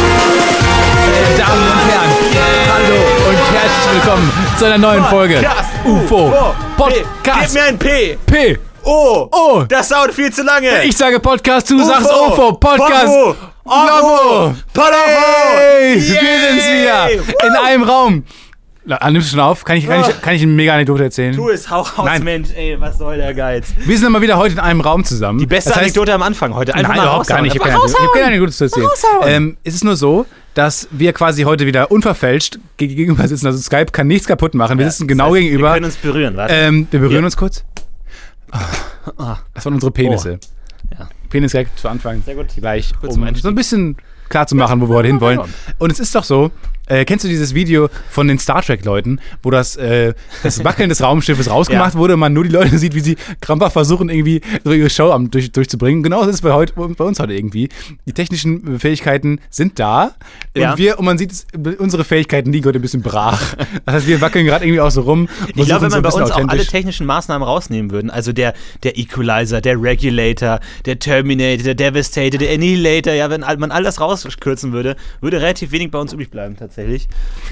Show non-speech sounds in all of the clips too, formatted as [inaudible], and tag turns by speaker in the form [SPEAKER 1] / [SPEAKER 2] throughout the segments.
[SPEAKER 1] Meine Damen und Herren, hallo und herzlich willkommen zu einer neuen Folge UFO Podcast
[SPEAKER 2] ein P.
[SPEAKER 1] P.
[SPEAKER 2] Oh,
[SPEAKER 1] O.
[SPEAKER 2] das dauert viel zu lange.
[SPEAKER 1] Ich sage Podcast, du sagst UFO Podcast. Bravo. Hey, wir sind's wieder in einem Raum. Na, ah, Nimmst du schon auf? Kann ich, kann ich, kann ich eine mega Anekdote erzählen?
[SPEAKER 2] Du es, hau raus,
[SPEAKER 1] Nein.
[SPEAKER 2] Mensch, ey, was soll der Geiz?
[SPEAKER 1] Wir sind mal wieder heute in einem Raum zusammen. Die
[SPEAKER 2] Beste Anekdote am Anfang heute. Einfach Also
[SPEAKER 1] Nein,
[SPEAKER 2] mal
[SPEAKER 1] überhaupt gar
[SPEAKER 2] raushauen.
[SPEAKER 1] nicht. Ich habe keine, ich hab keine Gutes zu erzählen. Ähm, es ist nur so, dass wir quasi heute wieder unverfälscht ge- gegenüber sitzen. Also Skype kann nichts kaputt machen. Wir sitzen genau
[SPEAKER 2] Das heißt, Wir
[SPEAKER 1] gegenüber.
[SPEAKER 2] können uns berühren, warte.
[SPEAKER 1] ähm, wir berühren
[SPEAKER 2] Ja.
[SPEAKER 1] uns kurz. Ah, Das waren unsere Penisse.
[SPEAKER 2] Oh. Ja.
[SPEAKER 1] Penis direkt zu Anfang.
[SPEAKER 2] Sehr gut.
[SPEAKER 1] Gleich,
[SPEAKER 2] Kurz zum
[SPEAKER 1] um
[SPEAKER 2] Einstieg. genau.
[SPEAKER 1] so ein bisschen klar zu machen, wo wir heute hinwollen. Und es ist doch so, äh, kennst du dieses Video von den Star Trek-Leuten, wo das, äh, das Wackeln
[SPEAKER 2] [laughs]
[SPEAKER 1] des Raumschiffes rausgemacht
[SPEAKER 2] Ja.
[SPEAKER 1] wurde und man nur die Leute sieht, wie sie krampfhaft versuchen, irgendwie so ihre Show am, durch, durchzubringen. Genau das ist bei, heute, bei uns heute irgendwie. Die technischen Fähigkeiten sind da und,
[SPEAKER 2] Ja.
[SPEAKER 1] wir, und man sieht, es- unsere Fähigkeiten liegen heute ein bisschen brach. Das heißt, wir wackeln gerade irgendwie auch so rum.
[SPEAKER 2] Ich glaube, wenn man bei uns auch alle
[SPEAKER 1] Technik
[SPEAKER 2] technischen Maßnahmen rausnehmen würden, also der, der Equalizer, der Regulator, der Terminator, der Devastator, der Annihilator, ja, wenn all- man all das rauskürzen würde, würde relativ wenig bei uns übrig bleiben tatsächlich.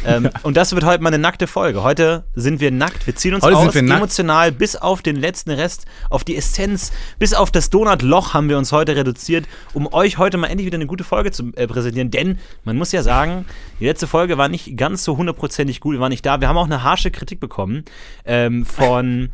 [SPEAKER 2] Ähm,
[SPEAKER 1] [laughs]
[SPEAKER 2] Und das wird heute mal eine nackte Folge. Heute sind wir nackt, wir ziehen uns
[SPEAKER 1] Heute
[SPEAKER 2] aus,
[SPEAKER 1] sind wir nackt.
[SPEAKER 2] emotional bis auf den letzten Rest, auf die Essenz, bis auf das Donutloch haben wir uns heute reduziert, um euch heute mal endlich wieder eine gute Folge zu äh, präsentieren. Denn man muss ja sagen, die letzte Folge war nicht ganz so hundertprozentig gut, wir waren nicht da. Wir haben auch eine harsche Kritik bekommen ähm, von.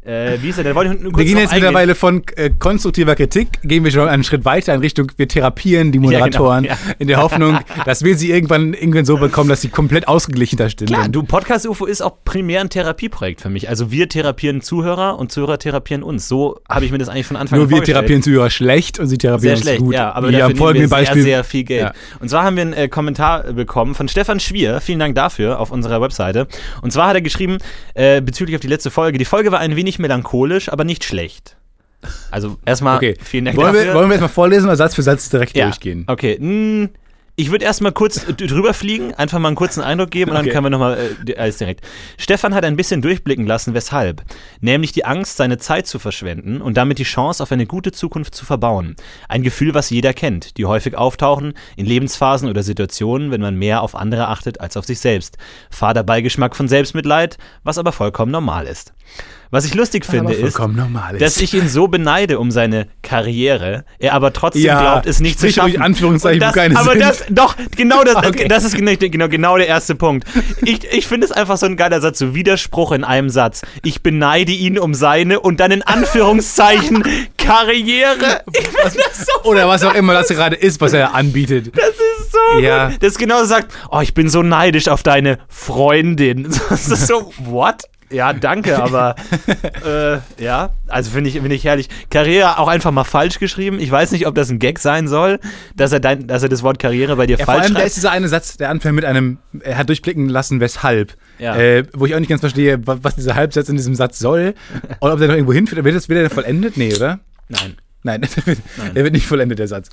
[SPEAKER 2] Äh, wie ist er? Da wollte ich nur kurz
[SPEAKER 1] wir gehen
[SPEAKER 2] drauf
[SPEAKER 1] jetzt
[SPEAKER 2] eingehen.
[SPEAKER 1] mittlerweile von äh, konstruktiver Kritik, gehen wir schon einen Schritt weiter in Richtung, wir therapieren die Moderatoren
[SPEAKER 2] Ja,
[SPEAKER 1] in der
[SPEAKER 2] [laughs]
[SPEAKER 1] Hoffnung, dass wir sie irgendwann, irgendwann so bekommen, dass sie komplett ausgeglichen da stehen.
[SPEAKER 2] Klar, du Podcast UFO ist auch primär ein Therapieprojekt für mich. Also wir therapieren Zuhörer und Zuhörer therapieren uns. So habe ich mir das eigentlich von Anfang an
[SPEAKER 1] Nur wir
[SPEAKER 2] vorgestellt.
[SPEAKER 1] therapieren Zuhörer schlecht und sie
[SPEAKER 2] sehr
[SPEAKER 1] therapieren uns
[SPEAKER 2] schlecht,
[SPEAKER 1] gut.
[SPEAKER 2] ja, aber
[SPEAKER 1] wir
[SPEAKER 2] dafür
[SPEAKER 1] haben
[SPEAKER 2] nehmen wir
[SPEAKER 1] folgende
[SPEAKER 2] sehr,
[SPEAKER 1] Beispiel.
[SPEAKER 2] sehr viel Geld.
[SPEAKER 1] Ja.
[SPEAKER 2] Und zwar haben wir einen äh, Kommentar bekommen von Stefan Schwier, vielen Dank dafür, auf unserer Webseite. Und zwar hat er geschrieben, äh, bezüglich auf die letzte Folge, die Folge war ein wenig melancholisch, aber nicht schlecht. Also erstmal
[SPEAKER 1] Okay,
[SPEAKER 2] vielen Dank
[SPEAKER 1] wollen
[SPEAKER 2] dafür.
[SPEAKER 1] wir, wollen wir jetzt mal vorlesen oder Satz für Satz direkt
[SPEAKER 2] ja.
[SPEAKER 1] durchgehen?
[SPEAKER 2] Okay. Hm, Ich würde erstmal kurz d- drüber fliegen, einfach mal einen kurzen Eindruck geben und dann
[SPEAKER 1] Okay.
[SPEAKER 2] können wir nochmal äh, alles direkt. Stefan hat ein bisschen durchblicken lassen, weshalb. Nämlich die Angst, seine Zeit zu verschwenden und damit die Chance auf eine gute Zukunft zu verbauen. Ein Gefühl, was jeder kennt, die häufig auftauchen in Lebensphasen oder Situationen, wenn man mehr auf andere achtet als auf sich selbst. Fader Beigeschmack von Selbstmitleid, was aber vollkommen normal ist. Was ich lustig finde ist,
[SPEAKER 1] vollkommen normal ist.
[SPEAKER 2] dass ich ihn so beneide um seine Karriere, er aber trotzdem
[SPEAKER 1] Ja,
[SPEAKER 2] glaubt, es nicht zu
[SPEAKER 1] sprich ruhig
[SPEAKER 2] schaffen.
[SPEAKER 1] Anführungszeichen,
[SPEAKER 2] Und das,
[SPEAKER 1] wo keine
[SPEAKER 2] aber
[SPEAKER 1] sind.
[SPEAKER 2] das, doch, genau das,
[SPEAKER 1] [laughs] Okay.
[SPEAKER 2] das ist genau, genau, genau der erste Punkt. Ich, ich finde es einfach so ein geiler Satz, so Widerspruch in einem Satz. Ich beneide ihn um seine und dann in
[SPEAKER 1] [laughs]
[SPEAKER 2] Anführungszeichen Karriere. Ich finde das so
[SPEAKER 1] Oder was auch immer das gerade ist, was er anbietet.
[SPEAKER 2] das ist so
[SPEAKER 1] Ja.
[SPEAKER 2] gut. Das genau sagt, oh, ich bin so neidisch auf deine Freundin. [laughs] Das ist so, what? Ja, danke,
[SPEAKER 1] [laughs]
[SPEAKER 2] aber äh, ja, also finde ich, finde ich herrlich. Karriere auch einfach mal falsch geschrieben. Ich weiß nicht, ob das ein Gag sein soll, dass er, dein, dass er das Wort Karriere bei dir
[SPEAKER 1] Ja, vor
[SPEAKER 2] falsch
[SPEAKER 1] allem, da ist
[SPEAKER 2] schreibt.
[SPEAKER 1] dieser eine Satz, der anfängt mit einem, er hat durchblicken lassen, weshalb.
[SPEAKER 2] Ja.
[SPEAKER 1] Äh, wo ich auch nicht ganz verstehe, wa- was dieser Halbsatz in diesem
[SPEAKER 2] [laughs]
[SPEAKER 1] Satz soll. Oder ob der noch irgendwo hinführt. Wird das wieder vollendet? Nee, oder?
[SPEAKER 2] Nein.
[SPEAKER 1] Nein, [laughs] der wird, der wird nicht vollendet, der Satz.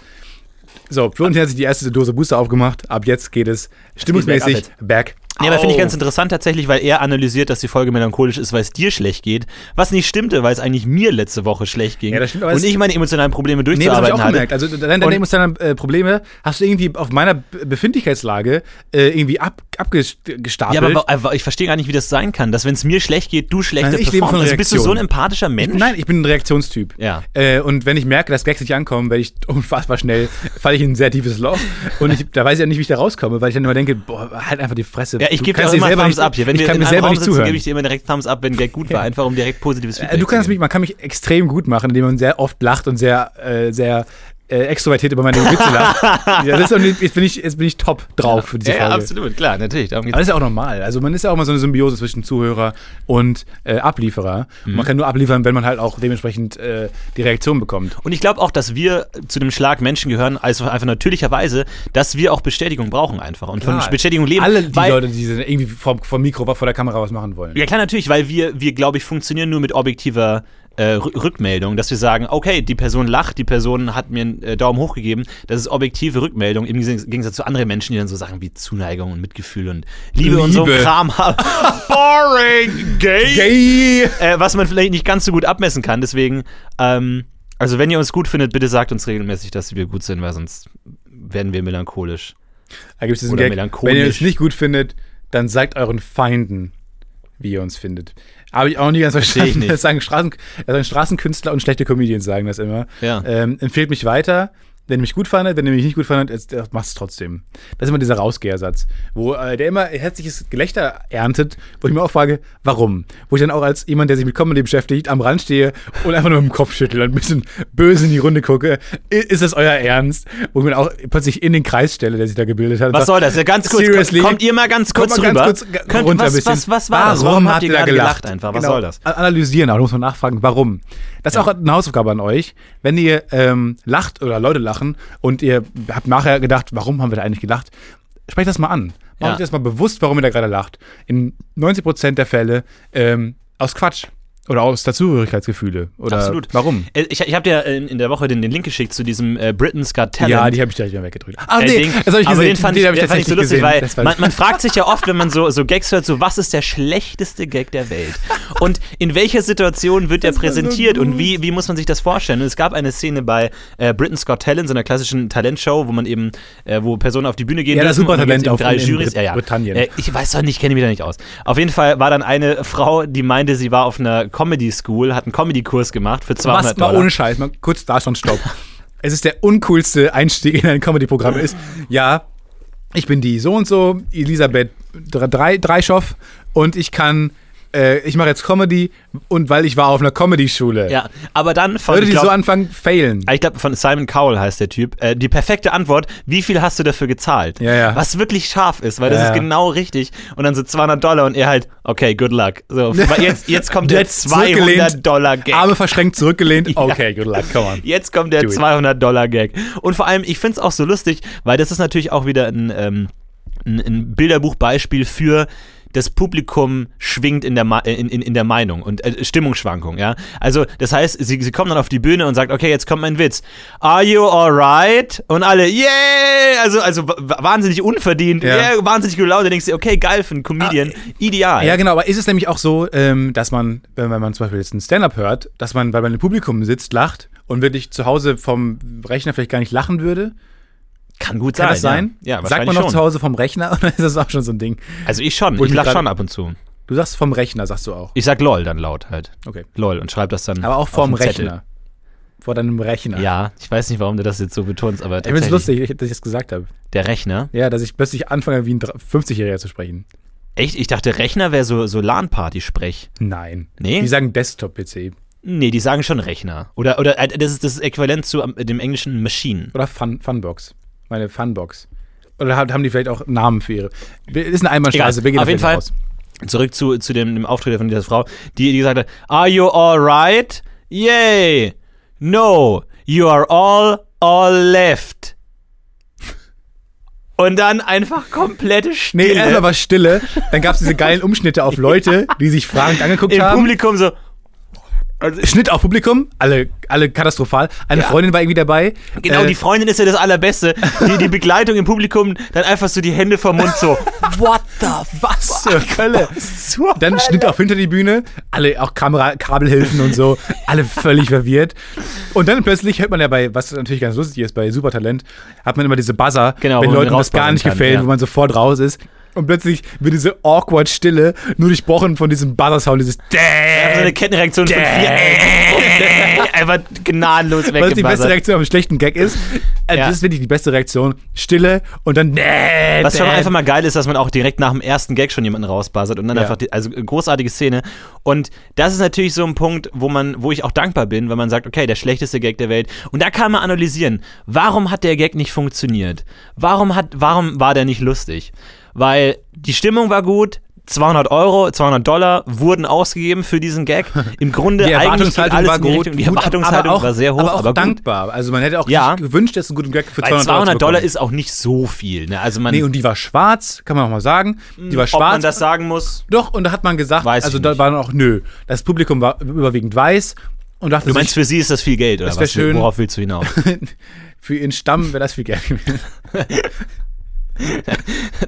[SPEAKER 1] So, Florian hat sich die erste Dose Booster aufgemacht. Ab jetzt geht es stimmungsmäßig back.
[SPEAKER 2] Nee, aber finde ich
[SPEAKER 1] Au.
[SPEAKER 2] ganz interessant tatsächlich, weil er analysiert, dass die Folge melancholisch ist, weil es dir schlecht geht. Was nicht stimmte, weil es eigentlich mir letzte Woche schlecht ging.
[SPEAKER 1] Ja, das stimmt, aber
[SPEAKER 2] und
[SPEAKER 1] es-
[SPEAKER 2] ich meine emotionalen Probleme
[SPEAKER 1] Nee, das habe ich
[SPEAKER 2] durchzuarbeiten
[SPEAKER 1] auch
[SPEAKER 2] hatte.
[SPEAKER 1] gemerkt. Also de- deine, deine
[SPEAKER 2] Und-
[SPEAKER 1] emotionalen äh, Probleme hast du irgendwie auf meiner B- Befindlichkeitslage äh, irgendwie ab, abgestapelt.
[SPEAKER 2] Ja, aber, wa- aber ich verstehe gar nicht, wie das sein kann, dass wenn es mir schlecht geht, du schlechter
[SPEAKER 1] Nein, ich lebe
[SPEAKER 2] performst.
[SPEAKER 1] von
[SPEAKER 2] Also bist du so ein
[SPEAKER 1] Reaktionen.
[SPEAKER 2] empathischer Mensch?
[SPEAKER 1] Nein, ich bin ein Reaktionstyp.
[SPEAKER 2] Ja.
[SPEAKER 1] Äh, und wenn ich merke, dass Gags nicht ankommen, werde ich [laughs] unfassbar schnell, falle ich in ein sehr tiefes Loch. Und ich, da weiß ich ja nicht, wie ich da rauskomme, weil ich dann immer denke, boah, halt einfach die Fresse.
[SPEAKER 2] Ja, ich
[SPEAKER 1] Du
[SPEAKER 2] gebe dir
[SPEAKER 1] kannst
[SPEAKER 2] auch immer
[SPEAKER 1] selber
[SPEAKER 2] Thumbs
[SPEAKER 1] nicht-
[SPEAKER 2] up hier. Wenn
[SPEAKER 1] ich
[SPEAKER 2] wir
[SPEAKER 1] kann
[SPEAKER 2] in
[SPEAKER 1] mir
[SPEAKER 2] einem
[SPEAKER 1] selber
[SPEAKER 2] Raum
[SPEAKER 1] nicht
[SPEAKER 2] sitzen,
[SPEAKER 1] zuhören.
[SPEAKER 2] gebe ich dir immer direkt Thumbs up, wenn Gag gut war, einfach um direkt positives Feedback
[SPEAKER 1] Äh, du kannst
[SPEAKER 2] zu geben.
[SPEAKER 1] mich, man kann mich extrem gut machen, indem man sehr oft lacht und sehr, äh, sehr äh, extrovertiert über meine
[SPEAKER 2] [laughs]
[SPEAKER 1] Witze lacht. ja, das ist, und jetzt, bin ich, jetzt bin ich top drauf für diese
[SPEAKER 2] ja, ja,
[SPEAKER 1] Folge.
[SPEAKER 2] absolut, klar, natürlich. Darum
[SPEAKER 1] Aber
[SPEAKER 2] geht's.
[SPEAKER 1] das ist ja auch normal. Also man ist ja auch mal so eine Symbiose zwischen Zuhörer und äh, Ablieferer. Und
[SPEAKER 2] Mhm.
[SPEAKER 1] man kann nur abliefern, wenn man halt auch dementsprechend äh, die Reaktion bekommt.
[SPEAKER 2] Und ich glaube auch, dass wir zu dem Schlag Menschen gehören, also einfach natürlicherweise, dass wir auch Bestätigung brauchen einfach und von
[SPEAKER 1] Klar.
[SPEAKER 2] Bestätigung leben.
[SPEAKER 1] Alle die
[SPEAKER 2] weil,
[SPEAKER 1] Leute, die sind irgendwie vom, vom Mikro, vor der Kamera was machen wollen.
[SPEAKER 2] Ja, klar, natürlich, weil wir, wir glaube ich, funktionieren nur mit objektiver äh, Rü- Rückmeldung, dass wir sagen, okay, die Person lacht, die Person hat mir einen äh, Daumen hoch gegeben. Das ist objektive Rückmeldung im Gese- Gegensatz zu anderen Menschen, die dann so Sachen wie Zuneigung und Mitgefühl und Liebe, und so
[SPEAKER 1] Liebe.
[SPEAKER 2] einen Kram haben. [laughs] Boring, gay.
[SPEAKER 1] Gay!
[SPEAKER 2] Äh, was man vielleicht nicht ganz so gut abmessen kann. Deswegen, ähm, also wenn ihr uns gut findet, bitte sagt uns regelmäßig, dass wir gut sind, weil sonst werden wir melancholisch.
[SPEAKER 1] Da gibt es diesen
[SPEAKER 2] Oder
[SPEAKER 1] Gag.
[SPEAKER 2] melancholisch.
[SPEAKER 1] Wenn ihr es nicht gut findet, dann sagt euren Feinden, wie ihr uns findet. Habe ich auch nie ganz verstanden.
[SPEAKER 2] ich nicht.
[SPEAKER 1] Das [laughs] sagen, Straßen, das sagen Straßenkünstler und schlechte Comedians sagen das immer.
[SPEAKER 2] Ja.
[SPEAKER 1] Ähm, empfehlt mich weiter. Wenn ihr mich gut fandet, wenn ihr mich nicht gut fandet, jetzt, äh, macht's trotzdem. Das ist immer dieser Rausgehersatz, wo äh, der immer herzliches Gelächter erntet, wo ich mir auch frage, warum? Wo ich dann auch als jemand, der sich mit Comedy beschäftigt, am Rand stehe und einfach nur mit dem Kopf schüttel und ein bisschen böse in die Runde gucke. I- Ist das euer Ernst? Wo ich mir auch plötzlich in den Kreis stelle, der sich da gebildet hat. und
[SPEAKER 2] Was
[SPEAKER 1] sag,
[SPEAKER 2] soll das? Ja, ganz kurz.
[SPEAKER 1] Seriously?
[SPEAKER 2] Kommt ihr mal ganz
[SPEAKER 1] Kommt
[SPEAKER 2] kurz
[SPEAKER 1] mal
[SPEAKER 2] rüber?
[SPEAKER 1] ganz kurz
[SPEAKER 2] Könnt-
[SPEAKER 1] runter ein
[SPEAKER 2] was,
[SPEAKER 1] bisschen.
[SPEAKER 2] was, was war das?
[SPEAKER 1] Warum habt
[SPEAKER 2] habt
[SPEAKER 1] ihr da
[SPEAKER 2] gerade
[SPEAKER 1] gelacht?
[SPEAKER 2] einfach? Was
[SPEAKER 1] Genau.
[SPEAKER 2] soll das?
[SPEAKER 1] Analysieren, aber da muss man nachfragen, warum. Das ist auch eine Hausaufgabe an euch. Wenn ihr ähm, lacht oder Leute lachen und ihr habt nachher gedacht, warum haben wir da eigentlich gelacht, sprecht das mal an. Macht
[SPEAKER 2] Ja.
[SPEAKER 1] euch das mal bewusst, warum ihr da gerade lacht. In 90% der Fälle ähm, aus Quatsch oder aus Dazugehörigkeitsgefühle. Oder
[SPEAKER 2] Absolut.
[SPEAKER 1] Warum?
[SPEAKER 2] Äh, Ich, ich habe dir äh, in in der Woche den, den Link geschickt zu diesem äh, Britain's Got Talent.
[SPEAKER 1] Ja, die habe ich direkt mal weggedrückt. Ach
[SPEAKER 2] Äh,
[SPEAKER 1] nee,
[SPEAKER 2] Ding.
[SPEAKER 1] das habe ich gesehen.
[SPEAKER 2] aber den fand ich,
[SPEAKER 1] habe
[SPEAKER 2] den fand ich so lustig,
[SPEAKER 1] tatsächlich Das
[SPEAKER 2] weil
[SPEAKER 1] war-
[SPEAKER 2] man, man fragt sich ja oft, wenn man so, so Gags hört, so was ist der schlechteste Gag der Welt? Und in welcher Situation wird der präsentiert und wie, wie muss man sich das vorstellen? Und es gab eine Szene bei äh, Britain's Got Talent, so einer klassischen Talentshow, wo man eben, äh, wo Personen auf die Bühne gehen
[SPEAKER 1] Ja, das
[SPEAKER 2] dürfen und dann
[SPEAKER 1] Supertalent
[SPEAKER 2] gibt's eben
[SPEAKER 1] auf-
[SPEAKER 2] drei
[SPEAKER 1] in
[SPEAKER 2] Jurys.
[SPEAKER 1] Brit- Britannien.
[SPEAKER 2] Äh, ich weiß doch nicht, kenne mich da nicht aus. Auf jeden Fall war dann eine Frau, die meinte, sie war auf einer Comedy School, hat einen Comedy-Kurs gemacht für 200
[SPEAKER 1] Was mal
[SPEAKER 2] Dollar.
[SPEAKER 1] ohne Scheiß, mal kurz da
[SPEAKER 2] [laughs]
[SPEAKER 1] schon Stopp. es ist der uncoolste Einstieg in ein Comedy-Programm. Ist, ja, ich bin die so und so, Elisabeth Dre- Drei- Dreischoff und ich kann, äh, ich mache jetzt Comedy und weil ich war auf einer Comedy-Schule.
[SPEAKER 2] ja, aber dann fand
[SPEAKER 1] Leute,
[SPEAKER 2] ich
[SPEAKER 1] die
[SPEAKER 2] glaub,
[SPEAKER 1] so anfangen, failen.
[SPEAKER 2] Ah, Ich glaube, von Simon Cowell heißt der Typ. Äh, die perfekte Antwort, wie viel hast du dafür gezahlt?
[SPEAKER 1] Ja, ja.
[SPEAKER 2] Was wirklich scharf ist, weil
[SPEAKER 1] Ja,
[SPEAKER 2] das ist
[SPEAKER 1] ja.
[SPEAKER 2] genau richtig. Und dann so 200 Dollar und er halt, okay, good luck. So,
[SPEAKER 1] [laughs]
[SPEAKER 2] weil jetzt, jetzt kommt der
[SPEAKER 1] Jetzt zurückgelehnt,
[SPEAKER 2] 200 Dollar Gag.
[SPEAKER 1] Arme
[SPEAKER 2] [laughs]
[SPEAKER 1] verschränkt, zurückgelehnt. Okay, good luck, come on.
[SPEAKER 2] Jetzt kommt der
[SPEAKER 1] Do it.
[SPEAKER 2] 200-Dollar-Gag. Und vor allem, ich finde es auch so lustig, weil das ist natürlich auch wieder ein, ähm, ein, ein Bilderbuchbeispiel für das Publikum schwingt in der, Ma- in, in, in der Meinung und äh, Stimmungsschwankung, ja. Also, das heißt, sie, sie kommen dann auf die Bühne und sagt, okay, jetzt kommt mein Witz. Are you alright? Und alle, yay! Also, also wa- wahnsinnig unverdient,
[SPEAKER 1] Ja.
[SPEAKER 2] yeah, wahnsinnig gut laut. Da denkst du, okay, geil für einen Comedian, ideal.
[SPEAKER 1] Ja, genau, aber ist es nämlich auch so, ähm, dass man, wenn wenn man zum Beispiel jetzt einen Stand-up hört, dass man, weil man im Publikum sitzt, lacht und wirklich zu Hause vom Rechner vielleicht gar nicht lachen würde?
[SPEAKER 2] Kann gut
[SPEAKER 1] Kann
[SPEAKER 2] sein.
[SPEAKER 1] das sein?
[SPEAKER 2] Ja, ja
[SPEAKER 1] Sagt man
[SPEAKER 2] wahrscheinlich
[SPEAKER 1] noch zu
[SPEAKER 2] schon.
[SPEAKER 1] Hause vom Rechner [laughs] oder ist das auch schon so ein Ding?
[SPEAKER 2] Also, ich schon.
[SPEAKER 1] Wo ich
[SPEAKER 2] Ich lach
[SPEAKER 1] gerade-
[SPEAKER 2] schon ab und zu.
[SPEAKER 1] Du sagst vom Rechner, sagst du auch.
[SPEAKER 2] Ich sag lol dann laut halt.
[SPEAKER 1] Okay.
[SPEAKER 2] Lol und schreib das dann.
[SPEAKER 1] Aber auch
[SPEAKER 2] auf
[SPEAKER 1] vorm
[SPEAKER 2] den Zettel.
[SPEAKER 1] Rechner. Vor deinem Rechner.
[SPEAKER 2] Ja, ich weiß nicht, warum du das jetzt so betonst, aber
[SPEAKER 1] Ich finde es
[SPEAKER 2] tatsächlich,
[SPEAKER 1] lustig, dass ich das gesagt habe.
[SPEAKER 2] der Rechner.
[SPEAKER 1] Ja, dass ich plötzlich anfange, wie ein 3- 50-Jähriger zu sprechen.
[SPEAKER 2] Echt? Ich dachte, Rechner wäre so, so LAN-Party-Sprech.
[SPEAKER 1] Nein.
[SPEAKER 2] Nee?
[SPEAKER 1] Die sagen Desktop-PC
[SPEAKER 2] Nee, die sagen schon Rechner. Oder, oder äh, das ist das Äquivalent zu am- dem englischen Machine.
[SPEAKER 1] oder Fun Funbox. Meine Funbox. Oder hat- haben die vielleicht auch Namen für ihre. Ist eine Einbahnstraße,
[SPEAKER 2] Egal, auf jeden Fall.
[SPEAKER 1] Raus.
[SPEAKER 2] Zurück zu, zu dem, dem Auftritt von dieser Frau, die, die gesagt hat, Are you alright? Yay! No, you are all, all left. Und dann einfach komplette
[SPEAKER 1] Nee,
[SPEAKER 2] Stille.
[SPEAKER 1] erstmal war Stille. Dann gab es diese geilen Umschnitte auf Leute, die sich fragend angeguckt
[SPEAKER 2] Im
[SPEAKER 1] haben.
[SPEAKER 2] Publikum so,
[SPEAKER 1] Schnitt auf Publikum, alle, alle katastrophal. Eine
[SPEAKER 2] Ja.
[SPEAKER 1] Freundin war irgendwie dabei.
[SPEAKER 2] Genau,
[SPEAKER 1] Äh,
[SPEAKER 2] die Freundin ist ja das Allerbeste. Die, die Begleitung im Publikum, dann einfach so die Hände vom Mund
[SPEAKER 1] [laughs]
[SPEAKER 2] so.
[SPEAKER 1] What the was zur Hölle? Dann Schnitt auf hinter die Bühne, alle auch Kamera, Kabelhilfen und so, alle völlig verwirrt. Und dann plötzlich hört man ja bei, was natürlich ganz lustig ist, bei Supertalent, hat man immer diese Buzzer,
[SPEAKER 2] Genau,
[SPEAKER 1] wenn
[SPEAKER 2] wo man
[SPEAKER 1] Leuten das gar
[SPEAKER 2] rausbuzzern
[SPEAKER 1] nicht
[SPEAKER 2] kann,
[SPEAKER 1] gefällt,
[SPEAKER 2] ja.
[SPEAKER 1] wo man sofort raus ist. Und plötzlich wird diese awkward Stille nur durchbrochen von diesem Buzzer-Sound, dieses
[SPEAKER 2] Also eine Kettenreaktion von vier. [laughs] Einfach gnadenlos
[SPEAKER 1] Was die beste
[SPEAKER 2] weggebuzzert.
[SPEAKER 1] Reaktion auf einen schlechten Gag ist. Also
[SPEAKER 2] Ja.
[SPEAKER 1] Das ist wirklich die beste Reaktion. Stille und dann
[SPEAKER 2] Was schon einfach mal geil ist, dass man auch direkt nach dem ersten Gag schon jemanden rausbuzzert und dann
[SPEAKER 1] Ja.
[SPEAKER 2] einfach, die, also äh, großartige Szene. Und das ist natürlich so ein Punkt, wo man, wo ich auch dankbar bin, wenn man sagt, okay, der schlechteste Gag der Welt. Und da kann man analysieren, warum hat der Gag nicht funktioniert? Warum hat, warum war der nicht lustig? Weil die Stimmung war gut. 200 Euro, 200 Dollar wurden ausgegeben für diesen Gag. Im Grunde
[SPEAKER 1] [laughs] Die
[SPEAKER 2] eigentlich ging
[SPEAKER 1] Erwartungshaltung
[SPEAKER 2] alles
[SPEAKER 1] war
[SPEAKER 2] in die
[SPEAKER 1] gut.
[SPEAKER 2] Richtung. Die
[SPEAKER 1] gut,
[SPEAKER 2] Erwartungshaltung
[SPEAKER 1] aber auch,
[SPEAKER 2] war sehr hoch,
[SPEAKER 1] aber auch
[SPEAKER 2] aber gut.
[SPEAKER 1] dankbar. Also man hätte auch
[SPEAKER 2] Ja.
[SPEAKER 1] nicht gewünscht, dass ein guter Gag für
[SPEAKER 2] Weil
[SPEAKER 1] 200,
[SPEAKER 2] 200 Dollar
[SPEAKER 1] zu bekommen.
[SPEAKER 2] ist auch nicht so viel. Ne? Also man,
[SPEAKER 1] Nee, und die war schwarz, kann man auch mal sagen. Die war
[SPEAKER 2] ob man
[SPEAKER 1] schwarz.
[SPEAKER 2] das sagen muss.
[SPEAKER 1] doch, und da hat man gesagt,
[SPEAKER 2] Weiß ich
[SPEAKER 1] also da
[SPEAKER 2] nicht.
[SPEAKER 1] war noch, nö. Das Publikum war überwiegend weiß und dachte
[SPEAKER 2] Du meinst,
[SPEAKER 1] sich,
[SPEAKER 2] für sie ist das viel Geld, oder
[SPEAKER 1] Das wär
[SPEAKER 2] was?
[SPEAKER 1] schön.
[SPEAKER 2] Worauf willst du hinaus?
[SPEAKER 1] für ihren Stamm wäre das viel Geld gewesen.
[SPEAKER 2] [laughs]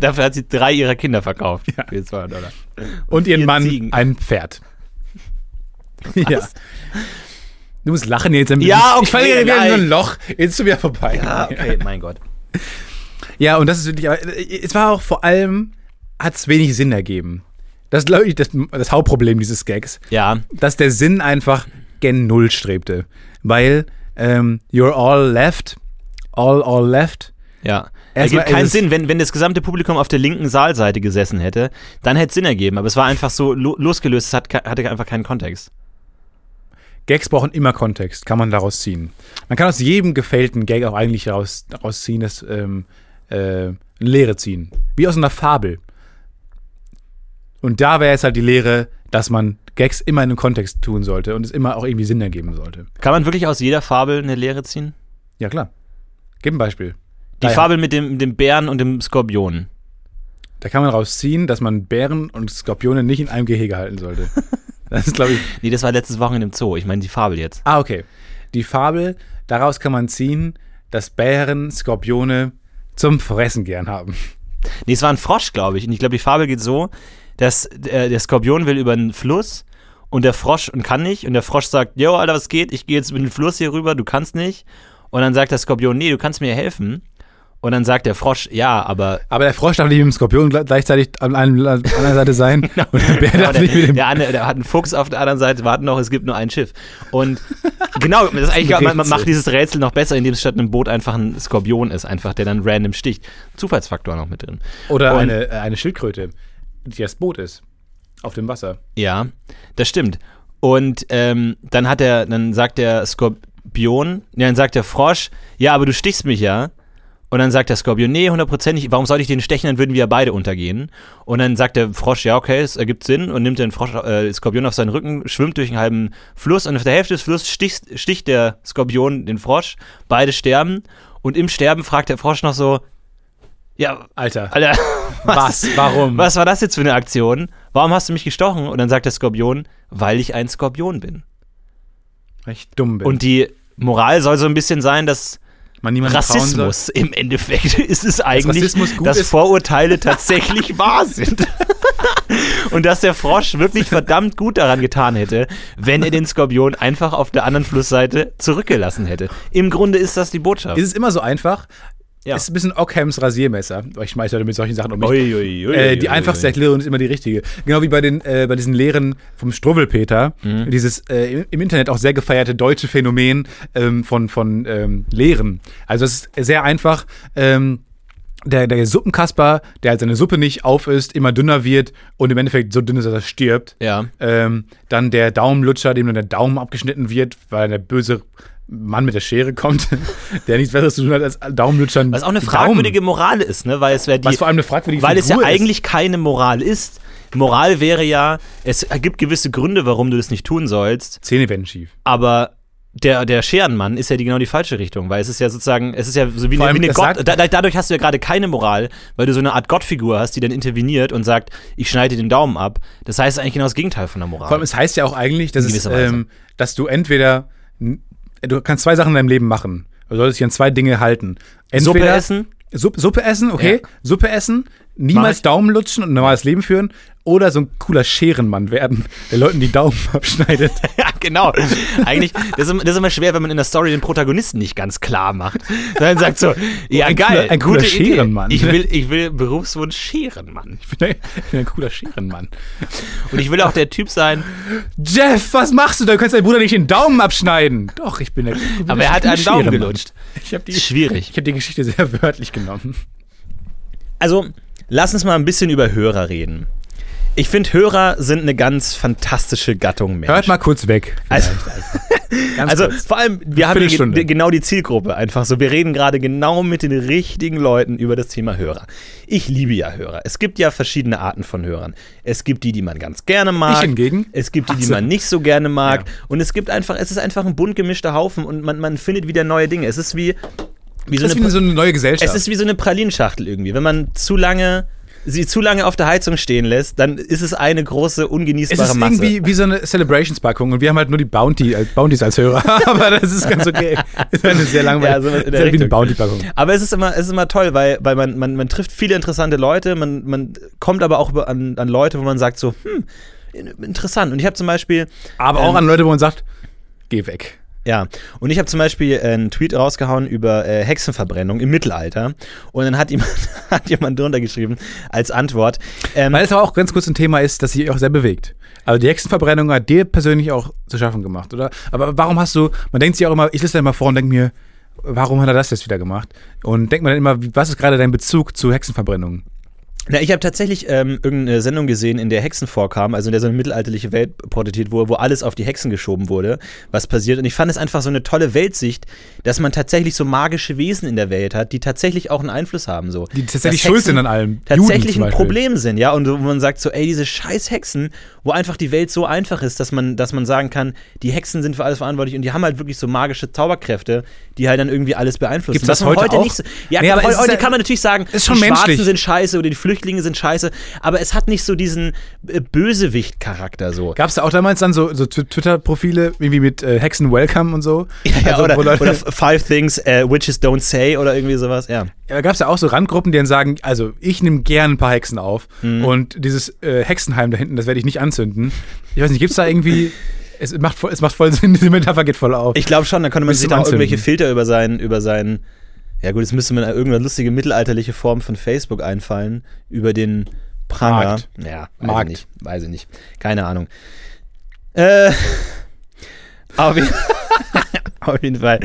[SPEAKER 2] Dafür hat sie drei ihrer Kinder verkauft. Für 200 Dollar.
[SPEAKER 1] Und ihren
[SPEAKER 2] vier
[SPEAKER 1] Mann
[SPEAKER 2] Ziegen. [laughs]
[SPEAKER 1] ein Pferd. ja. Du musst lachen jetzt ein
[SPEAKER 2] Ja,
[SPEAKER 1] bisschen.
[SPEAKER 2] okay,
[SPEAKER 1] Ich falle hier wieder in so
[SPEAKER 2] nein.
[SPEAKER 1] ein Loch. Jetzt ist schon wieder vorbei.
[SPEAKER 2] Ah, okay, mein Gott.
[SPEAKER 1] Ja, und das ist wirklich, aber äh, es war auch vor allem, hat es wenig Sinn ergeben. Das ist, glaube ich, das, das Hauptproblem dieses Gags,
[SPEAKER 2] Ja,
[SPEAKER 1] dass der Sinn einfach gen Null strebte. Weil ähm, you're all left, all, all left.
[SPEAKER 2] ja. Es
[SPEAKER 1] Erstmal
[SPEAKER 2] gibt keinen
[SPEAKER 1] ist es-
[SPEAKER 2] Sinn, wenn, wenn das gesamte Publikum auf der linken Saalseite gesessen hätte, dann hätte es Sinn ergeben. Aber es war einfach so lo losgelöst, es hat, ke- hatte einfach keinen Kontext.
[SPEAKER 1] Gags brauchen immer Kontext, kann man daraus ziehen. Man kann aus jedem gefällten Gag auch eigentlich raus, rausziehen, das ähm, äh, eine Lehre ziehen. Wie aus einer Fabel. Und da wäre jetzt halt die Lehre, dass man Gags immer in einem Kontext tun sollte und es immer auch irgendwie Sinn ergeben sollte.
[SPEAKER 2] Kann man wirklich aus jeder Fabel eine Lehre ziehen?
[SPEAKER 1] Ja, klar. Gib ein Beispiel.
[SPEAKER 2] Die
[SPEAKER 1] Ah ja.
[SPEAKER 2] Fabel mit dem, dem Bären und dem Skorpion.
[SPEAKER 1] Da kann man rausziehen, dass man Bären und Skorpione nicht in einem Gehege halten sollte. Das ist, glaube ich.
[SPEAKER 2] Nee, das war letztes Wochenende im Zoo. Ich meine die Fabel jetzt.
[SPEAKER 1] Ah, okay. Die Fabel, daraus kann man ziehen, dass Bären Skorpione zum Fressen gern haben.
[SPEAKER 2] Nee, es war ein Frosch, glaube ich. Und ich glaube, die Fabel geht so, dass äh, der Skorpion will über den Fluss und der Frosch und kann nicht. Und der Frosch sagt, yo, Alter, was geht? Ich gehe jetzt über den Fluss hier rüber, du kannst nicht. Und dann sagt der Skorpion, nee, du kannst mir helfen. Und dann sagt der Frosch, ja,
[SPEAKER 1] [laughs]
[SPEAKER 2] aber
[SPEAKER 1] Aber der Frosch darf nicht mit dem Skorpion gle- gleichzeitig an, einem, an der anderen
[SPEAKER 2] [laughs]
[SPEAKER 1] Seite sein. Und der Bär darf
[SPEAKER 2] Genau. der,
[SPEAKER 1] nicht mit dem.
[SPEAKER 2] der, andere, der hat einen Fuchs auf der anderen Seite, warten noch, es gibt nur ein Schiff. Und genau, das ist
[SPEAKER 1] [laughs]
[SPEAKER 2] eigentlich, man, man
[SPEAKER 1] Rätsel.
[SPEAKER 2] macht dieses Rätsel noch besser, indem es statt einem Boot einfach ein Skorpion ist, einfach, der dann random sticht. Zufallsfaktor noch mit drin.
[SPEAKER 1] Oder
[SPEAKER 2] Und-
[SPEAKER 1] eine, äh, eine Schildkröte, die das Boot ist. Auf dem Wasser.
[SPEAKER 2] Ja, das stimmt. Und ähm, dann hat er, dann sagt der Skorpion, nee, dann sagt der Frosch, ja, aber du stichst mich ja. Und dann sagt der Skorpion, nee, hundertprozentig, warum sollte ich den stechen, dann würden wir ja beide untergehen. Und dann sagt der Frosch, ja, okay, es ergibt Sinn und nimmt den Frosch, äh, Skorpion auf seinen Rücken, schwimmt durch einen halben Fluss und auf der Hälfte des Flusses sticht, sticht der Skorpion den Frosch, beide sterben und im Sterben fragt der Frosch noch so, Ja,
[SPEAKER 1] Alter,
[SPEAKER 2] Alter, Also, [laughs] was,
[SPEAKER 1] was? Warum?
[SPEAKER 2] was war das jetzt für eine Aktion? Warum hast du mich gestochen? Und dann sagt der Skorpion, weil ich ein Skorpion bin.
[SPEAKER 1] Weil ich dumm bin.
[SPEAKER 2] Und die Moral soll so ein bisschen sein, dass
[SPEAKER 1] man niemanden trauen soll.
[SPEAKER 2] Rassismus im Endeffekt [laughs] ist es eigentlich,
[SPEAKER 1] Rassismus gut
[SPEAKER 2] dass
[SPEAKER 1] ist.
[SPEAKER 2] Vorurteile
[SPEAKER 1] [laughs]
[SPEAKER 2] tatsächlich wahr sind. [laughs] Und dass der Frosch wirklich verdammt gut daran getan hätte, wenn er den Skorpion einfach auf der anderen Flussseite zurückgelassen hätte. Im Grunde ist das die Botschaft.
[SPEAKER 1] Ist es immer so einfach?
[SPEAKER 2] Ja. Oh
[SPEAKER 1] Ist ein bisschen Ockhams Rasiermesser. Ich schmeiße Leute mit solchen Sachen um mich.
[SPEAKER 2] Ui, ui, ui,
[SPEAKER 1] Äh,
[SPEAKER 2] ui, ui,
[SPEAKER 1] die einfachste
[SPEAKER 2] ui.
[SPEAKER 1] Erklärung ist immer die richtige. Genau wie bei, den, äh, bei diesen Lehren vom Struwwelpeter,
[SPEAKER 2] Mhm.
[SPEAKER 1] dieses äh, im- im Internet auch sehr gefeierte deutsche Phänomen ähm, von, von ähm, Lehren. Also es ist sehr einfach. Ähm, der, der Suppenkasper, der halt seine Suppe nicht aufisst, immer dünner wird und im Endeffekt so dünn ist, dass er stirbt.
[SPEAKER 2] Ja.
[SPEAKER 1] Ähm, dann der Daumenlutscher, dem dann der Daumen abgeschnitten wird, weil der böse Mann mit der Schere kommt, [laughs] der nichts Besseres zu tun hat, als Daumenlutschern.
[SPEAKER 2] Was auch eine
[SPEAKER 1] die
[SPEAKER 2] fragwürdige
[SPEAKER 1] Daumen.
[SPEAKER 2] Moral ist, ne? Weil es wäre die.
[SPEAKER 1] Was vor allem eine fragwürdige
[SPEAKER 2] weil es ja
[SPEAKER 1] Figur ist.
[SPEAKER 2] eigentlich keine Moral ist. Moral wäre ja, es gibt gewisse Gründe, warum du das nicht tun sollst,
[SPEAKER 1] Zähne werden schief.
[SPEAKER 2] aber der, der Scherenmann ist ja die, genau die falsche Richtung, weil es ist ja sozusagen, es ist ja so wie eine, wie
[SPEAKER 1] Vor allem,
[SPEAKER 2] eine
[SPEAKER 1] das
[SPEAKER 2] Gott.
[SPEAKER 1] sagt-
[SPEAKER 2] Da, da- dadurch hast du ja gerade keine Moral, weil du so eine Art Gottfigur hast, die dann interveniert und sagt, ich schneide den Daumen ab. Das heißt eigentlich genau das Gegenteil von der Moral.
[SPEAKER 1] Vor allem, es heißt ja auch eigentlich, dass, es,
[SPEAKER 2] gewisser Weise.
[SPEAKER 1] ähm, dass du entweder, n- du kannst zwei Sachen in deinem Leben machen. Du solltest dich an zwei Dinge halten.
[SPEAKER 2] Suppe
[SPEAKER 1] Entweder-
[SPEAKER 2] essen?
[SPEAKER 1] Supp, Suppe essen, okay.
[SPEAKER 2] Ja.
[SPEAKER 1] Suppe essen,
[SPEAKER 2] Mach ich.
[SPEAKER 1] niemals Daumen lutschen und ein normales Leben führen. Oder so ein cooler Scherenmann werden, der Leuten die Daumen [laughs]
[SPEAKER 2] [laughs]
[SPEAKER 1] abschneidet.
[SPEAKER 2] [laughs] Ja, genau. Eigentlich, das ist, im- das ist immer schwer, wenn man in der Story den Protagonisten nicht ganz klar macht. Sondern sagt so, ja
[SPEAKER 1] [laughs] ein
[SPEAKER 2] geil,
[SPEAKER 1] cooler- ein cooler
[SPEAKER 2] gute Idee.
[SPEAKER 1] Scherenmann.
[SPEAKER 2] Ich will, ich will Berufswunsch Scherenmann.
[SPEAKER 1] Ich bin ein, ich bin ein cooler Scherenmann.
[SPEAKER 2] Und ich will auch der Typ sein,
[SPEAKER 1] Jeff, was machst du da? Du kannst deinem Bruder nicht den Daumen abschneiden. Doch, ich bin der.
[SPEAKER 2] aber er hat einen Daumen gelutscht.
[SPEAKER 1] Ich habe die,
[SPEAKER 2] Schwierig.
[SPEAKER 1] ich hab die Geschichte sehr wörtlich genommen.
[SPEAKER 2] Also, lass uns mal ein bisschen über Hörer reden. Ich finde, Hörer sind eine ganz fantastische Gattung Mensch.
[SPEAKER 1] Hört mal kurz weg.
[SPEAKER 2] Also-
[SPEAKER 1] vielleicht. Ganz
[SPEAKER 2] Also
[SPEAKER 1] kurz.
[SPEAKER 2] vor allem, wir haben hier
[SPEAKER 1] Viertelstunde.
[SPEAKER 2] ge- genau die Zielgruppe einfach so. Wir reden gerade genau mit den richtigen Leuten über das Thema Hörer. Ich liebe ja Hörer. Es gibt ja verschiedene Arten von Hörern. Es gibt die, die man ganz gerne mag.
[SPEAKER 1] Ich hingegen
[SPEAKER 2] Es gibt die, die
[SPEAKER 1] hasse-
[SPEAKER 2] man nicht so gerne mag.
[SPEAKER 1] Ja.
[SPEAKER 2] Und es gibt einfach, es ist einfach ein bunt gemischter Haufen und man, man findet wieder neue Dinge. Es ist wie, wie so
[SPEAKER 1] das
[SPEAKER 2] eine
[SPEAKER 1] ist wie so eine neue Gesellschaft.
[SPEAKER 2] es ist wie so eine Pralinschachtel irgendwie. Wenn man zu lange sie zu lange auf der Heizung stehen lässt, dann ist es eine große
[SPEAKER 1] Es
[SPEAKER 2] ungenießbare
[SPEAKER 1] ist
[SPEAKER 2] Masse.
[SPEAKER 1] irgendwie wie so eine Celebrations-Packung und wir haben halt nur die Bounty, als- Bounties als Hörer. [laughs] Aber das ist ganz okay. Das ist eine sehr langweilige.
[SPEAKER 2] Ja, so in der
[SPEAKER 1] das ist halt wie eine
[SPEAKER 2] Richtung.
[SPEAKER 1] Bounty-Packung.
[SPEAKER 2] Aber es ist immer, es ist immer toll, weil, weil man, man, man trifft viele interessante Leute, man, man kommt aber auch über, an, an Leute, wo man sagt so, hm, in- interessant. Und ich habe zum Beispiel,
[SPEAKER 1] Aber
[SPEAKER 2] Ähm.
[SPEAKER 1] auch an Leute, wo man sagt, geh weg.
[SPEAKER 2] ja, und ich habe zum Beispiel einen Tweet rausgehauen über äh, Hexenverbrennung im Mittelalter. Und dann hat jemand, [laughs] hat jemand drunter geschrieben als Antwort. Ähm,
[SPEAKER 1] Weil es aber auch ganz kurz ein Thema ist, das sich auch sehr bewegt. Also die Hexenverbrennung hat dir persönlich auch zu schaffen gemacht, oder? Aber warum hast du, man denkt sich auch immer, ich lese da immer vor und denke mir, warum hat er das jetzt wieder gemacht? Und denkt man dann immer, wie- was ist gerade dein Bezug zu Hexenverbrennungen?
[SPEAKER 2] Na, ich habe tatsächlich ähm, irgendeine Sendung gesehen, in der Hexen vorkamen, also in der so eine mittelalterliche Welt porträtiert wurde, wo alles auf die Hexen geschoben wurde, was passiert. Und ich fand es einfach so eine tolle Weltsicht, dass man tatsächlich so magische Wesen in der Welt hat, die tatsächlich auch einen Einfluss haben. So.
[SPEAKER 1] Die tatsächlich
[SPEAKER 2] Dass
[SPEAKER 1] schuld
[SPEAKER 2] Hexen
[SPEAKER 1] sind an allem. Juden
[SPEAKER 2] Tatsächlich
[SPEAKER 1] zum
[SPEAKER 2] ein
[SPEAKER 1] Beispiel.
[SPEAKER 2] Problem sind, ja. Und wo man sagt so, ey, diese scheiß Hexen, wo einfach die Welt so einfach ist, dass man, dass man sagen kann, die Hexen sind für alles verantwortlich und die haben halt wirklich so magische Zauberkräfte, die halt dann irgendwie alles beeinflussen.
[SPEAKER 1] Gibt's das
[SPEAKER 2] Was man
[SPEAKER 1] heute auch?
[SPEAKER 2] nicht so, Ja,
[SPEAKER 1] Nee, aber
[SPEAKER 2] heu-
[SPEAKER 1] es ist
[SPEAKER 2] heute
[SPEAKER 1] ja-
[SPEAKER 2] kann man natürlich sagen,
[SPEAKER 1] ist schon
[SPEAKER 2] die Schwarzen
[SPEAKER 1] menschlich.
[SPEAKER 2] sind scheiße oder die Flüchtlinge sind scheiße, aber es hat nicht so diesen äh, Bösewicht-Charakter so.
[SPEAKER 1] Gab es da auch damals dann so, so Tw- Twitter-Profile, irgendwie mit äh, Hexen Welcome und so?
[SPEAKER 2] Ja,
[SPEAKER 1] Also,
[SPEAKER 2] oder,
[SPEAKER 1] wo Leute-
[SPEAKER 2] oder Five Things äh, Witches Don't Say oder irgendwie sowas, ja.
[SPEAKER 1] [laughs] Ja, gab es ja auch so Randgruppen, die dann sagen, also ich nehme gern ein paar Hexen auf
[SPEAKER 2] Mhm.
[SPEAKER 1] und dieses äh, Hexenheim da hinten, das werde ich nicht anzünden. Ich weiß nicht, gibt es da irgendwie, [laughs] es macht, voll, es macht voll Sinn, diese Metapher geht voll auf.
[SPEAKER 2] Ich glaube schon, da könnte man
[SPEAKER 1] Müsste
[SPEAKER 2] sich da
[SPEAKER 1] man
[SPEAKER 2] auch irgendwelche
[SPEAKER 1] zünden.
[SPEAKER 2] Filter über seinen, über seinen. Ja gut, jetzt müsste man irgendeine lustige mittelalterliche Form von Facebook einfallen über den Pranger.
[SPEAKER 1] Markt.
[SPEAKER 2] Ja, weiß
[SPEAKER 1] Markt.
[SPEAKER 2] ich nicht, weiß ich nicht. Keine Ahnung. Äh, auf, jeden- [laughs] auf jeden Fall.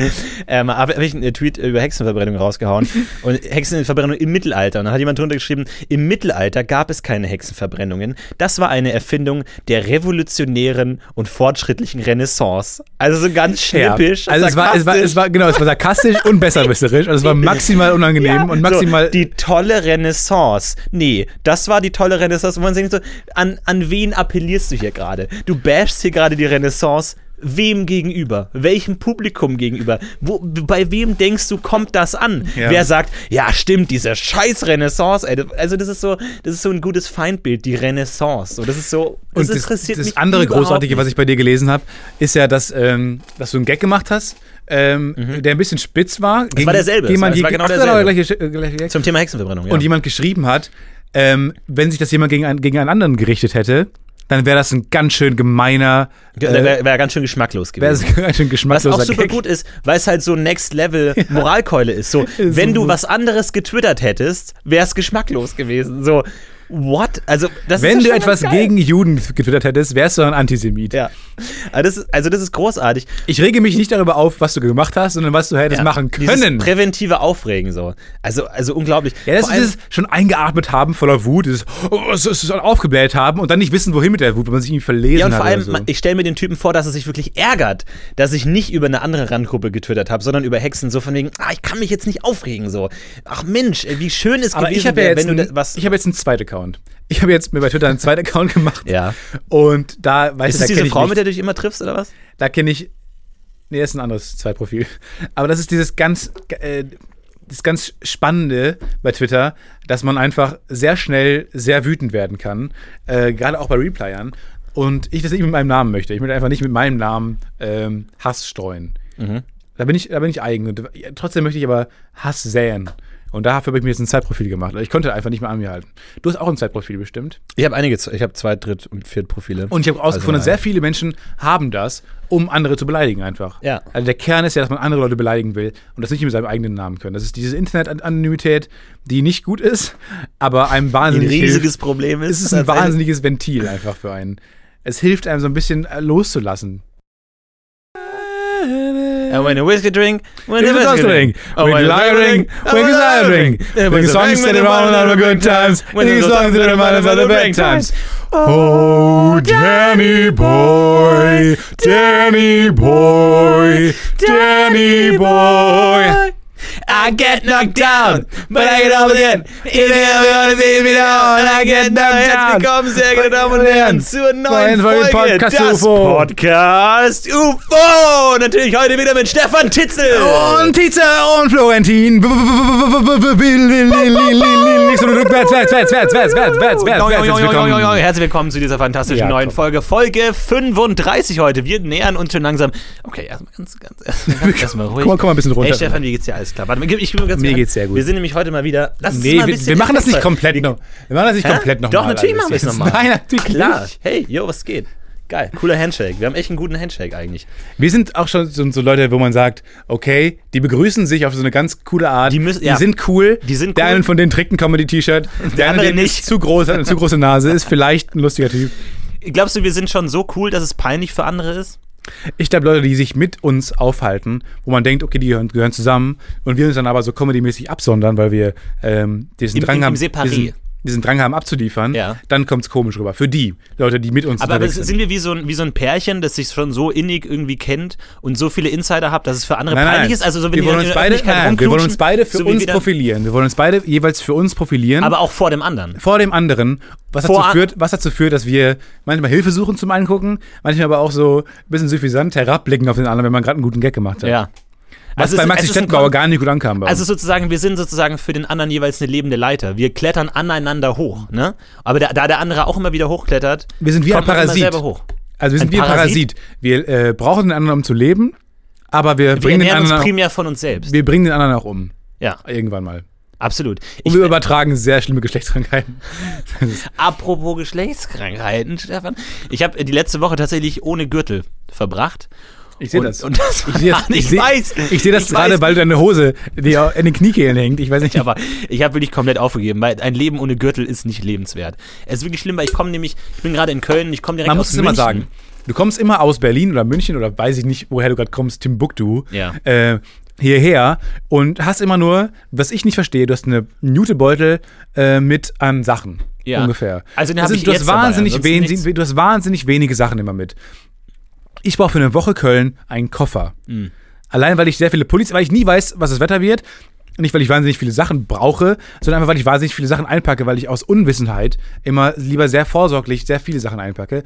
[SPEAKER 2] Ähm, habe hab ich einen Tweet über Hexenverbrennung
[SPEAKER 1] [laughs]
[SPEAKER 2] rausgehauen. Und Hexenverbrennung im Mittelalter. Und dann hat jemand drunter geschrieben, im Mittelalter gab es keine Hexenverbrennungen. Das war eine Erfindung der revolutionären und fortschrittlichen Renaissance. Also so ganz
[SPEAKER 1] Ja.
[SPEAKER 2] schnippisch.
[SPEAKER 1] Also es war, es war, es war, genau, es war sarkastisch und besserwisserisch. Also
[SPEAKER 2] [laughs]
[SPEAKER 1] es war maximal unangenehm und maximal.
[SPEAKER 2] so, die tolle Renaissance. Nee, das war die tolle Renaissance. Und man denkt so, an, an wen appellierst du hier gerade? Du bashst hier gerade die Renaissance wem gegenüber? Welchem Publikum gegenüber? Wo, bei wem denkst du, kommt das an?
[SPEAKER 1] Ja.
[SPEAKER 2] Wer sagt, ja, stimmt, diese scheiß Renaissance, ey. Also, das ist so, das ist so ein gutes Feindbild, die Renaissance. So, das ist so, das
[SPEAKER 1] und das,
[SPEAKER 2] interessiert
[SPEAKER 1] das
[SPEAKER 2] mich
[SPEAKER 1] andere
[SPEAKER 2] überhaupt
[SPEAKER 1] Großartige,
[SPEAKER 2] nicht.
[SPEAKER 1] was ich bei dir gelesen habe, ist ja, dass, ähm, dass du einen Gag gemacht hast, ähm, der ein bisschen spitz war. Das
[SPEAKER 2] war derselbe, Mhm. das war-
[SPEAKER 1] Jemand,
[SPEAKER 2] das war
[SPEAKER 1] gegen-
[SPEAKER 2] genau
[SPEAKER 1] Ach, das
[SPEAKER 2] derselbe.
[SPEAKER 1] war der gleiche- äh, gleiche Gag.
[SPEAKER 2] Zum Thema Hexenverbrennung, ja.
[SPEAKER 1] und jemand geschrieben hat, ähm, wenn sich das jemand gegen, ein, gegen einen anderen gerichtet hätte, dann wäre das ein ganz schön gemeiner,
[SPEAKER 2] Ja,
[SPEAKER 1] äh,
[SPEAKER 2] Wäre wär ganz schön geschmacklos
[SPEAKER 1] wäre
[SPEAKER 2] gewesen.
[SPEAKER 1] das ein [laughs] ganz schön
[SPEAKER 2] Was
[SPEAKER 1] geschmackloser
[SPEAKER 2] auch super
[SPEAKER 1] Gag.
[SPEAKER 2] gut ist, weil es halt so Next
[SPEAKER 1] [laughs]
[SPEAKER 2] Level Moralkeule ist. So, wenn du was anderes getwittert hättest, wäre es geschmacklos gewesen. So, what? Also, das
[SPEAKER 1] Wenn
[SPEAKER 2] ist
[SPEAKER 1] du
[SPEAKER 2] ja schon ganz
[SPEAKER 1] etwas
[SPEAKER 2] geil.
[SPEAKER 1] gegen Juden getwittert hättest, wärst du ein Antisemit.
[SPEAKER 2] Ja. Also das, ist, also, das ist großartig.
[SPEAKER 1] Ich rege mich nicht darüber auf, was du gemacht hast, sondern was du hättest
[SPEAKER 2] Ja.
[SPEAKER 1] machen
[SPEAKER 2] Dieses
[SPEAKER 1] können.
[SPEAKER 2] Präventive Aufregen, so. Also, also unglaublich.
[SPEAKER 1] Ja, das
[SPEAKER 2] Vor allem-
[SPEAKER 1] ist dieses schon eingeatmet haben voller Wut, dieses oh, es ist so aufgebläht haben und dann nicht wissen, wohin mit der Wut, wenn man sich irgendwie verlesen
[SPEAKER 2] Ja, und
[SPEAKER 1] hat
[SPEAKER 2] vor allem,
[SPEAKER 1] oder so.
[SPEAKER 2] man- ich stelle mir den Typen vor, dass er sich wirklich ärgert, dass ich nicht über eine andere Randgruppe getwittert habe, sondern über Hexen. So von wegen, ah, ich kann mich jetzt nicht aufregen. So, ach Mensch, ey, wie schön es
[SPEAKER 1] Aber
[SPEAKER 2] gewesen
[SPEAKER 1] ich habe ja
[SPEAKER 2] wäre,
[SPEAKER 1] jetzt,
[SPEAKER 2] wenn du
[SPEAKER 1] einen-
[SPEAKER 2] da, was.
[SPEAKER 1] ich habe jetzt einen zweiten Account. Ich habe jetzt mir bei Twitter einen zweiten Account gemacht.
[SPEAKER 2] Ja.
[SPEAKER 1] Und da weiß
[SPEAKER 2] ist
[SPEAKER 1] da
[SPEAKER 2] es diese
[SPEAKER 1] kenn ich
[SPEAKER 2] Frau,
[SPEAKER 1] nicht-
[SPEAKER 2] mit der du dich immer triffst, oder was?
[SPEAKER 1] da kenne ich. Nee, das ist ein anderes Zweitprofil. Aber das ist dieses ganz. Äh, das ganz Spannende bei Twitter, dass man einfach sehr schnell sehr wütend werden kann. Äh, Gerade auch bei Replyern. Und ich das nicht mit meinem Namen möchte. Ich möchte einfach nicht mit meinem Namen ähm, Hass streuen. Da, bin ich, da bin ich eigen. Und trotzdem möchte ich aber Hass säen. Und dafür habe ich mir jetzt ein Zeitprofil gemacht. Also Ich konnte einfach nicht mehr an mir halten. Du hast auch ein Zeitprofil bestimmt.
[SPEAKER 2] Ich habe einige, ich habe zwei, dritt und Also viert Profile.
[SPEAKER 1] Und ich habe herausgefunden, sehr viele Menschen haben das, um andere zu beleidigen einfach.
[SPEAKER 2] Ja.
[SPEAKER 1] Also der Kern ist ja, dass man andere Leute beleidigen will und das nicht mit seinem eigenen Namen können. Das ist diese Internet-Anonymität, die nicht gut ist, aber einem
[SPEAKER 2] ein
[SPEAKER 1] wahnsinnig
[SPEAKER 2] riesiges
[SPEAKER 1] hilft.
[SPEAKER 2] Problem ist.
[SPEAKER 1] Es ist ein
[SPEAKER 2] dass-
[SPEAKER 1] wahnsinniges Ventil einfach für einen. Es hilft einem so ein bisschen äh, loszulassen.
[SPEAKER 2] And when a whiskey drink, when
[SPEAKER 1] It's
[SPEAKER 2] a
[SPEAKER 1] a dust
[SPEAKER 2] whiskey drink,
[SPEAKER 1] drink.
[SPEAKER 2] Oh,
[SPEAKER 1] When
[SPEAKER 2] when
[SPEAKER 1] you
[SPEAKER 2] a
[SPEAKER 1] lie
[SPEAKER 2] whiskey
[SPEAKER 1] ring,
[SPEAKER 2] oh,
[SPEAKER 1] when you lie ring.
[SPEAKER 2] Yeah,
[SPEAKER 1] When
[SPEAKER 2] when
[SPEAKER 1] you
[SPEAKER 2] a
[SPEAKER 1] songs
[SPEAKER 2] ring,
[SPEAKER 1] sit
[SPEAKER 2] when a song,
[SPEAKER 1] around and have
[SPEAKER 2] when a
[SPEAKER 1] good times.
[SPEAKER 2] when
[SPEAKER 1] When you
[SPEAKER 2] a song,
[SPEAKER 1] songs sit
[SPEAKER 2] when a
[SPEAKER 1] around and
[SPEAKER 2] song,
[SPEAKER 1] have
[SPEAKER 2] when a
[SPEAKER 1] bad
[SPEAKER 2] bad
[SPEAKER 1] times.
[SPEAKER 2] times.
[SPEAKER 1] Oh, Danny Boy, Danny Boy, Danny Boy.
[SPEAKER 2] I get knocked down, but I get up again. If everyone sees me down, and I get knocked down.
[SPEAKER 1] Herzlich willkommen,
[SPEAKER 2] sehr
[SPEAKER 1] geehrte Damen und Herren,
[SPEAKER 2] zur
[SPEAKER 1] neuen Folge des
[SPEAKER 2] Podcast UFO. Natürlich heute wieder mit Stefan Titzel.
[SPEAKER 1] Und Tietze und Florentin. Links und rückwärts, wärts, wärts, wärts, wärts, wärts, wärts, wärts,
[SPEAKER 2] Joi, joi, joi, joi, joi, joi.
[SPEAKER 1] wärts.
[SPEAKER 2] Herzlich willkommen zu dieser fantastischen
[SPEAKER 1] Ja,
[SPEAKER 2] neuen
[SPEAKER 1] komm.
[SPEAKER 2] Folge. Folge 35 heute. Wir nähern uns schon langsam. Okay, erstmal ganz, ganz, [laughs] erstmal ganz mal ruhig.
[SPEAKER 1] Komm mal- komm mal ein bisschen runter.
[SPEAKER 2] Hey Stefan, wie geht's dir? Alles klar. Warte mal, gib- ich bin mir ganz
[SPEAKER 1] Mir
[SPEAKER 2] ehrlich.
[SPEAKER 1] geht's sehr gut.
[SPEAKER 2] Wir sind nämlich heute mal wieder. Lass uns
[SPEAKER 1] Nee,
[SPEAKER 2] mal ein
[SPEAKER 1] wir,
[SPEAKER 2] bisschen
[SPEAKER 1] wir machen das nicht
[SPEAKER 2] Fußball-
[SPEAKER 1] komplett noch. Wir machen das nicht
[SPEAKER 2] Hä?
[SPEAKER 1] komplett noch.
[SPEAKER 2] Doch,
[SPEAKER 1] mal
[SPEAKER 2] natürlich
[SPEAKER 1] alles
[SPEAKER 2] machen wir es
[SPEAKER 1] jetzt.
[SPEAKER 2] nochmal.
[SPEAKER 1] Nein, natürlich
[SPEAKER 2] Klar.
[SPEAKER 1] nicht.
[SPEAKER 2] Hey, yo, was geht? Geil, cooler Handshake. Wir haben echt einen guten Handshake eigentlich.
[SPEAKER 1] Wir sind auch schon so, so Leute, wo man sagt, okay, die begrüßen sich auf so eine ganz coole Art.
[SPEAKER 2] Die müssen- ja.
[SPEAKER 1] sind cool.
[SPEAKER 2] Die sind
[SPEAKER 1] Der
[SPEAKER 2] cool.
[SPEAKER 1] eine von denen trägt ein Comedy-T-Shirt. Der,
[SPEAKER 2] andere
[SPEAKER 1] dem ist
[SPEAKER 2] nicht.
[SPEAKER 1] Zu groß, hat eine zu große Nase, ist vielleicht ein lustiger Typ.
[SPEAKER 2] Glaubst du, wir sind schon so cool, dass es peinlich für andere ist?
[SPEAKER 1] Ich glaube, Leute, die sich mit uns aufhalten, wo man denkt, okay, die gehören, gehören zusammen und wir uns dann aber so comedymäßig absondern, weil wir ähm, diesen
[SPEAKER 2] Im-
[SPEAKER 1] Drang
[SPEAKER 2] im- im
[SPEAKER 1] haben,
[SPEAKER 2] Separé.
[SPEAKER 1] diesen, diesen Drang haben abzuliefern,
[SPEAKER 2] Ja.
[SPEAKER 1] dann kommt es komisch rüber. Für die Leute, die mit uns
[SPEAKER 2] Aber, aber
[SPEAKER 1] unterwegs
[SPEAKER 2] sind wir wie so, ein, wie so ein Pärchen, das sich schon so innig irgendwie kennt und so viele Insider habt, dass es für andere
[SPEAKER 1] Nein, nein.
[SPEAKER 2] peinlich ist? Also so, wenn
[SPEAKER 1] wir
[SPEAKER 2] die
[SPEAKER 1] wollen
[SPEAKER 2] dann
[SPEAKER 1] uns
[SPEAKER 2] in der
[SPEAKER 1] beide,
[SPEAKER 2] Öffentlichkeit
[SPEAKER 1] nein, wir wollen uns
[SPEAKER 2] rumknutschen,
[SPEAKER 1] beide für
[SPEAKER 2] so wie
[SPEAKER 1] uns
[SPEAKER 2] wir dann-
[SPEAKER 1] profilieren. Wir wollen uns beide jeweils für uns profilieren.
[SPEAKER 2] Aber auch vor dem anderen.
[SPEAKER 1] vor dem anderen, was
[SPEAKER 2] Vor-
[SPEAKER 1] dazu, führt, was dazu führt, dass wir manchmal Hilfe suchen zum Angucken, manchmal aber auch so ein bisschen suffisant herabblicken auf den anderen, wenn man gerade einen guten Gag gemacht hat.
[SPEAKER 2] Ja.
[SPEAKER 1] Was
[SPEAKER 2] Also es
[SPEAKER 1] bei
[SPEAKER 2] ist- es
[SPEAKER 1] Maxi
[SPEAKER 2] ist ein
[SPEAKER 1] Stettenbauer
[SPEAKER 2] Kon-
[SPEAKER 1] gar nicht gut ankam. Bei uns.
[SPEAKER 2] Also sozusagen, wir sind sozusagen für den anderen jeweils eine lebende Leiter. Wir klettern aneinander hoch, ne? Aber da, da der andere auch immer wieder hochklettert,
[SPEAKER 1] Wir sind wie
[SPEAKER 2] kommt
[SPEAKER 1] ein
[SPEAKER 2] man immer
[SPEAKER 1] Parasit.
[SPEAKER 2] selber hoch.
[SPEAKER 1] Also wir sind
[SPEAKER 2] Ein
[SPEAKER 1] wie ein
[SPEAKER 2] Parasit?
[SPEAKER 1] Parasit. Wir äh, brauchen den anderen, um zu leben, aber wir,
[SPEAKER 2] Wir
[SPEAKER 1] bringen, den
[SPEAKER 2] ernähren uns
[SPEAKER 1] anderen,
[SPEAKER 2] primär von uns selbst.
[SPEAKER 1] wir bringen den anderen auch um.
[SPEAKER 2] Ja,
[SPEAKER 1] Irgendwann mal.
[SPEAKER 2] absolut.
[SPEAKER 1] Und
[SPEAKER 2] Ich,
[SPEAKER 1] wir übertragen sehr schlimme Geschlechtskrankheiten.
[SPEAKER 2] apropos Geschlechtskrankheiten, Stefan. Ich habe die letzte Woche tatsächlich ohne Gürtel verbracht.
[SPEAKER 1] Ich sehe
[SPEAKER 2] Und-
[SPEAKER 1] das.
[SPEAKER 2] und das war-
[SPEAKER 1] ich sehe das,
[SPEAKER 2] ich
[SPEAKER 1] sehe-
[SPEAKER 2] weiß.
[SPEAKER 1] Ich sehe das
[SPEAKER 2] Ich
[SPEAKER 1] gerade,
[SPEAKER 2] weiß.
[SPEAKER 1] weil deine Hose dir in den Kniekehlen hängt. Ich
[SPEAKER 2] [laughs]
[SPEAKER 1] weiß nicht.
[SPEAKER 2] Aber ich habe wirklich komplett aufgegeben, weil ein Leben ohne Gürtel ist nicht lebenswert. Es ist wirklich schlimm, weil ich komme nämlich, ich bin gerade in Köln, ich komme direkt
[SPEAKER 1] Man
[SPEAKER 2] aus
[SPEAKER 1] muss es immer
[SPEAKER 2] München.
[SPEAKER 1] sagen. Du kommst immer aus Berlin oder München oder weiß ich nicht, woher du gerade kommst, Timbuktu,
[SPEAKER 2] Ja.
[SPEAKER 1] äh, hierher und hast immer nur, was ich nicht verstehe, du hast eine Jutebeutel äh, mit an Sachen.
[SPEAKER 2] Ja.
[SPEAKER 1] Ungefähr.
[SPEAKER 2] Also den
[SPEAKER 1] Das
[SPEAKER 2] hab
[SPEAKER 1] ist-
[SPEAKER 2] ich
[SPEAKER 1] du, hast
[SPEAKER 2] jetzt dabei,
[SPEAKER 1] wahnsinnig
[SPEAKER 2] ansonsten
[SPEAKER 1] wenig,
[SPEAKER 2] nichts.
[SPEAKER 1] du hast wahnsinnig wenige Sachen immer mit. Ich brauche für
[SPEAKER 2] Mhm.
[SPEAKER 1] eine Woche Köln einen Koffer. Allein, weil ich sehr viele Pullis, weil ich nie weiß, was das Wetter wird. Nicht, weil ich wahnsinnig viele Sachen brauche, sondern einfach, weil ich wahnsinnig viele Sachen einpacke, weil ich aus Unwissenheit immer lieber sehr vorsorglich sehr viele Sachen einpacke.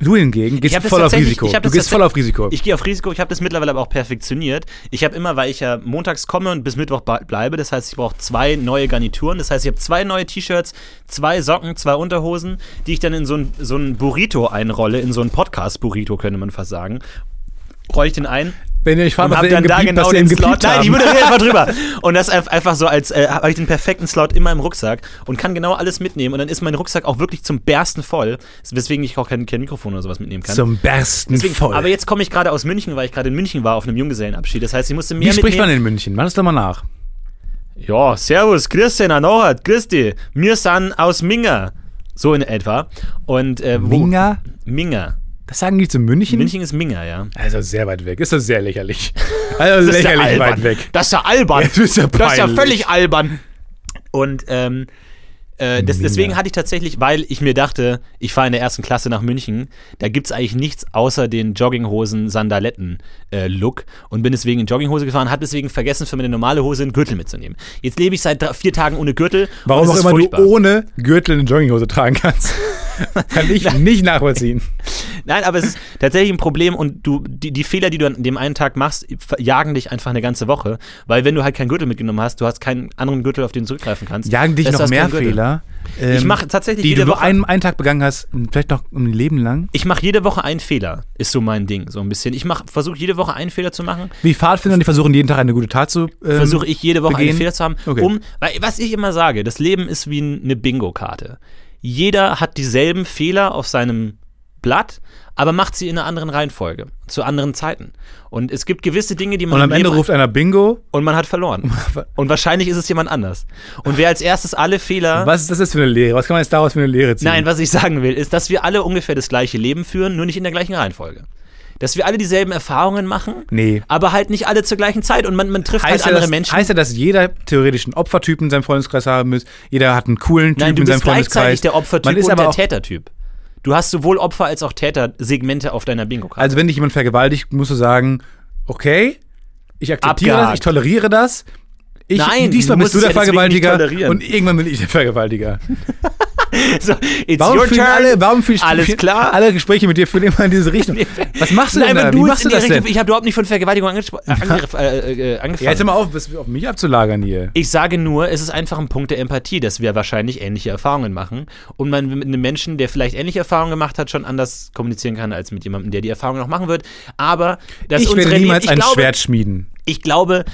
[SPEAKER 1] Du hingegen gehst
[SPEAKER 2] hab das
[SPEAKER 1] voll auf
[SPEAKER 2] tatsächlich-
[SPEAKER 1] Risiko.
[SPEAKER 2] ich hab
[SPEAKER 1] Du
[SPEAKER 2] das
[SPEAKER 1] gehst voll
[SPEAKER 2] tatsä-
[SPEAKER 1] auf Risiko.
[SPEAKER 2] Ich gehe auf Risiko, ich habe das mittlerweile aber auch perfektioniert. Ich habe immer, weil ich ja montags komme und bis Mittwoch ble- bleibe, das heißt, ich brauche zwei neue Garnituren. Das heißt, ich habe zwei neue T-Shirts, zwei Socken, zwei Unterhosen, die ich dann in so ein, so ein Burrito einrolle, in so ein Podcast-Burrito, könnte man fast sagen. Roll ich den ein
[SPEAKER 1] Wenn ihr euch fragt,
[SPEAKER 2] und
[SPEAKER 1] was
[SPEAKER 2] habe
[SPEAKER 1] ihr eben
[SPEAKER 2] dann da
[SPEAKER 1] gepiept,
[SPEAKER 2] genau
[SPEAKER 1] was ihr eben
[SPEAKER 2] den Slot.
[SPEAKER 1] gepiept
[SPEAKER 2] Nein, ich
[SPEAKER 1] haben.
[SPEAKER 2] moderiere einfach drüber. Und das einf- einfach so als, äh, habe ich den perfekten Slot in meinem Rucksack und kann genau alles mitnehmen. Und dann ist mein Rucksack auch wirklich zum Bersten voll, weswegen ich auch kein, kein Mikrofon oder sowas mitnehmen kann.
[SPEAKER 1] Zum Bersten
[SPEAKER 2] Deswegen,
[SPEAKER 1] voll.
[SPEAKER 2] Aber jetzt komme ich gerade aus München, weil ich gerade in München war auf einem Junggesellenabschied. Das heißt, ich musste mehr
[SPEAKER 1] Wie spricht man
[SPEAKER 2] mitnehmen.
[SPEAKER 1] in München? Mach das doch mal nach.
[SPEAKER 2] Ja, servus, Christian, Anorat, Christi, wir sind aus Minga. So in etwa. Und äh, wo?
[SPEAKER 1] Minga?
[SPEAKER 2] Minga.
[SPEAKER 1] Das sagen die zu München?
[SPEAKER 2] München ist Minga, ja.
[SPEAKER 1] Also sehr weit weg. Ist das
[SPEAKER 2] [laughs]
[SPEAKER 1] sehr lächerlich. Also
[SPEAKER 2] Das ist ja
[SPEAKER 1] lächerlich
[SPEAKER 2] albern.
[SPEAKER 1] weit weg.
[SPEAKER 2] Das ist ja albern.
[SPEAKER 1] Das ist ja
[SPEAKER 2] Das ist ja
[SPEAKER 1] peinlich.
[SPEAKER 2] völlig albern. Und ähm, äh, des, deswegen hatte ich tatsächlich, weil ich mir dachte, ich fahre in der ersten Klasse nach München, da gibt es eigentlich nichts außer den Jogginghosen-Sandaletten-Look und bin deswegen in Jogginghose gefahren, habe deswegen vergessen, für meine normale Hose einen Gürtel mitzunehmen. Jetzt lebe ich seit drei, vier Tagen ohne Gürtel.
[SPEAKER 1] Warum
[SPEAKER 2] und
[SPEAKER 1] auch
[SPEAKER 2] es
[SPEAKER 1] immer
[SPEAKER 2] ist furchtbar.
[SPEAKER 1] du ohne Gürtel eine Jogginghose
[SPEAKER 2] [laughs]
[SPEAKER 1] tragen kannst. Kann ich nicht nachvollziehen.
[SPEAKER 2] Nein, aber es ist tatsächlich ein Problem und du, die, die Fehler, die du an dem einen Tag machst, ver- jagen dich einfach eine ganze Woche, weil wenn du halt keinen Gürtel mitgenommen hast, du hast keinen anderen Gürtel, auf den du zurückgreifen kannst.
[SPEAKER 1] Jagen dich
[SPEAKER 2] Das
[SPEAKER 1] noch
[SPEAKER 2] heißt,
[SPEAKER 1] mehr
[SPEAKER 2] kein Gürtel.
[SPEAKER 1] Fehler.
[SPEAKER 2] Ich
[SPEAKER 1] ähm,
[SPEAKER 2] mache tatsächlich
[SPEAKER 1] die
[SPEAKER 2] jede
[SPEAKER 1] du nur
[SPEAKER 2] Woche.
[SPEAKER 1] einen, einen Tag begangen hast, vielleicht noch ein Leben lang.
[SPEAKER 2] ich mache jede Woche einen Fehler, ist so mein Ding, so ein bisschen. Ich versuche jede Woche einen Fehler zu machen,
[SPEAKER 1] Wie Pfadfinder, die versuchen jeden Tag eine gute Tat zu. Ähm,
[SPEAKER 2] versuche ich jede Woche
[SPEAKER 1] begehen?
[SPEAKER 2] einen Fehler zu haben,
[SPEAKER 1] Okay.
[SPEAKER 2] um, weil, was ich immer sage, das Leben ist wie n- eine Bingo-Karte. Jeder hat dieselben Fehler auf seinem Blatt, aber macht sie in einer anderen Reihenfolge, zu anderen Zeiten. Und es gibt gewisse Dinge, die man
[SPEAKER 1] Und am
[SPEAKER 2] im
[SPEAKER 1] Ende
[SPEAKER 2] Leben-
[SPEAKER 1] ruft einer Bingo.
[SPEAKER 2] und man hat
[SPEAKER 1] [laughs]
[SPEAKER 2] verloren. Und wahrscheinlich ist es jemand anders. Und wer als erstes alle Fehler.
[SPEAKER 1] Was ist das jetzt für eine Lehre? Was kann man jetzt daraus für eine Lehre ziehen?
[SPEAKER 2] Nein, was ich sagen will, ist, dass wir alle ungefähr das gleiche Leben führen, nur nicht in der gleichen Reihenfolge. Dass wir alle dieselben Erfahrungen machen,
[SPEAKER 1] Nee.
[SPEAKER 2] aber halt nicht alle zur gleichen Zeit. Und man, man trifft
[SPEAKER 1] heißt,
[SPEAKER 2] halt andere
[SPEAKER 1] ja, dass,
[SPEAKER 2] Menschen.
[SPEAKER 1] heißt ja, dass jeder theoretisch einen Opfertypen in seinem Freundeskreis haben muss. Jeder hat einen coolen Typen
[SPEAKER 2] Nein, du
[SPEAKER 1] in seinem
[SPEAKER 2] bist
[SPEAKER 1] Freundeskreis.
[SPEAKER 2] gleichzeitig der Opfertyp
[SPEAKER 1] Man ist
[SPEAKER 2] und
[SPEAKER 1] aber
[SPEAKER 2] der
[SPEAKER 1] auch,
[SPEAKER 2] Tätertyp. Du hast sowohl Opfer als auch Tätersegmente auf deiner Bingo-Karte.
[SPEAKER 1] also wenn dich jemand vergewaltigt, musst du sagen, okay, ich akzeptiere
[SPEAKER 2] Abgehakt.
[SPEAKER 1] das, ich toleriere das. Ich,
[SPEAKER 2] Nein,
[SPEAKER 1] diesmal
[SPEAKER 2] du
[SPEAKER 1] bist du
[SPEAKER 2] musst
[SPEAKER 1] der
[SPEAKER 2] es ja deswegen nicht
[SPEAKER 1] Vergewaltiger
[SPEAKER 2] tolerieren.
[SPEAKER 1] und irgendwann bin ich der Vergewaltiger.
[SPEAKER 2] [laughs] so, it's
[SPEAKER 1] Also, Warum
[SPEAKER 2] your
[SPEAKER 1] führen
[SPEAKER 2] turn.
[SPEAKER 1] alle, warum führen
[SPEAKER 2] Alles klar.
[SPEAKER 1] alle Gespräche mit dir führen immer in
[SPEAKER 2] [laughs]
[SPEAKER 1] diese Richtung? Was machst du
[SPEAKER 2] Nein,
[SPEAKER 1] denn
[SPEAKER 2] wenn
[SPEAKER 1] da?
[SPEAKER 2] du
[SPEAKER 1] Wie
[SPEAKER 2] es
[SPEAKER 1] machst
[SPEAKER 2] in
[SPEAKER 1] du
[SPEAKER 2] die
[SPEAKER 1] das
[SPEAKER 2] Richtung-
[SPEAKER 1] denn?
[SPEAKER 2] Ich habe überhaupt nicht von Vergewaltigung
[SPEAKER 1] [laughs]
[SPEAKER 2] angespro- äh, angegriffen- äh, äh, angefangen.
[SPEAKER 1] Ja, jetzt hör mal auf, was- auf mich abzulagern hier.
[SPEAKER 2] Ich sage nur, es ist einfach ein Punkt der Empathie, dass wir wahrscheinlich ähnliche Erfahrungen machen und man mit einem Menschen, der vielleicht ähnliche Erfahrungen gemacht hat, schon anders kommunizieren kann als mit jemandem, der die Erfahrung noch machen wird. Aber dass
[SPEAKER 1] Ich
[SPEAKER 2] unsere
[SPEAKER 1] werde
[SPEAKER 2] Leben-
[SPEAKER 1] niemals
[SPEAKER 2] ich
[SPEAKER 1] ein
[SPEAKER 2] glaube,
[SPEAKER 1] Schwert schmieden.
[SPEAKER 2] Ich glaube,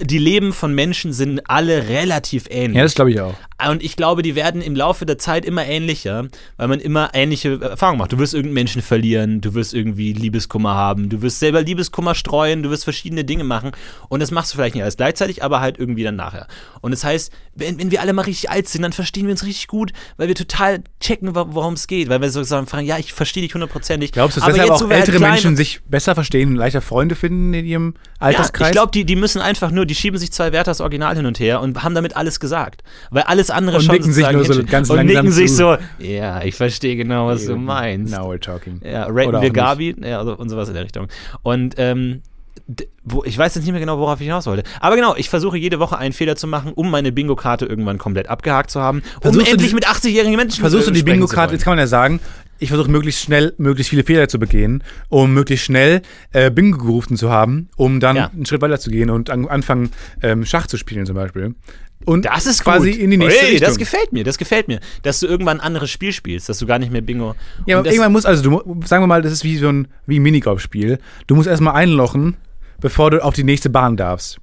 [SPEAKER 2] die Leben von Menschen sind alle relativ ähnlich.
[SPEAKER 1] Ja, das glaube ich auch.
[SPEAKER 2] Und ich glaube, die werden im Laufe der Zeit immer ähnlicher, weil man immer ähnliche Erfahrungen macht. Du wirst irgendeinen Menschen verlieren, du wirst irgendwie Liebeskummer haben, du wirst selber Liebeskummer streuen, du wirst verschiedene Dinge machen. Und das machst du vielleicht nicht alles gleichzeitig, aber halt irgendwie dann nachher. Und das heißt, wenn, wenn wir alle mal richtig alt sind, dann verstehen wir uns richtig gut, weil wir total checken, wa- worum es geht. Weil wir sozusagen fragen, ja, ich verstehe dich hundertprozentig.
[SPEAKER 1] Glaubst du, dass
[SPEAKER 2] aber
[SPEAKER 1] deshalb
[SPEAKER 2] jetzt, wo
[SPEAKER 1] auch
[SPEAKER 2] wir halt
[SPEAKER 1] ältere
[SPEAKER 2] klein-
[SPEAKER 1] Menschen sich besser verstehen und leichter Freunde finden in ihrem
[SPEAKER 2] ja,
[SPEAKER 1] Alterskreis?
[SPEAKER 2] ich glaube, die, die müssen einfach nur, die schieben sich zwei Werthers Original hin und her und haben damit alles gesagt. Weil alles andere
[SPEAKER 1] Und
[SPEAKER 2] schon
[SPEAKER 1] nicken sich
[SPEAKER 2] sozusagen
[SPEAKER 1] nur so
[SPEAKER 2] hinsch-
[SPEAKER 1] ganz
[SPEAKER 2] Und
[SPEAKER 1] langsam
[SPEAKER 2] nicken sich
[SPEAKER 1] zu.
[SPEAKER 2] so, ja, ich verstehe genau, was du meinst.
[SPEAKER 1] Now we're talking.
[SPEAKER 2] Ja,
[SPEAKER 1] Oder
[SPEAKER 2] raten wir
[SPEAKER 1] auch nicht.
[SPEAKER 2] Gabi ja, also, und sowas in der Richtung. Und ähm, d- wo, ich weiß jetzt nicht mehr genau, worauf ich hinaus wollte. Aber genau, ich versuche jede Woche einen Fehler zu machen, um meine Bingo-Karte irgendwann komplett abgehakt zu haben, um
[SPEAKER 1] Versuchst du
[SPEAKER 2] endlich
[SPEAKER 1] die-
[SPEAKER 2] mit 80-jährigen Menschen äh,
[SPEAKER 1] Versuchst du die
[SPEAKER 2] sprechen zu
[SPEAKER 1] Bingo-Karte,
[SPEAKER 2] wollen.
[SPEAKER 1] jetzt kann man ja sagen, ich versuche möglichst schnell, möglichst viele Fehler zu begehen, um möglichst schnell äh, Bingo gerufen zu haben, um dann
[SPEAKER 2] Ja.
[SPEAKER 1] einen Schritt weiter zu gehen und an, anfangen, ähm, Schach zu spielen zum Beispiel. Und
[SPEAKER 2] Das ist
[SPEAKER 1] quasi
[SPEAKER 2] gut.
[SPEAKER 1] in die nächste
[SPEAKER 2] hey,
[SPEAKER 1] Richtung.
[SPEAKER 2] das gefällt mir, das gefällt mir. Dass du irgendwann ein anderes Spiel spielst, dass du gar nicht mehr Bingo.
[SPEAKER 1] Ja,
[SPEAKER 2] Und
[SPEAKER 1] aber
[SPEAKER 2] das-
[SPEAKER 1] irgendwann muss, also du, mu- sagen wir mal, das ist wie so ein wie ein Minigolf-Spiel. Du musst erstmal einlochen, bevor du auf die nächste Bahn darfst.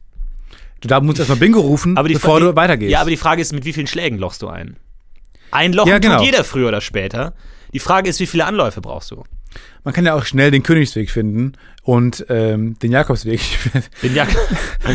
[SPEAKER 1] Du da musst erstmal Bingo rufen,
[SPEAKER 2] Aber die
[SPEAKER 1] bevor
[SPEAKER 2] die,
[SPEAKER 1] du weitergehst.
[SPEAKER 2] Ja, aber die Frage ist, mit wie vielen Schlägen lochst du ein? Ein Loch
[SPEAKER 1] Ja, genau.
[SPEAKER 2] tut jeder früher oder später. Die Frage ist, wie viele Anläufe brauchst du?
[SPEAKER 1] Man kann ja auch schnell den Königsweg finden und ähm, den Jakobsweg. [laughs]
[SPEAKER 2] Bin ja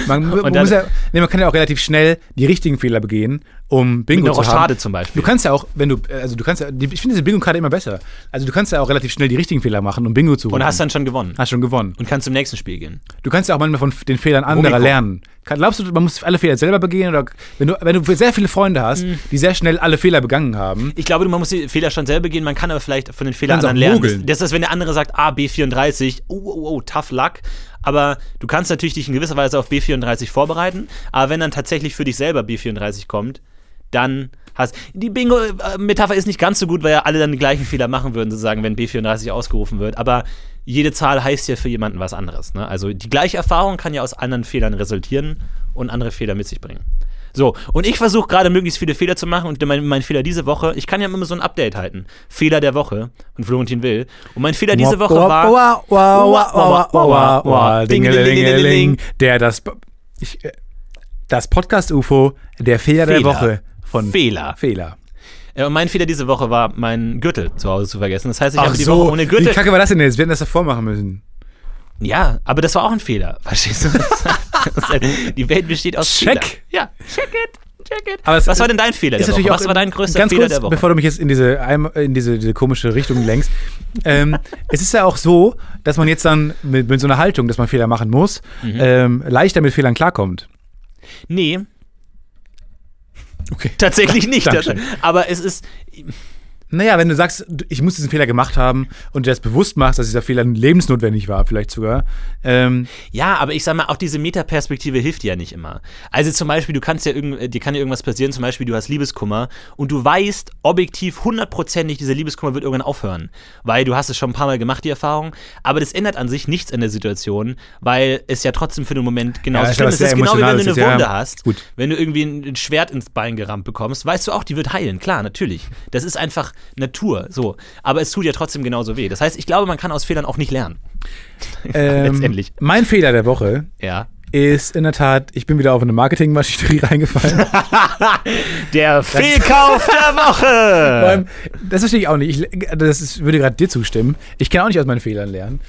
[SPEAKER 1] man, man,
[SPEAKER 2] dann-
[SPEAKER 1] muss ja, nee, man kann ja auch relativ schnell die richtigen Fehler begehen, um Bingo
[SPEAKER 2] eine
[SPEAKER 1] zu haben.
[SPEAKER 2] Rochade zum Beispiel.
[SPEAKER 1] Du kannst ja auch, wenn du, äh, also du kannst ja, die- ich finde diese Bingo-Karte immer besser. Also du kannst ja auch relativ schnell die richtigen Fehler machen, um Bingo zu rufen.
[SPEAKER 2] und hast dann schon gewonnen.
[SPEAKER 1] hast schon gewonnen.
[SPEAKER 2] Und kannst zum nächsten Spiel gehen.
[SPEAKER 1] Du kannst ja auch manchmal von f- den Fehlern anderer
[SPEAKER 2] Rumiko.
[SPEAKER 1] lernen. Kann- Glaubst du, man muss alle Fehler selber begehen? Oder wenn du, wenn du sehr viele Freunde hast,
[SPEAKER 2] Mhm.
[SPEAKER 1] die sehr schnell alle Fehler begangen haben,
[SPEAKER 2] Ich glaube, man muss die Fehler schon selber gehen, man kann aber vielleicht von den Fehlern
[SPEAKER 1] Kannst auch
[SPEAKER 2] anderen lernen.
[SPEAKER 1] mogeln.
[SPEAKER 2] Das, das ist, wenn der andere sagt, ah, B34, oh, oh, oh, tough luck. Aber du kannst natürlich dich in gewisser Weise auf B34 vorbereiten. Aber wenn dann tatsächlich für dich selber B34 kommt, dann hast Die Bingo-Metapher ist nicht ganz so gut, weil ja alle dann die gleichen Fehler machen würden, sozusagen, wenn B34 ausgerufen wird. Aber jede Zahl heißt ja für jemanden was anderes. Ne? Also die gleiche Erfahrung kann ja aus anderen Fehlern resultieren und andere Fehler mit sich bringen. So, und ich versuche gerade möglichst viele Fehler zu machen und mein, mein Fehler diese Woche, ich kann ja immer so ein Update halten. Fehler der Woche von Florentin Will. Und mein Fehler diese Woche war.
[SPEAKER 1] Wow, wow, wow, wow, wow, wow, Dingelingelingeling. Der das. Ich, äh, das Podcast-UFO, der Fehler, der
[SPEAKER 2] Fehler. Ah.
[SPEAKER 1] Woche von
[SPEAKER 2] Fehler.
[SPEAKER 1] Fehler.
[SPEAKER 2] Äh, und mein Fehler diese Woche war, meinen Gürtel zu Hause zu vergessen. Das heißt, ich habe die Woche ohne
[SPEAKER 1] wie
[SPEAKER 2] Gürtel.
[SPEAKER 1] kacke war das denn jetzt? Wir hätten das davor machen müssen.
[SPEAKER 2] Ja, aber das war auch ein Fehler. [laughs] Verstehst du? halt- die Welt besteht aus
[SPEAKER 1] Check.
[SPEAKER 2] Fehlern. Ja, check it, check it.
[SPEAKER 1] Aber es-
[SPEAKER 2] Was war denn dein Fehler der
[SPEAKER 1] ist
[SPEAKER 2] Woche?
[SPEAKER 1] natürlich auch
[SPEAKER 2] Was war dein größter
[SPEAKER 1] ganz
[SPEAKER 2] Fehler
[SPEAKER 1] kurz,
[SPEAKER 2] der Woche?
[SPEAKER 1] Bevor du mich jetzt in diese, Eim- in diese, diese komische
[SPEAKER 2] [laughs]
[SPEAKER 1] Richtung lenkst. ähm, es ist ja auch so, dass man jetzt dann mit, mit so einer Haltung, dass man Fehler machen muss,
[SPEAKER 2] Mhm.
[SPEAKER 1] ähm, leichter mit Fehlern klarkommt.
[SPEAKER 2] Nee,
[SPEAKER 1] Okay.
[SPEAKER 2] tatsächlich nicht.
[SPEAKER 1] [laughs] Dankeschön.
[SPEAKER 2] aber es ist,
[SPEAKER 1] Naja, wenn du sagst, du- ich muss diesen Fehler gemacht haben und dir das bewusst machst, dass dieser Fehler lebensnotwendig war, vielleicht sogar.
[SPEAKER 2] [laughs]
[SPEAKER 1] Ähm,
[SPEAKER 2] Ja, aber ich sag mal, auch diese Metaperspektive hilft dir ja nicht immer. Also zum Beispiel, du kannst ja irgend, äh, dir kann ja irgendwas passieren, zum Beispiel du hast Liebeskummer und du weißt objektiv hundertprozentig, dieser Liebeskummer wird irgendwann aufhören, weil du hast es schon ein paar Mal gemacht, die Erfahrung, aber das ändert an sich nichts an der Situation, weil es ja trotzdem für den Moment genauso
[SPEAKER 1] Ja, ich
[SPEAKER 2] schlimm
[SPEAKER 1] glaube,
[SPEAKER 2] ist. Es
[SPEAKER 1] das
[SPEAKER 2] ist
[SPEAKER 1] ist
[SPEAKER 2] genau
[SPEAKER 1] sehr
[SPEAKER 2] wie wenn
[SPEAKER 1] emotional,
[SPEAKER 2] du eine
[SPEAKER 1] das ist ja-
[SPEAKER 2] Wunde hast,
[SPEAKER 1] gut.
[SPEAKER 2] wenn du irgendwie ein ein Schwert ins Bein gerammt bekommst, weißt du auch, die wird heilen, klar, natürlich. Das ist einfach Natur, so. Aber es tut ja trotzdem genauso weh. Das heißt, ich glaube, man kann aus Fehlern auch nicht lernen.
[SPEAKER 1] ähm,
[SPEAKER 2] Letztendlich.
[SPEAKER 1] Mein Fehler der Woche
[SPEAKER 2] Ja.
[SPEAKER 1] ist in der Tat, ich bin wieder auf eine Marketingmaschinerie [laughs] reingefallen.
[SPEAKER 2] Der Fehlkauf der [laughs]
[SPEAKER 1] Vor
[SPEAKER 2] Woche!
[SPEAKER 1] allem, das verstehe ich auch nicht. Ich, das ist, würde gerade dir zustimmen. Ich kann auch nicht aus meinen Fehlern lernen,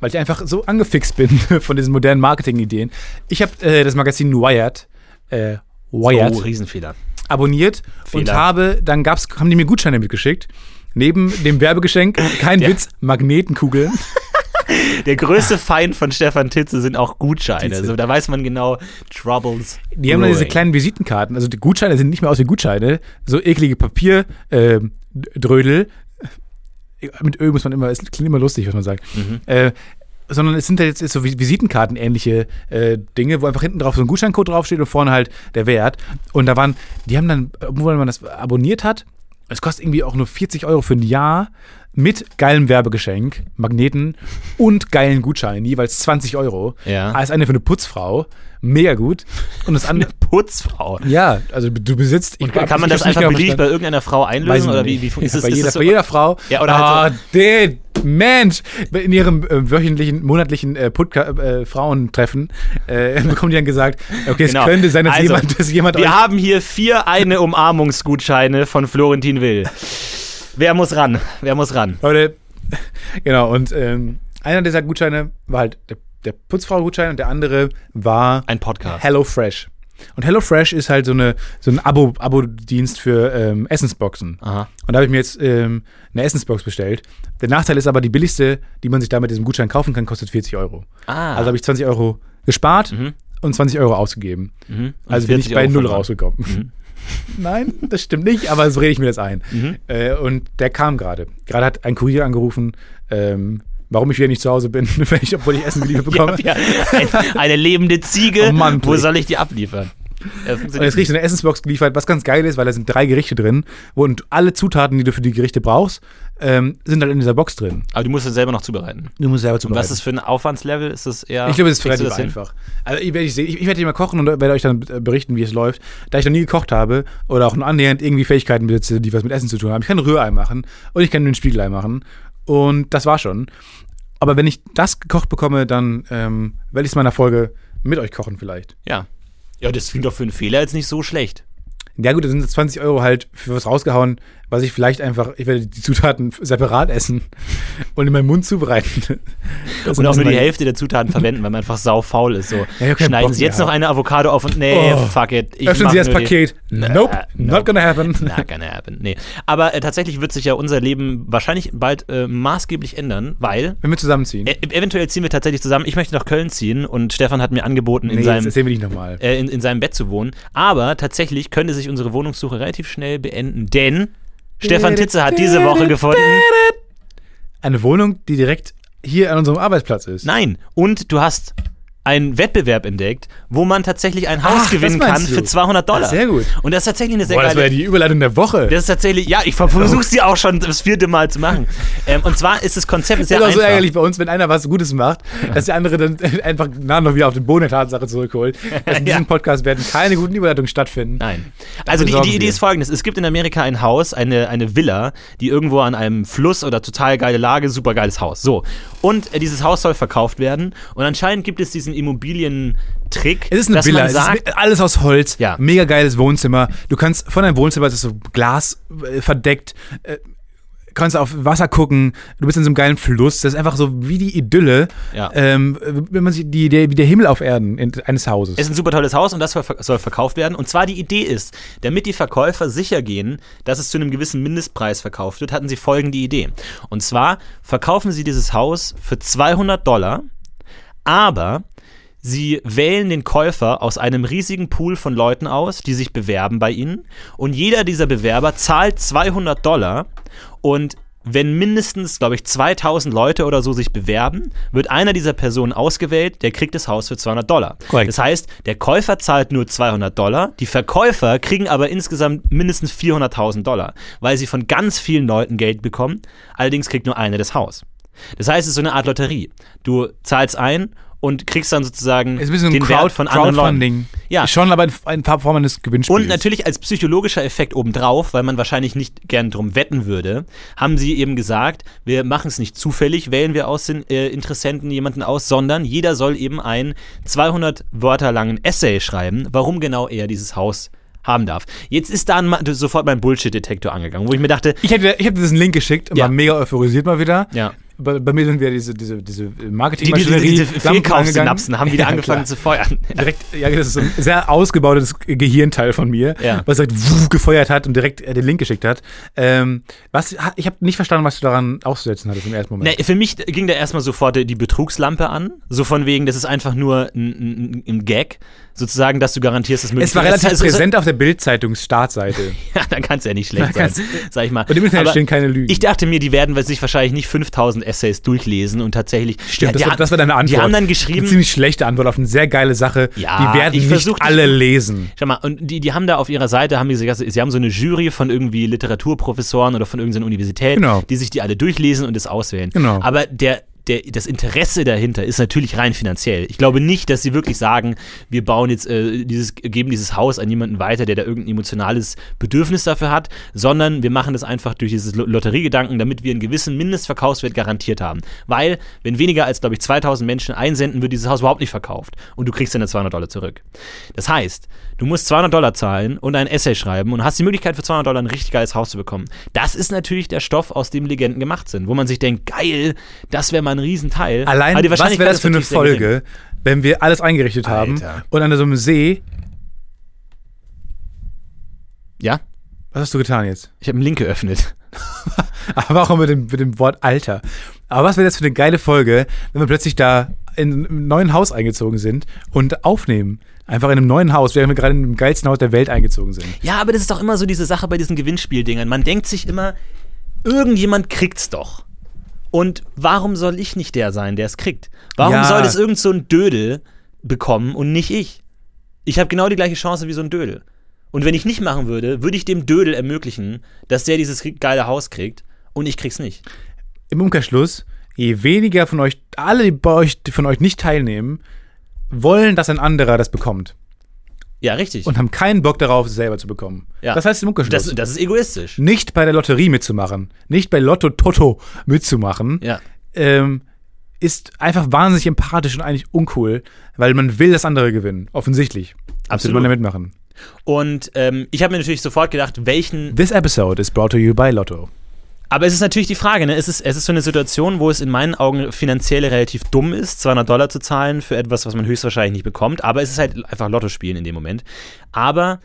[SPEAKER 1] weil ich einfach so angefixt bin [laughs] von diesen modernen Marketing-Ideen. Ich habe äh, das Magazin Wired, äh, Wired
[SPEAKER 2] Oh, Riesenfehler.
[SPEAKER 1] abonniert und
[SPEAKER 2] Fehler.
[SPEAKER 1] habe, dann gab's, haben die mir Gutscheine mitgeschickt. Neben dem Werbegeschenk, kein
[SPEAKER 2] Ja.
[SPEAKER 1] Witz, Magnetenkugeln.
[SPEAKER 2] Der größte Feind von Stefan Titze sind auch Gutscheine.
[SPEAKER 1] Titze.
[SPEAKER 2] So, da weiß man genau, Troubles.
[SPEAKER 1] Die haben dann diese
[SPEAKER 2] growing.
[SPEAKER 1] kleinen Visitenkarten. Also die Gutscheine sehen nicht mehr aus wie Gutscheine. So eklige Papier, ähm, D- Drödel. Mit Öl muss man immer, es klingt immer lustig, was man sagt. Äh, sondern es sind halt jetzt so Vi- Visitenkarten-ähnliche äh, Dinge, wo einfach hinten drauf so ein Gutscheincode draufsteht und vorne halt der Wert. Und da waren, die haben dann, obwohl man das abonniert hat, es kostet irgendwie auch nur 40 Euro für ein Jahr mit geilem Werbegeschenk, Magneten und geilen Gutscheinen, jeweils 20 Euro. Also
[SPEAKER 2] Ja.
[SPEAKER 1] Das eine für eine Putzfrau, mega gut. Und das andere.
[SPEAKER 2] [laughs] Putzfrau.
[SPEAKER 1] [laughs] Ja, also du besitzt. Ich hab-
[SPEAKER 2] Kann man
[SPEAKER 1] ich
[SPEAKER 2] das
[SPEAKER 1] hab's nicht
[SPEAKER 2] einfach
[SPEAKER 1] genau
[SPEAKER 2] beliebig bei
[SPEAKER 1] verstanden.
[SPEAKER 2] irgendeiner Frau
[SPEAKER 1] Weiß ich
[SPEAKER 2] einlösen? Oder wie,
[SPEAKER 1] nicht.
[SPEAKER 2] wie ist
[SPEAKER 1] ja,
[SPEAKER 2] es,
[SPEAKER 1] bei,
[SPEAKER 2] ist
[SPEAKER 1] jeder,
[SPEAKER 2] es so?
[SPEAKER 1] bei jeder Frau.
[SPEAKER 2] Ja, oder
[SPEAKER 1] ah,
[SPEAKER 2] halt
[SPEAKER 1] der Mensch! In ihrem äh, wöchentlichen, monatlichen äh, Podca äh, Frauentreffen äh, [laughs] bekommen die dann gesagt, okay,
[SPEAKER 2] Genau.
[SPEAKER 1] es könnte sein, dass
[SPEAKER 2] Also,
[SPEAKER 1] jemand, dass jemand
[SPEAKER 2] Wir
[SPEAKER 1] euch-
[SPEAKER 2] haben hier vier eine Umarmungsgutscheine von Florentin Will. Wer muss ran? Wer muss ran?
[SPEAKER 1] Leute, genau, und ähm, einer dieser Gutscheine war halt der, der Putzfrau-Gutschein und der andere war
[SPEAKER 2] Ein Podcast.
[SPEAKER 1] HelloFresh. Und HelloFresh ist halt so, eine, so ein Abo- Abo-Dienst für ähm, Essensboxen.
[SPEAKER 2] Aha.
[SPEAKER 1] Und da habe ich mir jetzt ähm, eine Essensbox bestellt. Der Nachteil ist aber, die billigste, die man sich da mit diesem Gutschein kaufen kann, kostet 40 Euro.
[SPEAKER 2] Ah.
[SPEAKER 1] Also habe ich 20 Euro gespart und 20 Euro ausgegeben.
[SPEAKER 2] Mhm. Und
[SPEAKER 1] Also bin ich
[SPEAKER 2] 40
[SPEAKER 1] bei
[SPEAKER 2] Euro
[SPEAKER 1] null
[SPEAKER 2] verloren. Mhm.
[SPEAKER 1] rausgekommen. [laughs] Nein, das stimmt nicht, aber so rede ich mir das ein.
[SPEAKER 2] Mhm.
[SPEAKER 1] Äh, und der kam gerade. Gerade hat ein Kurier angerufen, ähm, warum ich wieder nicht zu Hause bin, [laughs] wenn ich, obwohl ich Essen geliefert bekomme.
[SPEAKER 2] [laughs] Ja, ein, eine lebende Ziege.
[SPEAKER 1] Oh Mann,
[SPEAKER 2] Wo
[SPEAKER 1] please.
[SPEAKER 2] soll ich die abliefern? Ja, das
[SPEAKER 1] Und jetzt
[SPEAKER 2] funktioniert
[SPEAKER 1] kriegst du eine Essensbox geliefert, was ganz geil ist, weil da sind drei Gerichte drin wo- und alle Zutaten, die du für die Gerichte brauchst, ähm, sind halt in dieser Box drin.
[SPEAKER 2] Aber du musst es selber noch zubereiten.
[SPEAKER 1] Du musst selber zubereiten.
[SPEAKER 2] Was ist für ein Aufwandslevel? Ist das eher.
[SPEAKER 1] Ich glaube, es ist
[SPEAKER 2] kriegst du
[SPEAKER 1] relativ
[SPEAKER 2] das hin?
[SPEAKER 1] einfach. Also ich werde, ich, sehen- ich, ich werde dir mal kochen und werde euch dann äh, berichten, wie es läuft. Da ich noch nie gekocht habe oder auch nur annähernd irgendwie Fähigkeiten besitze, die was mit Essen zu tun haben. Ich kann Rührei machen und ich kann den Spiegelei machen. Und das war schon. Aber wenn ich das gekocht bekomme, dann ähm, werde ich es in meiner Folge mit euch kochen vielleicht.
[SPEAKER 2] Ja. Ja, das klingt doch für einen Fehler jetzt nicht so schlecht.
[SPEAKER 1] Ja gut, da sind jetzt 20 Euro halt für was rausgehauen, was ich vielleicht einfach, ich werde die Zutaten separat essen [laughs] und in meinen
[SPEAKER 2] [laughs]
[SPEAKER 1] Mund zubereiten. Das
[SPEAKER 2] Und auch
[SPEAKER 1] ist
[SPEAKER 2] nur die
[SPEAKER 1] mein-
[SPEAKER 2] Hälfte der Zutaten verwenden, weil man einfach sau faul ist. So.
[SPEAKER 1] ich hab keinen
[SPEAKER 2] Schneiden
[SPEAKER 1] Bock
[SPEAKER 2] Sie jetzt
[SPEAKER 1] mehr.
[SPEAKER 2] noch eine Avocado auf und. Nee,
[SPEAKER 1] Oh.
[SPEAKER 2] fuck it. Ich
[SPEAKER 1] Öffnen
[SPEAKER 2] mach
[SPEAKER 1] Sie das
[SPEAKER 2] nur die- [laughs] äh,
[SPEAKER 1] Paket. Nope,
[SPEAKER 2] nope.
[SPEAKER 1] not gonna happen.
[SPEAKER 2] Not gonna happen. Nee. Aber äh, tatsächlich wird sich ja unser Leben wahrscheinlich bald äh, maßgeblich ändern, weil.
[SPEAKER 1] Wenn wir zusammenziehen.
[SPEAKER 2] E eventuell ziehen wir tatsächlich zusammen. Ich möchte nach Köln ziehen und Stefan hat mir angeboten, in
[SPEAKER 1] Nee, jetzt
[SPEAKER 2] seinem
[SPEAKER 1] erzählen wir nicht nochmal.
[SPEAKER 2] äh, in, in seinem Bett zu wohnen. Aber tatsächlich könnte sich unsere Wohnungssuche relativ schnell beenden, denn Stefan Titze hat diese Woche gefunden.
[SPEAKER 1] Eine Wohnung, die direkt hier an unserem Arbeitsplatz ist.
[SPEAKER 2] Nein, und du hast einen Wettbewerb entdeckt, wo man tatsächlich ein Haus
[SPEAKER 1] Ach,
[SPEAKER 2] gewinnen
[SPEAKER 1] das
[SPEAKER 2] kann
[SPEAKER 1] meinst
[SPEAKER 2] für
[SPEAKER 1] du.
[SPEAKER 2] 200 Dollar.
[SPEAKER 1] Ah, sehr gut.
[SPEAKER 2] Und das ist tatsächlich eine sehr
[SPEAKER 1] Boah, das war
[SPEAKER 2] geile
[SPEAKER 1] ja die Überleitung der Woche.
[SPEAKER 2] Das ist tatsächlich, ja, ich versuche sie auch schon das vierte Mal zu
[SPEAKER 1] [laughs]
[SPEAKER 2] machen. Ähm, und zwar ist das Konzept sehr
[SPEAKER 1] ist auch so
[SPEAKER 2] einfach.
[SPEAKER 1] ärgerlich bei uns, wenn einer was
[SPEAKER 2] [laughs]
[SPEAKER 1] Gutes macht, dass der andere dann [laughs] einfach nach noch wieder auf den Boden der
[SPEAKER 2] [laughs]
[SPEAKER 1] Tatsache zurückholt. In
[SPEAKER 2] Ja.
[SPEAKER 1] diesem Podcast werden keine guten Überleitungen stattfinden.
[SPEAKER 2] Nein. Also die,
[SPEAKER 1] sorgen
[SPEAKER 2] die Idee
[SPEAKER 1] wir.
[SPEAKER 2] ist folgendes. Es gibt in Amerika ein Haus, eine, eine Villa, die irgendwo an einem Fluss oder total geile Lage, super geiles Haus. So. Und äh, dieses Haus soll verkauft werden. Und anscheinend gibt es diesen Immobilientrick,
[SPEAKER 1] Es ist eine
[SPEAKER 2] dass
[SPEAKER 1] Villa,
[SPEAKER 2] man
[SPEAKER 1] es ist
[SPEAKER 2] sagt,
[SPEAKER 1] mi- alles aus Holz,
[SPEAKER 2] Ja.
[SPEAKER 1] mega geiles Wohnzimmer. Du kannst von deinem Wohnzimmer, das ist so Glas äh, verdeckt, äh, kannst auf Wasser gucken, du bist in so einem geilen Fluss, das ist einfach so wie die Idylle,
[SPEAKER 2] Ja.
[SPEAKER 1] ähm, wenn man sieht, die, der, wie der Himmel auf Erden in, eines Hauses.
[SPEAKER 2] Es ist ein super tolles Haus und das soll, ver- soll verkauft werden. Und zwar die Idee ist, damit die Verkäufer sicher gehen, dass es zu einem gewissen Mindestpreis verkauft wird, hatten sie folgende Idee. Und zwar verkaufen sie dieses Haus für 200 Dollar, aber sie wählen den Käufer aus einem riesigen Pool von Leuten aus, die sich bewerben bei ihnen. Und jeder dieser Bewerber zahlt 200 Dollar und wenn mindestens, glaube ich, 2000 Leute oder so sich bewerben, wird einer dieser Personen ausgewählt, der kriegt das Haus für 200 Dollar.
[SPEAKER 1] Korrekt.
[SPEAKER 2] Das heißt, der Käufer zahlt nur 200 Dollar, die Verkäufer kriegen aber insgesamt mindestens 400.000 Dollar, weil sie von ganz vielen Leuten Geld bekommen. Allerdings kriegt nur einer das Haus. Das heißt, es ist so eine Art Lotterie. Du zahlst ein und kriegst dann sozusagen
[SPEAKER 1] Es ist ein bisschen
[SPEAKER 2] den
[SPEAKER 1] Crowd,
[SPEAKER 2] Wert von anderen Leuten.
[SPEAKER 1] Crowdfunding.
[SPEAKER 2] Ja.
[SPEAKER 1] Schon aber in, in Form eines Gewinnspiels.
[SPEAKER 2] Und natürlich als psychologischer Effekt obendrauf, weil man wahrscheinlich nicht gern drum wetten würde, haben sie eben gesagt, wir machen es nicht zufällig, wählen wir aus den äh, Interessenten jemanden aus, sondern jeder soll eben einen 200 Wörter langen Essay schreiben, warum genau er dieses Haus haben darf. Jetzt ist da ma- sofort mein Bullshit-Detektor angegangen, wo ich mir dachte,
[SPEAKER 1] Ich hätte, ich hätte diesen Link geschickt und
[SPEAKER 2] Ja.
[SPEAKER 1] war mega euphorisiert mal wieder.
[SPEAKER 2] ja.
[SPEAKER 1] Bei, bei mir sind wieder diese, diese, diese
[SPEAKER 2] Die, die, die,
[SPEAKER 1] Marketingmaschinerie.
[SPEAKER 2] diese
[SPEAKER 1] Lampen angegangen. [laughs]
[SPEAKER 2] Fehlkaufssynapsen haben wieder
[SPEAKER 1] Ja,
[SPEAKER 2] angefangen
[SPEAKER 1] klar.
[SPEAKER 2] zu feuern.
[SPEAKER 1] Direkt, ja, das ist so ein sehr ausgebautes Gehirnteil von mir,
[SPEAKER 2] Ja.
[SPEAKER 1] was direkt wuff gefeuert hat und direkt äh, den Link geschickt hat. Ähm, was, ha- ich habe nicht verstanden, was du daran auszusetzen hattest im ersten Moment.
[SPEAKER 2] Na, für mich ging da erstmal sofort die Betrugslampe an. So von wegen, das ist einfach nur ein, ein, ein Gag, sozusagen, dass du garantierst, dass möglich
[SPEAKER 1] es war relativ
[SPEAKER 2] ist.
[SPEAKER 1] präsent auf der Bild-Zeitungsstartseite.
[SPEAKER 2] [laughs] Ja, dann kann es ja nicht schlecht
[SPEAKER 1] Da
[SPEAKER 2] sein,
[SPEAKER 1] kann's-
[SPEAKER 2] sag ich mal.
[SPEAKER 1] Und im Internet
[SPEAKER 2] Aber
[SPEAKER 1] stehen keine Lügen.
[SPEAKER 2] Ich dachte mir, die werden sich wahrscheinlich nicht 5000 Essays durchlesen und tatsächlich.
[SPEAKER 1] Stimmt,
[SPEAKER 2] die,
[SPEAKER 1] das, war, das war deine Antwort.
[SPEAKER 2] Die haben dann
[SPEAKER 1] Eine
[SPEAKER 2] geschrieben,
[SPEAKER 1] ziemlich schlechte Antwort auf eine sehr geile Sache.
[SPEAKER 2] Ja,
[SPEAKER 1] die werden
[SPEAKER 2] ich versuch
[SPEAKER 1] nicht
[SPEAKER 2] nicht-
[SPEAKER 1] alle lesen.
[SPEAKER 2] Schau mal, und die, die haben da auf ihrer Seite, haben die, gesagt, sie haben so eine Jury von irgendwie Literaturprofessoren oder von irgendeiner Universität,
[SPEAKER 1] Genau.
[SPEAKER 2] die sich die alle durchlesen und das auswählen.
[SPEAKER 1] Genau.
[SPEAKER 2] Aber der, der, das Interesse dahinter ist natürlich rein finanziell. Ich glaube nicht, dass sie wirklich sagen, wir bauen jetzt äh, dieses, geben dieses Haus an jemanden weiter, der da irgendein emotionales Bedürfnis dafür hat, sondern wir machen das einfach durch dieses Lo- Lotteriegedanken, damit wir einen gewissen Mindestverkaufswert garantiert haben. Weil, wenn weniger als, glaube ich, 2000 Menschen einsenden, wird dieses Haus überhaupt nicht verkauft und du kriegst dann deine 200 Dollar zurück. Das heißt, du musst 200 Dollar zahlen und ein Essay schreiben und hast die Möglichkeit für 200 Dollar ein richtig geiles Haus zu bekommen. Das ist natürlich der Stoff, aus dem Legenden gemacht sind, wo man sich denkt, geil, das wäre mal ein Riesenteil.
[SPEAKER 1] Allein,
[SPEAKER 2] Aber die
[SPEAKER 1] was
[SPEAKER 2] Wahrscheinlichkeit
[SPEAKER 1] wäre das
[SPEAKER 2] ist
[SPEAKER 1] für eine
[SPEAKER 2] natürlich sehr gering.
[SPEAKER 1] Folge, wenn wir alles eingerichtet haben
[SPEAKER 2] Alter.
[SPEAKER 1] und an so einem See.
[SPEAKER 2] Ja,
[SPEAKER 1] Was hast du getan jetzt?
[SPEAKER 2] ich habe einen Link geöffnet.
[SPEAKER 1] [laughs] Aber auch mit dem, mit dem Wort Alter. Aber was wäre das für eine geile Folge, wenn wir plötzlich da in einem neuen Haus eingezogen sind und aufnehmen? Einfach in einem neuen Haus, während wir gerade in dem geilsten Haus der Welt eingezogen sind.
[SPEAKER 2] Ja, aber das ist doch immer so diese Sache bei diesen Gewinnspieldingern. Man denkt sich immer, irgendjemand kriegt's doch. Und warum soll ich nicht der sein, der es kriegt? Warum
[SPEAKER 1] Ja.
[SPEAKER 2] soll es irgend so ein Dödel bekommen und nicht ich? Ich habe genau die gleiche Chance wie so ein Dödel. Und wenn ich nicht machen würde, würde ich dem Dödel ermöglichen, dass der dieses geile Haus kriegt und ich krieg's nicht.
[SPEAKER 1] Im Umkehrschluss, je weniger von euch, alle die bei euch, die von euch nicht teilnehmen, wollen, dass ein anderer das bekommt
[SPEAKER 2] Ja, richtig.
[SPEAKER 1] und haben keinen Bock darauf, es selber zu bekommen.
[SPEAKER 2] Ja.
[SPEAKER 1] Das heißt im Umkehrschluss.
[SPEAKER 2] das, das ist egoistisch.
[SPEAKER 1] nicht bei der Lotterie mitzumachen, nicht bei Lotto Toto mitzumachen,
[SPEAKER 2] Ja.
[SPEAKER 1] ähm, ist einfach wahnsinnig empathisch und eigentlich uncool, weil man will, dass andere gewinnen. Offensichtlich.
[SPEAKER 2] Absolut.
[SPEAKER 1] Wir wollen da mitmachen.
[SPEAKER 2] Und ähm, ich habe mir natürlich sofort gedacht, welchen
[SPEAKER 1] This episode is brought to you by Lotto.
[SPEAKER 2] Aber es ist natürlich die Frage, ne? es, ist, es ist so eine Situation, wo es in meinen Augen finanziell relativ dumm ist, 200 Dollar zu zahlen für etwas, was man höchstwahrscheinlich nicht bekommt. Aber es ist halt einfach Lotto spielen in dem Moment. Aber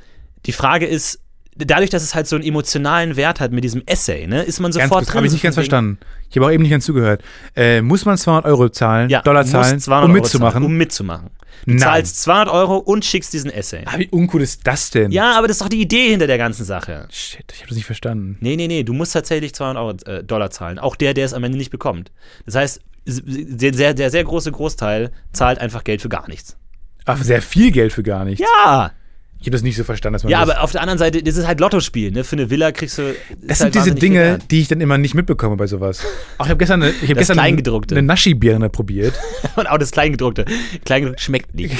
[SPEAKER 2] die Frage ist, dadurch, dass es halt so einen emotionalen Wert hat mit diesem Essay, ne, ist man
[SPEAKER 1] Ganz
[SPEAKER 2] sofort
[SPEAKER 1] kurz,
[SPEAKER 2] dran.
[SPEAKER 1] habe ich
[SPEAKER 2] so
[SPEAKER 1] nicht ganz
[SPEAKER 2] von wegen-
[SPEAKER 1] verstanden. Ich habe auch eben nicht ganz zugehört. Äh, muss man 200 Euro zahlen,
[SPEAKER 2] Ja,
[SPEAKER 1] Dollar
[SPEAKER 2] du
[SPEAKER 1] zahlen,
[SPEAKER 2] musst 200
[SPEAKER 1] um
[SPEAKER 2] Euro
[SPEAKER 1] mitzumachen?
[SPEAKER 2] Zahlen, um mitzumachen. Du
[SPEAKER 1] Nein.
[SPEAKER 2] zahlst 200 Euro und schickst diesen Essay.
[SPEAKER 1] Ah, Wie uncool ist das denn?
[SPEAKER 2] um Ja, aber das ist doch die Idee hinter der ganzen Sache.
[SPEAKER 1] Shit, ich habe das nicht verstanden.
[SPEAKER 2] Nee, nee, nee, du musst tatsächlich 200 Euro, äh, Dollar zahlen. Auch der, der es am Ende nicht bekommt. Das heißt, der sehr, der sehr große Großteil zahlt einfach Geld für gar nichts.
[SPEAKER 1] Ach, sehr viel Geld für gar nichts.
[SPEAKER 2] Ja!
[SPEAKER 1] Ich habe das nicht so verstanden, dass man
[SPEAKER 2] Ja,
[SPEAKER 1] das
[SPEAKER 2] aber auf der anderen Seite, das ist halt Lottospiel, ne? Für eine Villa kriegst du.
[SPEAKER 1] Das
[SPEAKER 2] ist
[SPEAKER 1] sind
[SPEAKER 2] halt
[SPEAKER 1] diese
[SPEAKER 2] wahnsinnig viel
[SPEAKER 1] Dinge,
[SPEAKER 2] wert.
[SPEAKER 1] die ich dann immer nicht mitbekomme
[SPEAKER 2] [laughs]
[SPEAKER 1] bei sowas. Auch ich habe gestern eine, ich hab
[SPEAKER 2] Das
[SPEAKER 1] gestern eine,
[SPEAKER 2] Kleingedruckte.
[SPEAKER 1] eine Naschi-Birne probiert.
[SPEAKER 2] [laughs] Und auch das Kleingedruckte. Kleingedruckte schmeckt
[SPEAKER 1] [laughs]
[SPEAKER 2] nicht.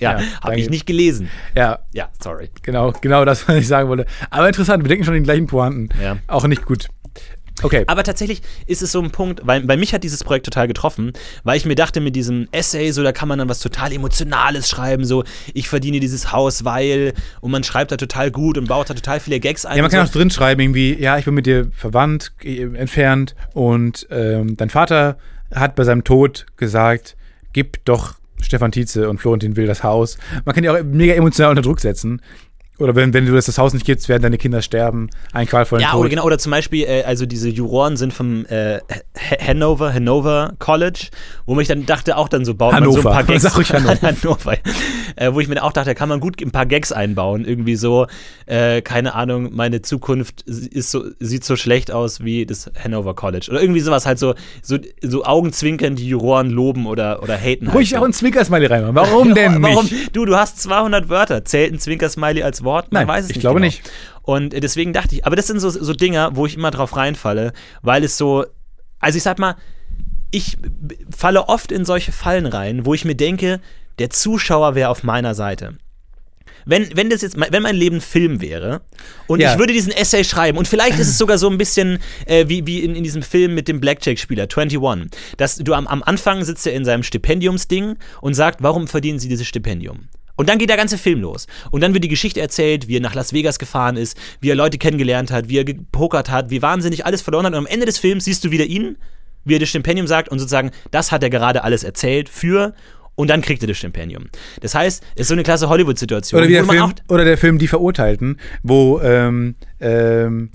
[SPEAKER 2] Ja,
[SPEAKER 1] Ja,
[SPEAKER 2] habe ich
[SPEAKER 1] danke.
[SPEAKER 2] nicht gelesen.
[SPEAKER 1] Ja,
[SPEAKER 2] Ja, sorry.
[SPEAKER 1] genau, genau das, [laughs] was ich sagen wollte. Aber interessant, wir denken schon den gleichen Pointen.
[SPEAKER 2] Ja.
[SPEAKER 1] Auch nicht gut. Okay.
[SPEAKER 2] Aber tatsächlich ist es so ein Punkt, weil bei mich hat dieses Projekt total getroffen, weil ich mir dachte, mit diesem Essay, so da kann man dann was total Emotionales schreiben, so ich verdiene dieses Haus, weil und man schreibt da total gut und baut da total viele Gags ein.
[SPEAKER 1] ja, man
[SPEAKER 2] und
[SPEAKER 1] kann auch
[SPEAKER 2] so.
[SPEAKER 1] drin schreiben, irgendwie, ja, ich bin mit dir verwandt, äh, entfernt und ähm, dein Vater hat bei seinem Tod gesagt, gib doch Stefan Tietze und Florentin Will das Haus. Man kann die auch mega emotional unter Druck setzen. Oder wenn, wenn du das, das Haus nicht gibst, werden deine Kinder sterben. Ein qualvollen
[SPEAKER 2] ja,
[SPEAKER 1] Tod.
[SPEAKER 2] oder, genau, oder zum Beispiel, äh, also diese Juroren sind vom äh, H- Hanover, Hanover College, wo ich dann dachte, auch dann so baut man so
[SPEAKER 1] Hannover. [laughs]
[SPEAKER 2] ein paar Gags. [laughs]
[SPEAKER 1] Sag ruhig Hannover.
[SPEAKER 2] Hannover. Äh, wo ich mir dann auch dachte, da kann man gut ein paar Gags einbauen. Irgendwie so, äh, keine Ahnung, meine Zukunft ist so, sieht so schlecht aus wie das Hanover College. Oder irgendwie sowas halt so, so, so augenzwinkern, die Juroren loben oder, oder haten. halt
[SPEAKER 1] Ruhig
[SPEAKER 2] so.
[SPEAKER 1] auch ein Zwinkersmiley
[SPEAKER 2] [laughs]
[SPEAKER 1] reinmachen. Warum denn nicht?
[SPEAKER 2] Warum? Du, du hast 200 Wörter. Zählt ein Zwinkersmiley als Wort? Man
[SPEAKER 1] Nein,
[SPEAKER 2] weiß es
[SPEAKER 1] ich
[SPEAKER 2] nicht
[SPEAKER 1] glaube
[SPEAKER 2] genau.
[SPEAKER 1] nicht.
[SPEAKER 2] Und äh, deswegen dachte ich, aber das sind so, so Dinger, wo ich immer drauf reinfalle, weil es so, also ich sag mal, ich b- falle oft in solche Fallen rein, wo ich mir denke, der Zuschauer wäre auf meiner Seite. Wenn, wenn das jetzt, mein- wenn mein Leben Film wäre und
[SPEAKER 1] Ja.
[SPEAKER 2] ich würde diesen Essay schreiben und vielleicht ist es sogar so ein bisschen äh, wie, wie in, in diesem Film mit dem Blackjack-Spieler 21, dass du am, am Anfang sitzt er in seinem Stipendiumsding und sagt, warum verdienen sie dieses Stipendium? Und dann geht der ganze Film los. Und dann wird die Geschichte erzählt, wie er nach Las Vegas gefahren ist, wie er Leute kennengelernt hat, wie er gepokert hat, wie wahnsinnig alles verloren hat. Und am Ende des Films siehst du wieder ihn, wie er das Stipendium sagt und sozusagen, das hat er gerade alles erzählt für und dann kriegt er das Stipendium. Das heißt, es ist so eine klasse Hollywood-Situation.
[SPEAKER 1] Oder, wie der
[SPEAKER 2] wo man
[SPEAKER 1] Film, oder der Film Die Verurteilten, wo ähm, ähm,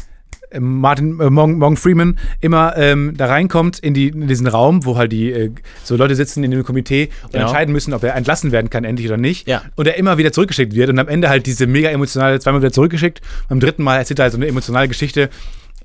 [SPEAKER 1] Martin äh, Morgan, Morgan Freeman immer ähm, da reinkommt in, die, in diesen Raum, wo halt die äh, so Leute sitzen in dem Komitee und
[SPEAKER 2] Genau.
[SPEAKER 1] entscheiden müssen, ob er entlassen werden kann, endlich oder nicht.
[SPEAKER 2] Ja.
[SPEAKER 1] Und er immer wieder zurückgeschickt wird und am Ende halt diese mega emotionale, zweimal wieder zurückgeschickt. Beim dritten Mal erzählt er halt so eine emotionale Geschichte.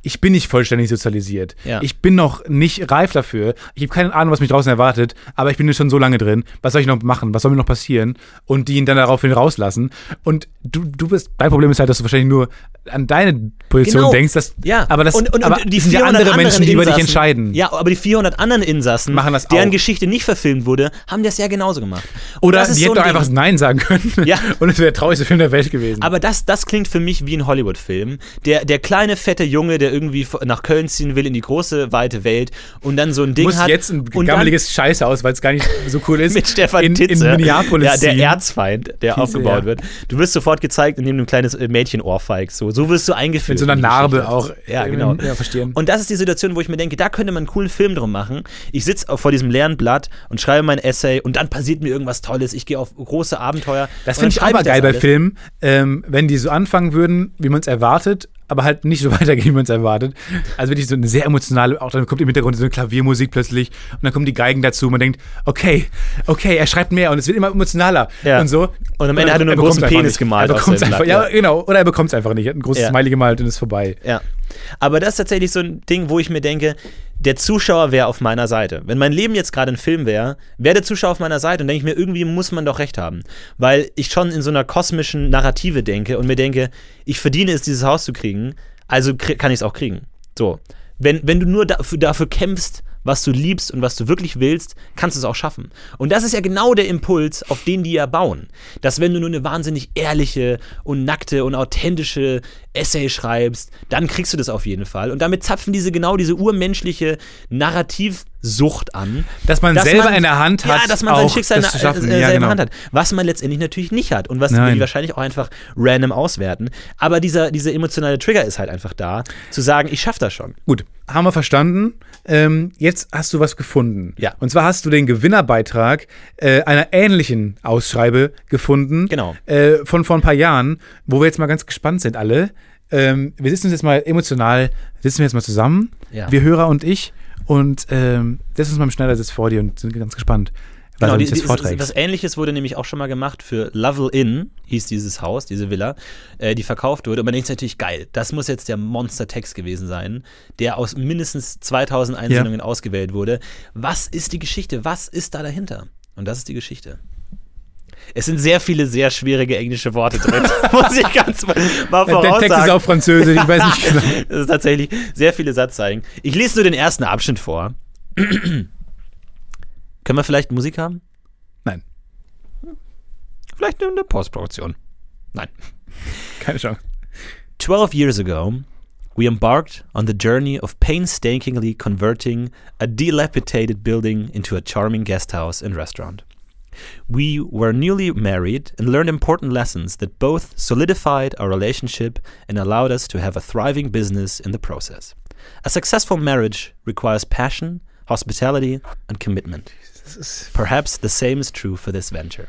[SPEAKER 1] Ich bin nicht vollständig sozialisiert.
[SPEAKER 2] Ja.
[SPEAKER 1] Ich bin noch nicht reif dafür. Ich habe keine Ahnung, was mich draußen erwartet, aber ich bin jetzt schon so lange drin. Was soll ich noch machen? Was soll mir noch passieren? Und die ihn dann daraufhin rauslassen. Und du, du bist, dein Problem ist halt, dass du wahrscheinlich nur an deine Position
[SPEAKER 2] Genau.
[SPEAKER 1] denkst. Dass,
[SPEAKER 2] Ja,
[SPEAKER 1] aber das
[SPEAKER 2] und, und,
[SPEAKER 1] aber
[SPEAKER 2] und die
[SPEAKER 1] es sind
[SPEAKER 2] 400
[SPEAKER 1] ja andere Menschen, die über dich
[SPEAKER 2] Insassen-
[SPEAKER 1] entscheiden.
[SPEAKER 2] Ja, aber die 400 anderen Insassen,
[SPEAKER 1] Machen das
[SPEAKER 2] deren
[SPEAKER 1] auch.
[SPEAKER 2] Geschichte nicht verfilmt wurde, haben das ja genauso gemacht. Und
[SPEAKER 1] Oder
[SPEAKER 2] das ist
[SPEAKER 1] die
[SPEAKER 2] ein
[SPEAKER 1] hätten doch einfach
[SPEAKER 2] Ding.
[SPEAKER 1] Nein sagen können.
[SPEAKER 2] [laughs] Ja.
[SPEAKER 1] Und es wäre der traurigste Film der Welt gewesen.
[SPEAKER 2] Aber das, das klingt für mich wie ein Hollywood-Film. Der, der kleine, fette Junge, der irgendwie v- nach Köln ziehen will in die große, weite Welt und dann so ein Ding
[SPEAKER 1] muss
[SPEAKER 2] hat.
[SPEAKER 1] jetzt ein
[SPEAKER 2] und dann
[SPEAKER 1] gammeliges Scheißhaus, weil es gar nicht so
[SPEAKER 2] [laughs]
[SPEAKER 1] cool ist.
[SPEAKER 2] mit Stefan
[SPEAKER 1] in,
[SPEAKER 2] Titze,
[SPEAKER 1] in Minneapolis.
[SPEAKER 2] Ja, der
[SPEAKER 1] ziehen.
[SPEAKER 2] Erzfeind, der aufgebaut
[SPEAKER 1] ja.
[SPEAKER 2] wird. Du wirst sofort gezeigt, indem du ein kleines äh, Mädchen ohrfeigst. So, so wirst du eingeführt.
[SPEAKER 1] Mit so einer
[SPEAKER 2] in die
[SPEAKER 1] Narbe
[SPEAKER 2] Geschichte.
[SPEAKER 1] auch.
[SPEAKER 2] Ja,
[SPEAKER 1] ähm,
[SPEAKER 2] genau.
[SPEAKER 1] Ja, verstehen.
[SPEAKER 2] Und das ist die Situation, wo ich mir denke, da könnte man einen coolen Film drum machen. Ich sitze vor diesem leeren Blatt und schreibe mein Essay und dann passiert mir irgendwas Tolles. Ich gehe auf große Abenteuer.
[SPEAKER 1] Das
[SPEAKER 2] und dann
[SPEAKER 1] finde ich auch
[SPEAKER 2] schreibe
[SPEAKER 1] mal
[SPEAKER 2] das
[SPEAKER 1] geil bei
[SPEAKER 2] alles.
[SPEAKER 1] Filmen, ähm, wenn die so anfangen würden, wie man es erwartet, aber halt nicht so [laughs] weitergehen, wie man es erwartet. Also wirklich so eine sehr emotionale, auch dann kommt im Hintergrund so eine Klaviermusik plötzlich und dann kommen die Geigen dazu und man denkt, okay, okay, er schreibt mehr und es wird immer emotionaler
[SPEAKER 2] Ja.
[SPEAKER 1] und so.
[SPEAKER 2] Und am Ende hat er nur einen
[SPEAKER 1] bekommt's
[SPEAKER 2] großen
[SPEAKER 1] einfach
[SPEAKER 2] Penis
[SPEAKER 1] nicht.
[SPEAKER 2] gemalt
[SPEAKER 1] Er
[SPEAKER 2] auf
[SPEAKER 1] bekommt's
[SPEAKER 2] seinem
[SPEAKER 1] einfach,
[SPEAKER 2] Blatt,
[SPEAKER 1] ja, genau. Oder er bekommt es einfach nicht. Er hat ein großes
[SPEAKER 2] Ja.
[SPEAKER 1] Smiley gemalt und ist vorbei.
[SPEAKER 2] Ja. Aber das ist tatsächlich so ein Ding, wo ich mir denke, der Zuschauer wäre auf meiner Seite. Wenn mein Leben jetzt gerade ein Film wäre, wäre der Zuschauer auf meiner Seite und denke ich mir, irgendwie muss man doch recht haben. Weil ich schon in so einer kosmischen Narrative denke und mir denke, ich verdiene es, dieses Haus zu kriegen, also krie- kann ich es auch kriegen. So. Wenn, wenn du nur dafür, dafür kämpfst, was du liebst und was du wirklich willst, kannst du es auch schaffen. Und das ist ja genau der Impuls, auf den die ja bauen. Dass wenn du nur eine wahnsinnig ehrliche und nackte und authentische Essay schreibst, dann kriegst du das auf jeden Fall. Und damit zapfen diese genau diese urmenschliche Narrativsucht an.
[SPEAKER 1] Dass man selber in der Hand
[SPEAKER 2] Ja,
[SPEAKER 1] hat,
[SPEAKER 2] dass man sein
[SPEAKER 1] auch
[SPEAKER 2] Schicksal
[SPEAKER 1] das zu
[SPEAKER 2] in der- äh,
[SPEAKER 1] schaffen.
[SPEAKER 2] selber
[SPEAKER 1] Ja,
[SPEAKER 2] in der
[SPEAKER 1] genau.
[SPEAKER 2] Hand hat. Was man letztendlich natürlich nicht hat und was
[SPEAKER 1] Nein.
[SPEAKER 2] die wahrscheinlich auch einfach random auswerten. Aber dieser, dieser emotionale Trigger ist halt einfach da, zu sagen, ich schaff das schon.
[SPEAKER 1] Gut, haben wir verstanden. Ähm, jetzt hast du was gefunden.
[SPEAKER 2] Ja.
[SPEAKER 1] Und zwar hast du den Gewinnerbeitrag äh, einer ähnlichen Ausschreibe gefunden.
[SPEAKER 2] Genau.
[SPEAKER 1] Äh, von vor ein paar Jahren, wo wir jetzt mal ganz gespannt sind alle. Ähm, wir sitzen uns jetzt mal emotional, sitzen wir jetzt mal zusammen,
[SPEAKER 2] Ja.
[SPEAKER 1] wir Hörer und ich, und ähm, setzen uns mal im Schneidersitz vor dir und sind ganz gespannt. Was
[SPEAKER 2] Genau,
[SPEAKER 1] du
[SPEAKER 2] die,
[SPEAKER 1] uns
[SPEAKER 2] die,
[SPEAKER 1] jetzt vorträgst.
[SPEAKER 2] was ähnliches wurde nämlich auch schon mal gemacht für Lovell Inn, hieß dieses Haus, diese Villa, äh, die verkauft wurde. Und man denkt sich natürlich, geil, das muss jetzt der Monster-Text gewesen sein, der aus mindestens 2000 Einsendungen ausgewählt wurde. Was ist die Geschichte? Was ist da dahinter? Und das ist die Geschichte. Es sind sehr viele sehr schwierige englische Worte drin, [laughs] muss ich ganz mal, mal
[SPEAKER 1] Äh, der
[SPEAKER 2] voraussagen.
[SPEAKER 1] Text ist auf Französisch, ich weiß
[SPEAKER 2] [laughs]
[SPEAKER 1] nicht genau.
[SPEAKER 2] Das ist tatsächlich sehr viele Satzzeichen. Ich lese nur den ersten Abschnitt vor. [clears throat] Können wir vielleicht Musik haben?
[SPEAKER 1] Nein,
[SPEAKER 2] Vielleicht nur in der Postproduktion. Nein.
[SPEAKER 1] keine Chance.
[SPEAKER 2] 12 years ago, we embarked on the journey of painstakingly converting a dilapidated building into a charming guest house and restaurant. We were newly married and learned important lessons that both solidified our relationship and allowed us to have a thriving business in the process. A successful marriage requires passion, hospitality, and commitment. Perhaps the same is true for this venture.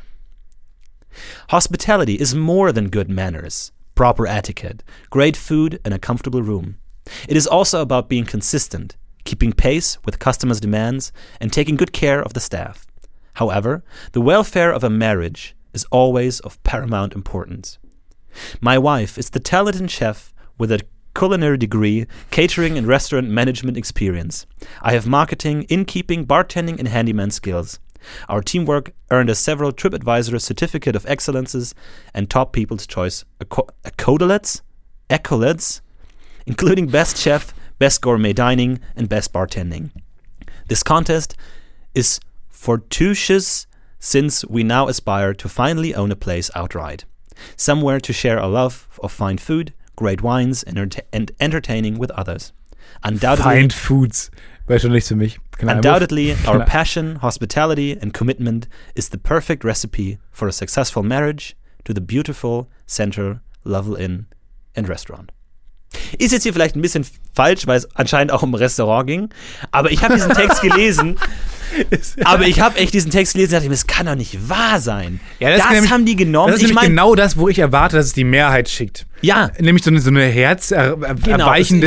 [SPEAKER 2] Hospitality is more than good manners, proper etiquette, great food, and a comfortable room. It is also about being consistent, keeping pace with customers' demands, and taking good care of the staff. However, the welfare of a marriage is always of paramount importance. My wife is the talented chef with a culinary degree, catering and restaurant management experience. I have marketing, innkeeping, bartending, and handyman skills. Our teamwork earned us several TripAdvisor Certificate of Excellences and Top People's Choice acco- accolades, accolades, including Best Chef, Best Gourmet Dining, and Best Bartending. This contest is fortuitous since we now aspire to finally own a place outright. Somewhere to share our love of fine food, great wines, and, enter- and entertaining with others. Undoubtedly,
[SPEAKER 1] Find Foods. Wäre schon nichts für mich. Keine Ahnung. [laughs]
[SPEAKER 2] undoubtedly our
[SPEAKER 1] Keine-
[SPEAKER 2] passion, hospitality, and commitment is the perfect recipe for a successful marriage to the beautiful Center Lovell Inn and Restaurant. Ist jetzt hier vielleicht ein bisschen falsch, weil es anscheinend auch um Restaurant ging. Aber ich habe diesen
[SPEAKER 1] [laughs]
[SPEAKER 2] Text gelesen aber ich habe echt diesen Text gelesen und dachte mir, das kann doch nicht wahr sein.
[SPEAKER 1] Ja,
[SPEAKER 2] das
[SPEAKER 1] ist nämlich-
[SPEAKER 2] haben die genommen.
[SPEAKER 1] Das ist
[SPEAKER 2] ich
[SPEAKER 1] nämlich
[SPEAKER 2] meine,
[SPEAKER 1] genau das, wo ich erwarte, dass es die Mehrheit schickt.
[SPEAKER 2] ja,
[SPEAKER 1] Nämlich so eine, so eine herzerweichende,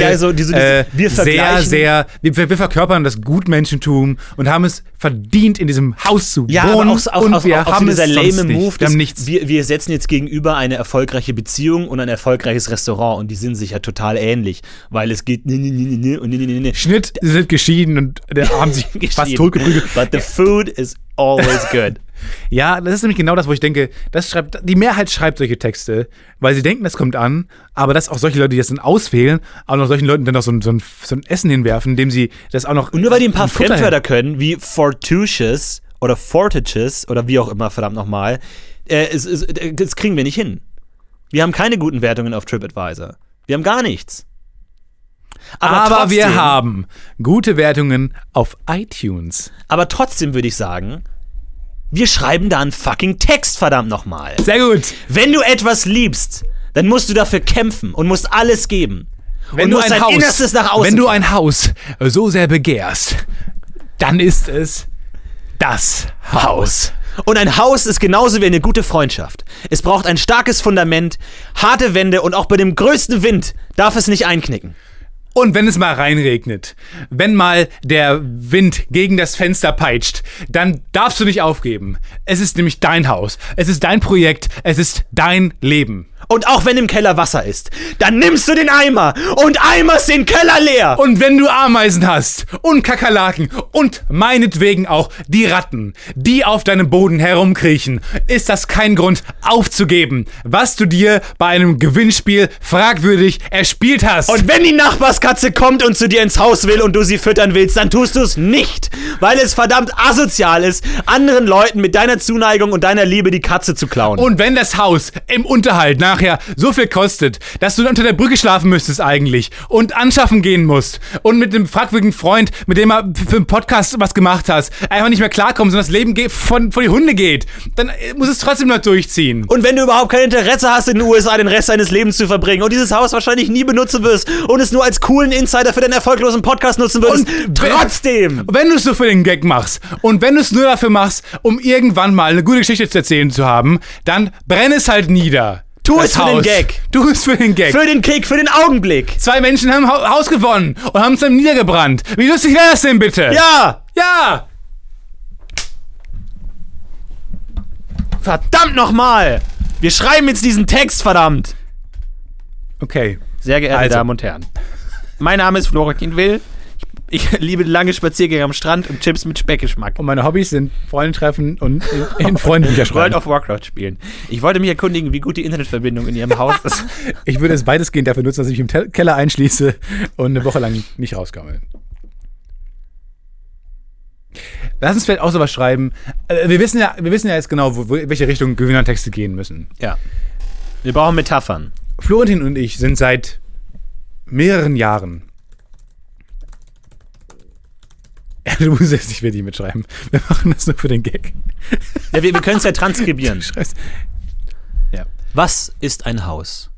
[SPEAKER 2] es- Genau, ja, so diese- diese-
[SPEAKER 1] äh,
[SPEAKER 2] wir
[SPEAKER 1] sehr,
[SPEAKER 2] vergleichen-
[SPEAKER 1] sehr, wir, wir wir verkörpern das Gutmenschentum und haben es verdient, in diesem Haus zu
[SPEAKER 2] ja,
[SPEAKER 1] wohnen.
[SPEAKER 2] aber auch, so- auch,
[SPEAKER 1] und
[SPEAKER 2] auch,
[SPEAKER 1] wir
[SPEAKER 2] auch so
[SPEAKER 1] haben
[SPEAKER 2] dieser
[SPEAKER 1] es
[SPEAKER 2] lame
[SPEAKER 1] sonst nicht.
[SPEAKER 2] Move.
[SPEAKER 1] Wir
[SPEAKER 2] des-
[SPEAKER 1] haben nichts.
[SPEAKER 2] Wir, wir setzen jetzt gegenüber eine erfolgreiche Beziehung und ein erfolgreiches Restaurant und die sind sich ja total ähnlich, weil es geht nee, nee, nee, nee, nee, und nee, nee, nee, [laughs] nee.
[SPEAKER 1] Schnitt, sie sind geschieden und äh,
[SPEAKER 2] [laughs]
[SPEAKER 1] haben sich fast
[SPEAKER 2] Geschrieben.
[SPEAKER 1] totgeprügelt.
[SPEAKER 2] But the food is always
[SPEAKER 1] [laughs]
[SPEAKER 2] good.
[SPEAKER 1] Ja, das ist nämlich genau das, wo ich denke, das schreibt, die Mehrheit schreibt solche Texte, weil sie denken, das kommt an, aber dass auch solche Leute, die das dann auswählen, auch noch solchen Leuten dann noch so ein, so ein, so ein Essen hinwerfen, indem sie das auch noch.
[SPEAKER 2] Und nur weil die ein paar
[SPEAKER 1] Futter-
[SPEAKER 2] Fremdwörter können, wie fortuitous oder fortituous oder wie auch immer, verdammt nochmal, äh, es- es- äh, das kriegen wir nicht hin. Wir haben keine guten Wertungen auf TripAdvisor. Wir haben gar nichts.
[SPEAKER 1] Aber wir
[SPEAKER 2] trotzdem-
[SPEAKER 1] haben gute Wertungen auf iTunes.
[SPEAKER 2] Aber trotzdem würde ich sagen, wir schreiben da einen fucking Text, verdammt nochmal.
[SPEAKER 1] Sehr gut.
[SPEAKER 2] Wenn du etwas liebst, dann musst du dafür kämpfen und musst alles geben.
[SPEAKER 1] Wenn
[SPEAKER 2] und
[SPEAKER 1] du
[SPEAKER 2] musst
[SPEAKER 1] ein
[SPEAKER 2] dein
[SPEAKER 1] Haus,
[SPEAKER 2] Innerstes nach außen
[SPEAKER 1] wenn du ein Haus so sehr begehrst, dann ist es das Haus.
[SPEAKER 2] Und ein Haus ist genauso wie eine gute Freundschaft. Es braucht ein starkes Fundament, harte Wände und auch bei dem größten Wind darf es nicht einknicken.
[SPEAKER 1] Und wenn es mal reinregnet, wenn mal der Wind gegen das Fenster peitscht, dann darfst du nicht aufgeben. Es ist nämlich dein Haus, es ist dein Projekt, es ist dein Leben.
[SPEAKER 2] Und auch wenn im Keller Wasser ist, dann nimmst du den Eimer und eimerst den Keller leer.
[SPEAKER 1] Und wenn du Ameisen hast und Kakerlaken und meinetwegen auch die Ratten, die auf deinem Boden herumkriechen, ist das kein Grund aufzugeben, was du dir bei einem Gewinnspiel fragwürdig erspielt hast.
[SPEAKER 2] Und wenn die Nachbarskatze kommt und zu dir ins Haus will und du sie füttern willst, dann tust du es nicht, weil es verdammt asozial ist, anderen Leuten mit deiner Zuneigung und deiner Liebe die Katze zu klauen.
[SPEAKER 1] Und wenn das Haus im Unterhalt nachher so viel kostet, dass du unter der Brücke schlafen müsstest eigentlich und anschaffen gehen musst und mit dem fragwürdigen Freund, mit dem er für einen Podcast was gemacht hast, einfach nicht mehr klarkommst und das Leben geht von, vor die Hunde geht, dann äh, muss es trotzdem noch durchziehen.
[SPEAKER 2] Und wenn du überhaupt kein Interesse hast, in den USA den Rest deines Lebens zu verbringen und dieses Haus wahrscheinlich nie benutzen wirst und es nur als coolen Insider für deinen erfolglosen Podcast nutzen würdest,
[SPEAKER 1] Und
[SPEAKER 2] trotzdem!
[SPEAKER 1] Wenn du es so für den Gag machst und wenn du es nur dafür machst, um irgendwann mal eine gute Geschichte zu erzählen zu haben, dann brenn es halt nieder.
[SPEAKER 2] Tu
[SPEAKER 1] Das
[SPEAKER 2] es für den Gag.
[SPEAKER 1] Tu es für den Gag.
[SPEAKER 2] Für den Kick, für den Augenblick!
[SPEAKER 1] Zwei Menschen haben Hau- Haus gewonnen und haben es dann niedergebrannt. Wie lustig wäre das denn bitte?
[SPEAKER 2] Ja!
[SPEAKER 1] Ja!
[SPEAKER 2] Verdammt nochmal! Wir schreiben jetzt diesen Text, verdammt!
[SPEAKER 1] Okay.
[SPEAKER 2] Sehr geehrte
[SPEAKER 1] Also.
[SPEAKER 2] Damen und Herren, mein Name ist Florentin Will. Ich, ich liebe lange Spaziergänge am Strand und Chips mit Speckgeschmack.
[SPEAKER 1] Und meine Hobbys sind Freunde treffen und in, in Freundebücher
[SPEAKER 2] World
[SPEAKER 1] schreiben.
[SPEAKER 2] of Warcraft spielen. Ich wollte mich erkundigen, wie gut die Internetverbindung in Ihrem Haus [laughs] ist.
[SPEAKER 1] Ich würde es weitestgehend dafür nutzen, dass ich mich im Te- Keller einschließe und eine Woche lang nicht rauskomme. Lass uns vielleicht auch sowas schreiben. Äh, Wir wissen ja, wir wissen ja jetzt genau, wo, wo, in welche Richtung Gewinnertexte gehen müssen.
[SPEAKER 2] Ja. Wir brauchen Metaphern.
[SPEAKER 1] Florentin und ich sind seit mehreren Jahren. [laughs] Ja, Du musst jetzt nicht wirklich mitschreiben. Wir machen das nur für den Gag.
[SPEAKER 2] Ja, wir wir können es ja [laughs] transkribieren.
[SPEAKER 1] Schreib's.
[SPEAKER 2] Was ist ein Haus?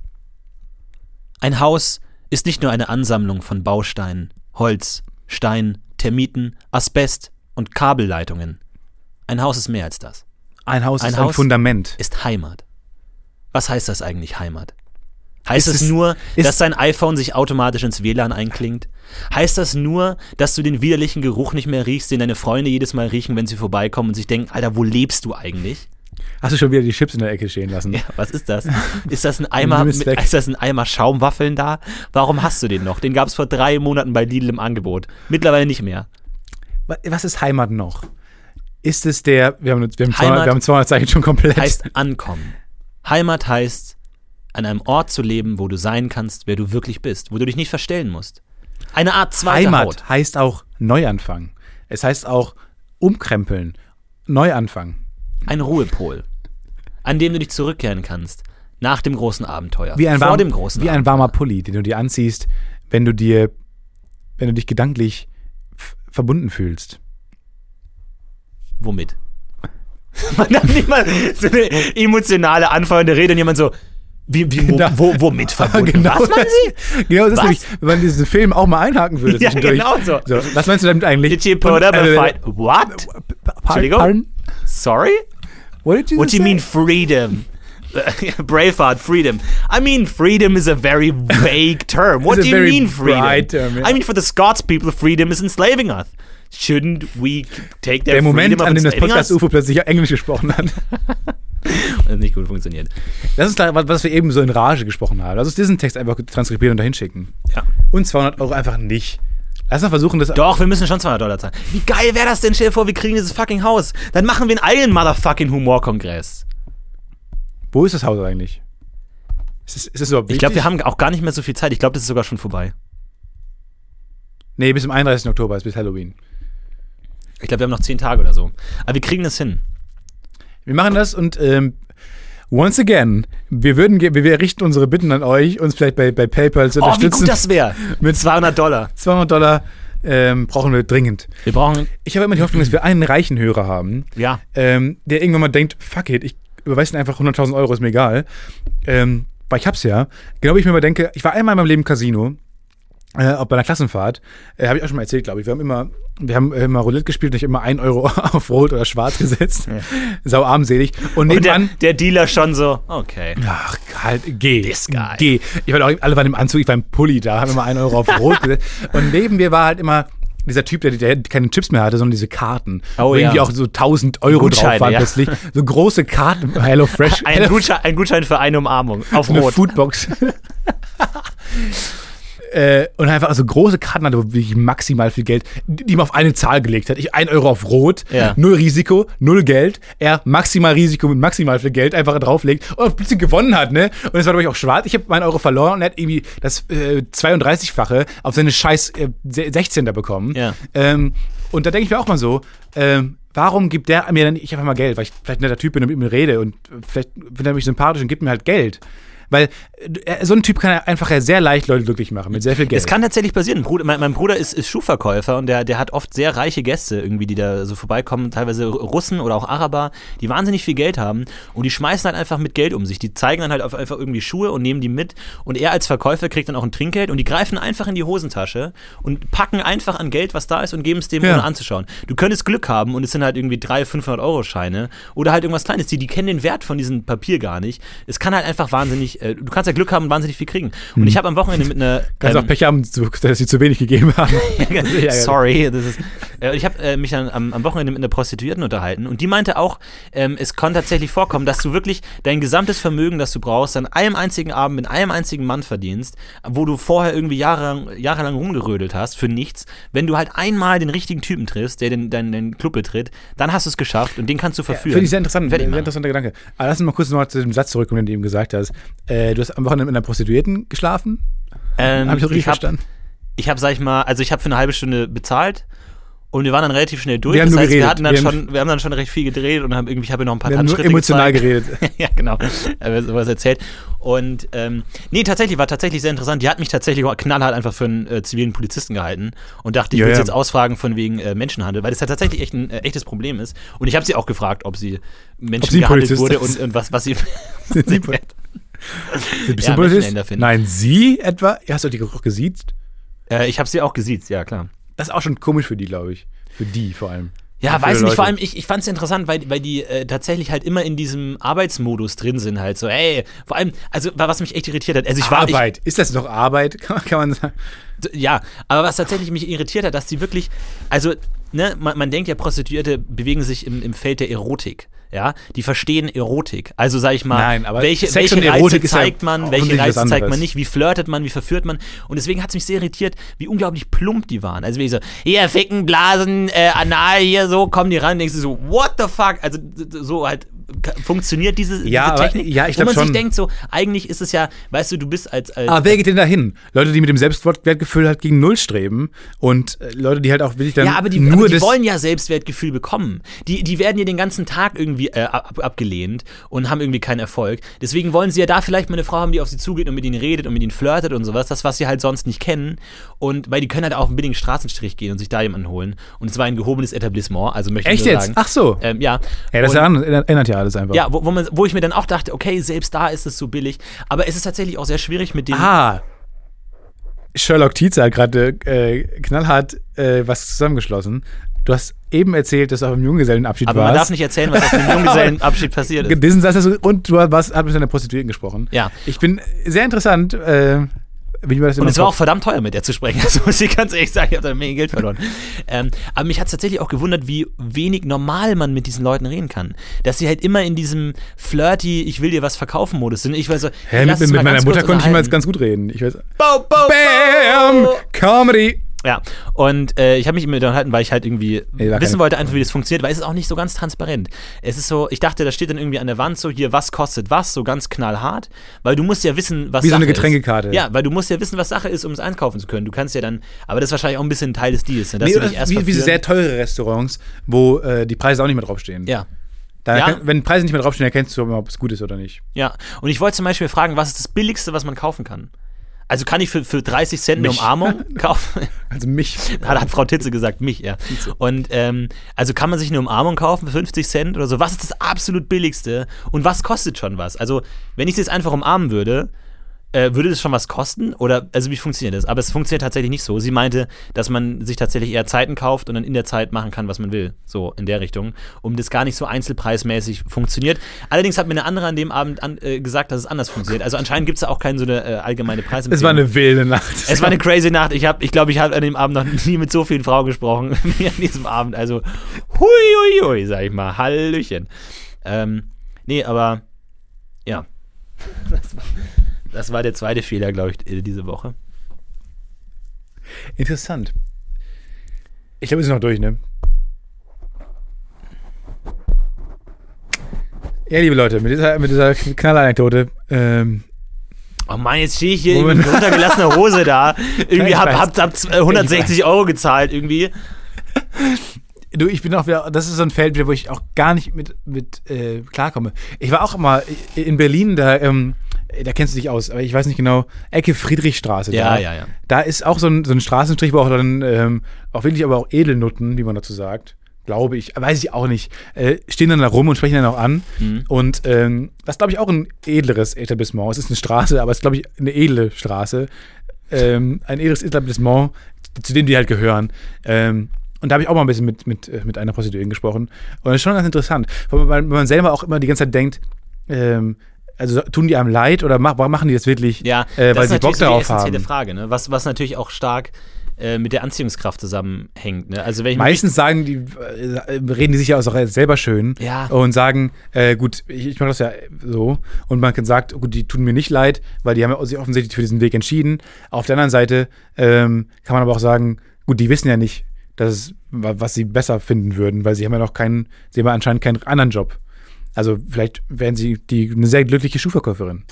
[SPEAKER 2] Ein Haus ist nicht nur eine Ansammlung von Bausteinen, Holz, Stein, Termiten, Asbest und Kabelleitungen. Ein Haus ist mehr als das.
[SPEAKER 1] Ein Haus
[SPEAKER 2] Ein
[SPEAKER 1] ist ein
[SPEAKER 2] Haus?
[SPEAKER 1] Fundament.
[SPEAKER 2] Ist Heimat. Was heißt das eigentlich Heimat? Heißt
[SPEAKER 1] Ist
[SPEAKER 2] es
[SPEAKER 1] es-
[SPEAKER 2] nur,
[SPEAKER 1] ist-
[SPEAKER 2] dass dein iPhone sich automatisch ins WLAN einklingt? Heißt das nur, dass du den widerlichen Geruch nicht mehr riechst, den deine Freunde jedes Mal riechen, wenn sie vorbeikommen und sich denken, Alter, wo lebst du eigentlich?
[SPEAKER 1] Hast du schon wieder die Chips in der Ecke stehen lassen?
[SPEAKER 2] [laughs] Ja, was ist das? [laughs] Ist das ein Eimer,
[SPEAKER 1] Nimm es
[SPEAKER 2] mit,
[SPEAKER 1] weg.
[SPEAKER 2] ist das ein Eimer Schaumwaffeln da? Warum hast du den noch? Den gab es vor drei Monaten bei Lidl im Angebot. Mittlerweile nicht mehr.
[SPEAKER 1] Wa- Was ist Heimat noch? Ist es der, wir haben, wir haben, 200,
[SPEAKER 2] Heimat
[SPEAKER 1] wir haben 200 Zeichen schon komplett.
[SPEAKER 2] Heißt ankommen. Heimat heißt, an einem Ort zu leben, wo du sein kannst, wer du wirklich bist, wo du dich nicht verstellen musst. Eine Art zweite
[SPEAKER 1] Heimat
[SPEAKER 2] Haut.
[SPEAKER 1] heißt auch Neuanfang. Es heißt auch umkrempeln, Neuanfang.
[SPEAKER 2] Ein Ruhepol, an dem du dich zurückkehren kannst. Nach dem großen Abenteuer.
[SPEAKER 1] Wie ein,
[SPEAKER 2] Vor
[SPEAKER 1] warm-
[SPEAKER 2] dem großen
[SPEAKER 1] wie ein
[SPEAKER 2] Abenteuer.
[SPEAKER 1] warmer Pulli, den du dir anziehst, wenn du dir, wenn du dich gedanklich f- verbunden fühlst.
[SPEAKER 2] Womit? [laughs] Man hat nicht mal so eine emotionale anfeuernde Rede und jemand so, wie, wie, wo,
[SPEAKER 1] [laughs] Genau.
[SPEAKER 2] wo, womit [laughs] verbunden?
[SPEAKER 1] [laughs]
[SPEAKER 2] Was meinen Sie?
[SPEAKER 1] das- Genau,
[SPEAKER 2] Was?
[SPEAKER 1] das ist nämlich, wenn man diesen Film auch mal einhaken würde.
[SPEAKER 2] [laughs] Ja,
[SPEAKER 1] zwischendurch.
[SPEAKER 2] genau so.
[SPEAKER 1] Was meinst du damit eigentlich?
[SPEAKER 2] Did you
[SPEAKER 1] Und-
[SPEAKER 2] put up a
[SPEAKER 1] äh,
[SPEAKER 2] fight? What?
[SPEAKER 1] Pardon?
[SPEAKER 2] Entschuldigung?
[SPEAKER 1] Pardon?
[SPEAKER 2] Sorry?
[SPEAKER 1] What did you
[SPEAKER 2] What do you
[SPEAKER 1] say?
[SPEAKER 2] mean freedom? [laughs] Braveheart, freedom. I mean, freedom is a very
[SPEAKER 1] [laughs]
[SPEAKER 2] vague term. What
[SPEAKER 1] It's
[SPEAKER 2] do
[SPEAKER 1] a
[SPEAKER 2] you
[SPEAKER 1] very
[SPEAKER 2] mean, freedom?
[SPEAKER 1] bright term, yeah.
[SPEAKER 2] I mean, for the Scots people, freedom is enslaving us. Shouldn't we take their
[SPEAKER 1] Der Moment,
[SPEAKER 2] freedom of
[SPEAKER 1] an dem das
[SPEAKER 2] enslaving us?
[SPEAKER 1] Podcast UFO plötzlich Englisch gesprochen hat.
[SPEAKER 2] Das hat nicht gut funktioniert.
[SPEAKER 1] [laughs] Das ist da, was was wir eben so in Rage gesprochen haben. Lass uns diesen Text einfach transkribieren und dahin schicken.
[SPEAKER 2] Ja.
[SPEAKER 1] Und 200 Euro einfach nicht. Lass mal versuchen, das.
[SPEAKER 2] Doch, wir müssen schon 200 Dollar zahlen. Wie geil wäre das denn? Stell dir vor, wir kriegen dieses fucking Haus. Dann machen wir einen eigenen motherfucking Humorkongress.
[SPEAKER 1] Wo ist das Haus eigentlich? Ist es, ist es überhaupt
[SPEAKER 2] Ich glaube, wir
[SPEAKER 1] wichtig?
[SPEAKER 2] haben auch gar nicht mehr so viel Zeit. Ich glaube, das ist sogar schon vorbei.
[SPEAKER 1] Nee, bis zum 31. Oktober ist bis Halloween.
[SPEAKER 2] Ich glaube, wir haben noch 10 Tage oder so. Aber wir kriegen das hin. Oh,
[SPEAKER 1] Wir machen das und ähm, once again, wir würden, ge- wir richten unsere Bitten an euch, uns vielleicht bei, bei PayPal zu
[SPEAKER 2] Oh, wie gut
[SPEAKER 1] unterstützen.
[SPEAKER 2] das wäre. Mit 200 Dollar.
[SPEAKER 1] 200 Dollar ähm, brauchen wir dringend.
[SPEAKER 2] Wir brauchen,
[SPEAKER 1] Ich habe immer die Hoffnung, dass wir einen reichen Hörer haben,
[SPEAKER 2] ja.
[SPEAKER 1] ähm, der irgendwann mal denkt, fuck it, ich überweise ihnen einfach 100.000 Euro, ist mir egal. Ähm, weil ich hab's ja. Genau wie ich mir immer denke, ich war einmal in meinem Leben im Casino, äh, auch bei einer Klassenfahrt, äh, habe ich auch schon mal erzählt, glaube ich. Wir haben immer, wir haben äh, immer Roulette gespielt und ich hab immer 1 Euro [laughs] auf Rot oder Schwarz gesetzt. Sau armselig.
[SPEAKER 2] Und
[SPEAKER 1] Und
[SPEAKER 2] der,
[SPEAKER 1] nebenan.
[SPEAKER 2] der Dealer schon so, okay.
[SPEAKER 1] Ach, halt, geh.
[SPEAKER 2] This guy.
[SPEAKER 1] Geh. Ich war auch, alle waren im Anzug, ich war im Pulli da, haben immer einen Euro
[SPEAKER 2] [laughs]
[SPEAKER 1] auf Rot gesetzt. Und neben mir war halt immer dieser Typ, der, der keine Chips mehr hatte, sondern diese Karten.
[SPEAKER 2] Oh,
[SPEAKER 1] wo irgendwie
[SPEAKER 2] ja.
[SPEAKER 1] auch so 1000 Euro
[SPEAKER 2] Gutscheine,
[SPEAKER 1] drauf waren
[SPEAKER 2] ja.
[SPEAKER 1] plötzlich. So große Karten.
[SPEAKER 2] [laughs]
[SPEAKER 1] Hello Fresh.
[SPEAKER 2] Ein
[SPEAKER 1] Hello
[SPEAKER 2] Gutschein, ein Gutschein für eine Umarmung. Auf
[SPEAKER 1] so eine
[SPEAKER 2] Rot.
[SPEAKER 1] Foodbox. [laughs] Äh, und einfach so große Karten hatte, wo wirklich maximal viel Geld, die die man auf eine Zahl gelegt hat. Ich 1 Euro auf Rot,
[SPEAKER 2] Ja.
[SPEAKER 1] null Risiko, null Geld. Er maximal Risiko mit maximal viel Geld einfach drauflegt und auf Blitze gewonnen hat, ne? Und es war, glaube ich, auch schwarz. Ich habe meinen Euro verloren und er hat irgendwie das äh, 32-fache auf seine scheiß äh, 16er bekommen.
[SPEAKER 2] Ja.
[SPEAKER 1] Ähm, und da denke ich mir auch mal so, ähm, warum gibt der mir dann nicht einfach mal Geld? Weil ich vielleicht ein netter Typ bin und mit ihm rede und vielleicht findet er mich sympathisch und gibt mir halt Geld. Weil äh, so ein Typ kann ja einfach ja sehr leicht Leute glücklich machen mit sehr viel Geld.
[SPEAKER 2] Es kann tatsächlich passieren. Bruder, mein, mein Bruder ist, ist Schuhverkäufer und der, der hat oft sehr reiche Gäste irgendwie, die da so vorbeikommen, teilweise Ru- Russen oder auch Araber, die wahnsinnig viel Geld haben und die schmeißen halt einfach mit Geld um sich. Die zeigen dann halt auf einfach irgendwie Schuhe und nehmen die mit und er als Verkäufer kriegt dann auch ein Trinkgeld und die greifen einfach in die Hosentasche und packen einfach an Geld, was da ist und geben es dem
[SPEAKER 1] Ja.
[SPEAKER 2] ohne anzuschauen. Du könntest Glück haben und es sind halt irgendwie drei 500 Euro Scheine oder halt irgendwas Kleines. Die, die kennen den Wert von diesem Papier gar nicht. Es kann halt einfach wahnsinnig, äh, du kannst ja Glück haben und wahnsinnig viel kriegen.
[SPEAKER 1] Hm.
[SPEAKER 2] Und ich habe am Wochenende mit einer ähm, [laughs]
[SPEAKER 1] Kannst auch Pech haben, zu- dass sie zu wenig gegeben haben.
[SPEAKER 2] Sorry, das ist, Äh, ich habe äh, mich dann am, am Wochenende mit einer Prostituierten unterhalten und die meinte auch, ähm, es kann tatsächlich vorkommen, dass du wirklich dein gesamtes Vermögen, das du brauchst, an einem einzigen Abend mit einem einzigen Mann verdienst, wo du vorher irgendwie jahrelang, jahrelang rumgerödelt hast für nichts. Wenn du halt einmal den richtigen Typen triffst, der den, den, den Club betritt, dann hast du es geschafft und den kannst du verführen.
[SPEAKER 1] Finde ich sehr interessant,
[SPEAKER 2] Fertig
[SPEAKER 1] sehr
[SPEAKER 2] machen.
[SPEAKER 1] interessanter Gedanke. Aber lass uns mal kurz nochmal zu dem Satz zurückkommen, den du eben gesagt hast. Äh, du hast am Wochenende mit einer Prostituierten geschlafen?
[SPEAKER 2] Ähm,
[SPEAKER 1] Habe ich das richtig
[SPEAKER 2] ich hab-
[SPEAKER 1] verstanden?
[SPEAKER 2] ich habe, sag ich mal, also ich habe für eine halbe Stunde bezahlt und wir waren dann relativ schnell durch.
[SPEAKER 1] Wir haben
[SPEAKER 2] das
[SPEAKER 1] nur
[SPEAKER 2] heißt, wir
[SPEAKER 1] geredet.
[SPEAKER 2] hatten dann
[SPEAKER 1] Wir haben-
[SPEAKER 2] schon, wir haben dann schon recht viel gedreht und haben irgendwie, ich habe noch ein paar
[SPEAKER 1] Wir haben nur
[SPEAKER 2] Tanzschritte
[SPEAKER 1] emotional
[SPEAKER 2] gezeigt.
[SPEAKER 1] geredet.
[SPEAKER 2] [laughs] ja, genau. Aber sowas erzählt. Und ähm, nee, tatsächlich war tatsächlich sehr interessant. Die hat mich tatsächlich auch knallhart einfach für einen äh, zivilen Polizisten gehalten und dachte, ich
[SPEAKER 1] Ja,
[SPEAKER 2] will sie
[SPEAKER 1] ja.
[SPEAKER 2] jetzt ausfragen von wegen äh, Menschenhandel, weil das ja tatsächlich echt ein äh, echtes Problem ist. Und ich habe sie auch gefragt, ob sie Menschen
[SPEAKER 1] sie ein
[SPEAKER 2] gehandelt
[SPEAKER 1] Polizist
[SPEAKER 2] wurde
[SPEAKER 1] ist.
[SPEAKER 2] und, und was, was sie. [laughs]
[SPEAKER 1] Sind Sie Pol- Bist
[SPEAKER 2] Ja,
[SPEAKER 1] du Polizist?
[SPEAKER 2] Menschenhändler finden.
[SPEAKER 1] Nein, sie etwa? Ja, hast du die auch gesiezt?
[SPEAKER 2] äh, ich habe sie auch gesiezt, ja klar.
[SPEAKER 1] Das ist auch schon komisch für die, glaube ich. Für die vor allem.
[SPEAKER 2] Ja,
[SPEAKER 1] Für
[SPEAKER 2] weiß nicht,
[SPEAKER 1] Leute.
[SPEAKER 2] vor allem ich, ich fand es interessant, weil, weil die äh, tatsächlich halt immer in diesem Arbeitsmodus drin sind, halt so, ey, vor allem, also wa- was mich echt irritiert hat, also ich war, ich,
[SPEAKER 1] Arbeit. ist das noch Arbeit? [laughs] Kann, man- kann man sagen.
[SPEAKER 2] D- Ja, aber was tatsächlich mich irritiert hat, dass die wirklich, also, ne, man, man denkt ja, Prostituierte bewegen sich im, im Feld der Erotik. Ja, die verstehen Erotik. Also sag ich mal,
[SPEAKER 1] Nein, aber
[SPEAKER 2] welche,
[SPEAKER 1] Sex
[SPEAKER 2] welche
[SPEAKER 1] und
[SPEAKER 2] Reize
[SPEAKER 1] Erotik ist ja
[SPEAKER 2] zeigt man, welche
[SPEAKER 1] offensichtlich was
[SPEAKER 2] Reize zeigt man
[SPEAKER 1] anderes.
[SPEAKER 2] nicht, wie flirtet man, wie verführt man. Und deswegen hat es mich sehr irritiert, wie unglaublich plump die waren. Also wirklich so, hier, Ficken, Blasen, äh, Anal, hier so, kommen die ran, denkst du so, what the fuck? Also d- d- so halt k- funktioniert diese,
[SPEAKER 1] Ja,
[SPEAKER 2] diese
[SPEAKER 1] aber-
[SPEAKER 2] Technik.
[SPEAKER 1] ja, ich
[SPEAKER 2] Wo man
[SPEAKER 1] glaub
[SPEAKER 2] sich
[SPEAKER 1] schon. Ah,
[SPEAKER 2] denkt so, eigentlich ist es ja, weißt du, du bist als, als
[SPEAKER 1] Aber wer geht denn da hin? Leute, die mit dem Selbstwertgefühl halt gegen Null streben und äh, Leute, die halt auch wirklich dann
[SPEAKER 2] Ja, aber die,
[SPEAKER 1] nur
[SPEAKER 2] aber die
[SPEAKER 1] das.
[SPEAKER 2] wollen ja Selbstwertgefühl bekommen. Die, die werden ja den ganzen Tag irgendwie äh, ab, abgelehnt und haben irgendwie keinen Erfolg. Deswegen wollen sie ja da vielleicht mal eine Frau haben, die auf sie zugeht und mit ihnen redet und mit ihnen flirtet und sowas. Das, was sie halt sonst nicht kennen. Und weil die können halt auf einen billigen Straßenstrich gehen und sich da jemanden holen. Und es war ein gehobenes Etablissement, also möchte ich
[SPEAKER 1] Echt
[SPEAKER 2] nur
[SPEAKER 1] jetzt?
[SPEAKER 2] sagen.
[SPEAKER 1] Ach so.
[SPEAKER 2] Ähm, ja.
[SPEAKER 1] ja, das
[SPEAKER 2] und,
[SPEAKER 1] ändert ändert ja alles einfach.
[SPEAKER 2] ja, wo, wo, man, wo ich mir dann auch dachte, okay, selbst da ist es so billig. Aber es ist tatsächlich auch sehr schwierig mit den.
[SPEAKER 1] Ah. Sherlock Tietze hat gerade äh, knallhart äh, was zusammengeschlossen. Du hast eben erzählt, dass du auf dem Junggesellenabschied
[SPEAKER 2] aber
[SPEAKER 1] warst.
[SPEAKER 2] man darf nicht erzählen, was auf
[SPEAKER 1] [laughs]
[SPEAKER 2] dem Junggesellenabschied passiert ist.
[SPEAKER 1] Diesen Satz hast du, und du warst, hast mit einer Prostituierten gesprochen.
[SPEAKER 2] Ja.
[SPEAKER 1] Ich bin sehr interessant. Äh, wie mir das
[SPEAKER 2] Und es war auch verdammt teuer, mit der zu sprechen. [laughs] Also muss ich ganz ehrlich sagen, ich habe da eine Menge Geld verloren. ähm, aber mich hat es tatsächlich auch gewundert, wie wenig normal man mit diesen Leuten reden kann. Dass sie halt immer in diesem flirty, ich will dir was verkaufen Modus sind. Ich weiß so,
[SPEAKER 1] Hä, mit,
[SPEAKER 2] lass uns
[SPEAKER 1] mit
[SPEAKER 2] mal
[SPEAKER 1] meiner
[SPEAKER 2] ganz
[SPEAKER 1] Mutter
[SPEAKER 2] kurz
[SPEAKER 1] konnte ich immer jetzt
[SPEAKER 2] unterhalten. Oh,
[SPEAKER 1] ganz gut reden. Ich weiß,
[SPEAKER 2] Bo, bo,
[SPEAKER 1] Bam!
[SPEAKER 2] bo.
[SPEAKER 1] Comedy!
[SPEAKER 2] Ja, und äh, ich habe mich immer unterhalten, weil ich halt irgendwie
[SPEAKER 1] Ey, war
[SPEAKER 2] wissen
[SPEAKER 1] keine-
[SPEAKER 2] wollte, einfach wie das funktioniert, weil es ist auch nicht so ganz transparent. Es ist so, ich dachte, da steht dann irgendwie an der Wand so hier, was kostet was, so ganz knallhart, weil du musst ja wissen, was
[SPEAKER 1] Wie so eine
[SPEAKER 2] Sache ist.
[SPEAKER 1] Getränkekarte.
[SPEAKER 2] Ja, weil du musst ja wissen, was Sache ist, um es einkaufen zu können. Du kannst ja dann, aber das ist wahrscheinlich auch ein bisschen Teil des Deals, ne? dass
[SPEAKER 1] Nee,
[SPEAKER 2] du dich erst
[SPEAKER 1] wie, wie so
[SPEAKER 2] verführen-
[SPEAKER 1] sehr teure Restaurants, wo äh, die Preise auch nicht mehr draufstehen.
[SPEAKER 2] ja.
[SPEAKER 1] Da
[SPEAKER 2] Ja.
[SPEAKER 1] erken- wenn Preise nicht mehr draufstehen, erkennst du, ob es gut ist oder nicht.
[SPEAKER 2] Ja, und ich wollte zum Beispiel fragen, was ist das Billigste, was man kaufen kann? Also kann ich für, für 30 Cent eine
[SPEAKER 1] Mich.
[SPEAKER 2] Umarmung
[SPEAKER 1] [laughs]
[SPEAKER 2] kaufen?
[SPEAKER 1] Also mich.
[SPEAKER 2] [laughs] Hat, hat Frau Titze gesagt, mich, ja. Und ähm, also kann man sich eine Umarmung kaufen für 50 Cent oder so? Was ist das absolut billigste? Und was kostet schon was? Also, wenn ich sie jetzt einfach umarmen würde, äh, würde das schon was kosten? Oder, also wie funktioniert das? Aber es funktioniert tatsächlich nicht so. Sie meinte, dass man sich tatsächlich eher Zeiten kauft und dann in der Zeit machen kann, was man will. So in der Richtung. Um das gar nicht so einzelpreismäßig funktioniert. Allerdings hat mir eine andere an dem Abend an, äh, gesagt, dass es anders funktioniert. Also anscheinend gibt es da auch keine so eine äh, allgemeine Preisempfehlung.
[SPEAKER 1] Es war eine wilde Nacht.
[SPEAKER 2] Es war eine crazy Nacht. Ich glaube, ich, glaub, ich habe an dem Abend noch [laughs] nie mit so vielen Frauen gesprochen [laughs] wie an diesem Abend. Also, hui, hui, hui, sag ich mal. Hallöchen. Ähm, nee, aber ja. [laughs] Das war, das war der zweite Fehler, glaube ich, äh, diese Woche.
[SPEAKER 1] Interessant. Ich glaube, wir sind noch durch, ne? Ja, liebe Leute, mit dieser, mit dieser Knallanekdote, ähm,
[SPEAKER 2] Oh Mann, jetzt stehe ich hier irgendwie
[SPEAKER 1] Moment.
[SPEAKER 2] mit runtergelassener Hose
[SPEAKER 1] [laughs]
[SPEAKER 2] da. Irgendwie
[SPEAKER 1] ich
[SPEAKER 2] hab,
[SPEAKER 1] weiß.
[SPEAKER 2] hab, hab z- äh, 160 Euro gezahlt irgendwie.
[SPEAKER 1] Du, ich bin auch wieder, das ist so ein Feld, wieder, wo ich auch gar nicht mit, mit äh, klarkomme. Ich war auch mal in Berlin, da, ähm, da kennst du dich aus, aber ich weiß nicht genau, Ecke Friedrichstraße.
[SPEAKER 2] Ja,
[SPEAKER 1] da,
[SPEAKER 2] ja, ja.
[SPEAKER 1] Da ist auch so ein, so ein Straßenstrich, wo auch dann, ähm, auch wirklich aber auch Edelnutten, wie man dazu sagt, glaube ich, weiß ich auch nicht, äh, stehen dann da rum und sprechen dann auch an.
[SPEAKER 2] Mhm.
[SPEAKER 1] Und ähm, das ist, glaube ich, auch ein edleres Etablissement. Es ist eine Straße, aber es ist, glaube ich, eine edle Straße ähm, ein edles Etablissement, zu dem die halt gehören. Ähm, und da habe ich auch mal ein bisschen mit, mit, äh, mit einer Prostituierten gesprochen. Und das ist schon ganz interessant, weil man, weil man selber auch immer die ganze Zeit denkt, ähm, also tun die einem leid oder mach, warum machen die das wirklich,
[SPEAKER 2] Ja,
[SPEAKER 1] äh, weil
[SPEAKER 2] das
[SPEAKER 1] sie
[SPEAKER 2] ist
[SPEAKER 1] Bock
[SPEAKER 2] natürlich so die
[SPEAKER 1] darauf
[SPEAKER 2] essentielle
[SPEAKER 1] haben?
[SPEAKER 2] Frage, ne? Was, was natürlich auch stark äh, mit der Anziehungskraft zusammenhängt. Ne? Also wenn ich mich
[SPEAKER 1] Meistens sagen die, äh, reden die sich ja auch selber schön
[SPEAKER 2] Ja.
[SPEAKER 1] und sagen, äh, gut, ich, ich mache das ja so. Und man kann sagt, gut, die tun mir nicht leid, weil die haben ja sich offensichtlich für diesen Weg entschieden. Auf der anderen Seite ähm, kann man aber auch sagen, gut, die wissen ja nicht, dass es, wa- was sie besser finden würden, weil sie haben ja noch keinen, sie haben ja anscheinend keinen anderen Job. Also vielleicht wären sie die, eine sehr glückliche Schuhverkäuferin.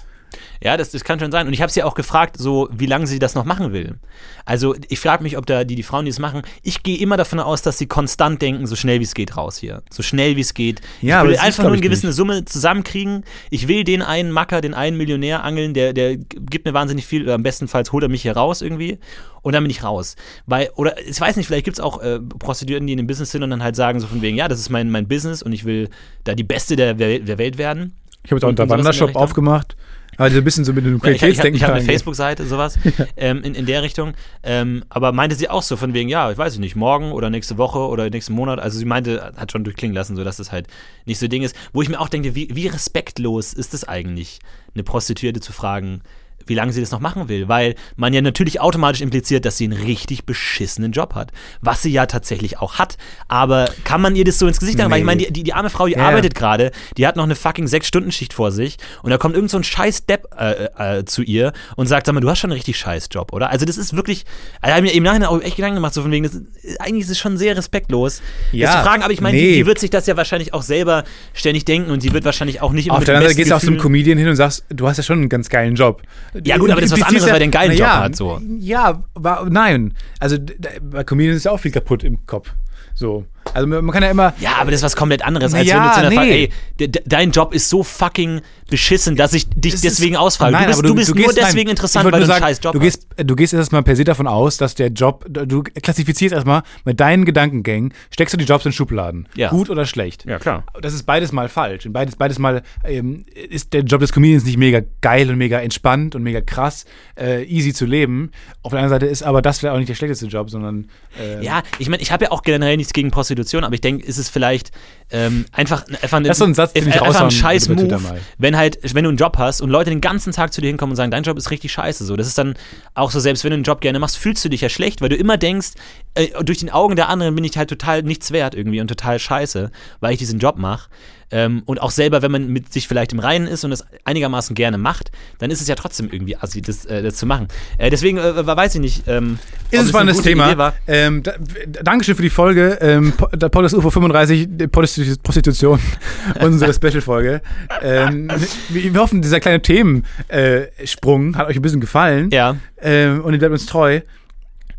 [SPEAKER 2] Ja, das, das kann schon sein. Und ich habe sie auch gefragt, so wie lange sie das noch machen will. Also ich frage mich, ob da die, die Frauen, die es machen, ich gehe immer davon aus, dass sie konstant denken, so schnell wie es geht raus hier. So schnell wie es geht.
[SPEAKER 1] Ja,
[SPEAKER 2] ich
[SPEAKER 1] aber
[SPEAKER 2] will
[SPEAKER 1] das ist,
[SPEAKER 2] einfach
[SPEAKER 1] glaub
[SPEAKER 2] nur
[SPEAKER 1] ich,
[SPEAKER 2] eine gewisse Summe zusammenkriegen. Ich will den einen Macker, den einen Millionär angeln, der, der gibt mir wahnsinnig viel oder am bestenfalls holt er mich hier raus irgendwie. Und dann bin ich raus. Weil, oder ich weiß nicht, vielleicht gibt es auch äh, Prostituierten, die in dem Business sind und dann halt sagen, so von wegen, ja, das ist mein, mein Business und ich will da die Beste der, der, der Welt werden.
[SPEAKER 1] Ich habe jetzt auch einen
[SPEAKER 2] Und- und sowas in der
[SPEAKER 1] Wandershop
[SPEAKER 2] Richtung?
[SPEAKER 1] aufgemacht, also ein bisschen so mit dem
[SPEAKER 2] Ja, ich ich, hab- ich
[SPEAKER 1] Qualitätsdenken.
[SPEAKER 2] habe eine
[SPEAKER 1] reingehen.
[SPEAKER 2] Facebook-Seite, sowas, ähm, in, in der Richtung. Ähm, aber meinte sie auch so von wegen, ja, ich weiß nicht, morgen oder nächste Woche oder nächsten Monat. Also sie meinte, hat schon durchklingen lassen, so dass das halt nicht so ein Ding ist. Wo ich mir auch denke, wie, wie respektlos ist es eigentlich, eine Prostituierte zu fragen, wie lange sie das noch machen will, weil man ja natürlich automatisch impliziert, dass sie einen richtig beschissenen Job hat, was sie ja tatsächlich auch hat. Aber kann man ihr das so ins Gesicht sagen? Weil ich
[SPEAKER 1] Nee.
[SPEAKER 2] meine, die, die, die arme Frau, die
[SPEAKER 1] Ja.
[SPEAKER 2] arbeitet gerade, die hat noch eine fucking sechs Stunden Schicht vor sich und da kommt irgend so ein scheiß Depp äh, äh, zu ihr und sagt, sag mal, du hast schon einen richtig scheiß Job, oder? Also das ist wirklich, also, ich habe mir im Nachhinein auch echt Gedanken gemacht, so von wegen, das, ist- eigentlich ist es schon sehr respektlos, das
[SPEAKER 1] Ja,
[SPEAKER 2] zu fragen, aber ich meine,
[SPEAKER 1] nee.
[SPEAKER 2] die, die wird sich das ja wahrscheinlich auch selber ständig denken und die wird wahrscheinlich auch nicht immer
[SPEAKER 1] Auf
[SPEAKER 2] mit dem
[SPEAKER 1] der anderen Seite
[SPEAKER 2] besten
[SPEAKER 1] gehst du auch zum
[SPEAKER 2] Gefühl-
[SPEAKER 1] Comedian hin und sagst, du hast ja schon einen ganz geilen Job.
[SPEAKER 2] Ja, gut, aber das ist was
[SPEAKER 1] Implizierst
[SPEAKER 2] anderes,
[SPEAKER 1] ja-
[SPEAKER 2] weil der einen geilen
[SPEAKER 1] na
[SPEAKER 2] Job
[SPEAKER 1] ja,
[SPEAKER 2] hat, so.
[SPEAKER 1] Ja, wa- nein. Also d- d- bei Comedian ist ja auch viel kaputt im Kopf. So. Also man man kann ja immer.
[SPEAKER 2] Ja, aber das ist was komplett anderes, als
[SPEAKER 1] Ja,
[SPEAKER 2] wenn du zu einer
[SPEAKER 1] nee.
[SPEAKER 2] Frage, ey, de- de- dein Job ist so fucking beschissen, dass ich dich
[SPEAKER 1] es
[SPEAKER 2] deswegen
[SPEAKER 1] ist-
[SPEAKER 2] ausfrage.
[SPEAKER 1] Nein,
[SPEAKER 2] du bist,
[SPEAKER 1] aber
[SPEAKER 2] du, bist nur
[SPEAKER 1] gehst- nein,
[SPEAKER 2] deswegen interessant,
[SPEAKER 1] ich wollte
[SPEAKER 2] weil du
[SPEAKER 1] nur
[SPEAKER 2] einen
[SPEAKER 1] sagen,
[SPEAKER 2] scheiß Job
[SPEAKER 1] du gehst, Du gehst erstmal per se davon aus, dass der Job, du klassifizierst erstmal mit deinen Gedankengängen, steckst du die Jobs in Schubladen.
[SPEAKER 2] Ja.
[SPEAKER 1] Gut oder schlecht.
[SPEAKER 2] Ja, klar.
[SPEAKER 1] Das ist beides mal falsch. Und beides, beides mal ähm, ist der Job des Comedians nicht mega geil und mega entspannt und mega krass, äh, easy zu leben. Auf der anderen Seite ist aber das vielleicht auch nicht der schlechteste Job, sondern äh,
[SPEAKER 2] Ja, ich meine, ich habe ja auch generell nichts gegen Prostitution, aber ich denke, ist es vielleicht ähm, einfach, einfach äh,
[SPEAKER 1] Das ist so ein Satz, den ich
[SPEAKER 2] einfach ein
[SPEAKER 1] raushauen
[SPEAKER 2] scheiß
[SPEAKER 1] würde bei
[SPEAKER 2] Move,
[SPEAKER 1] Twitter mal.
[SPEAKER 2] wenn halt, wenn du einen Job hast und Leute den ganzen Tag zu dir hinkommen und sagen, dein Job ist richtig scheiße. So, das ist dann auch so, selbst wenn du einen Job gerne machst, fühlst du dich ja schlecht, weil du immer denkst, äh, durch den Augen der anderen bin ich halt total nichts wert irgendwie und total scheiße, weil ich diesen Job mache. Ähm, und auch selber, wenn man mit sich vielleicht im Reinen ist und das einigermaßen gerne macht, dann ist es ja trotzdem irgendwie assi, das, äh, das zu machen. Äh, deswegen äh, weiß ich nicht. Ähm,
[SPEAKER 1] Ist
[SPEAKER 2] ob
[SPEAKER 1] ein
[SPEAKER 2] es eine
[SPEAKER 1] spannendes
[SPEAKER 2] gute Idee
[SPEAKER 1] Thema.
[SPEAKER 2] war.
[SPEAKER 1] Ähm, da, w- Dankeschön für die Folge. Ähm, Po- der Podcast UFO 35, die Prostitu- Prostitution, [laughs] unsere Special-Folge. Ähm, wir, wir hoffen, dieser kleine Themensprung hat euch ein bisschen gefallen.
[SPEAKER 2] Ja.
[SPEAKER 1] Ähm, und ihr bleibt uns treu.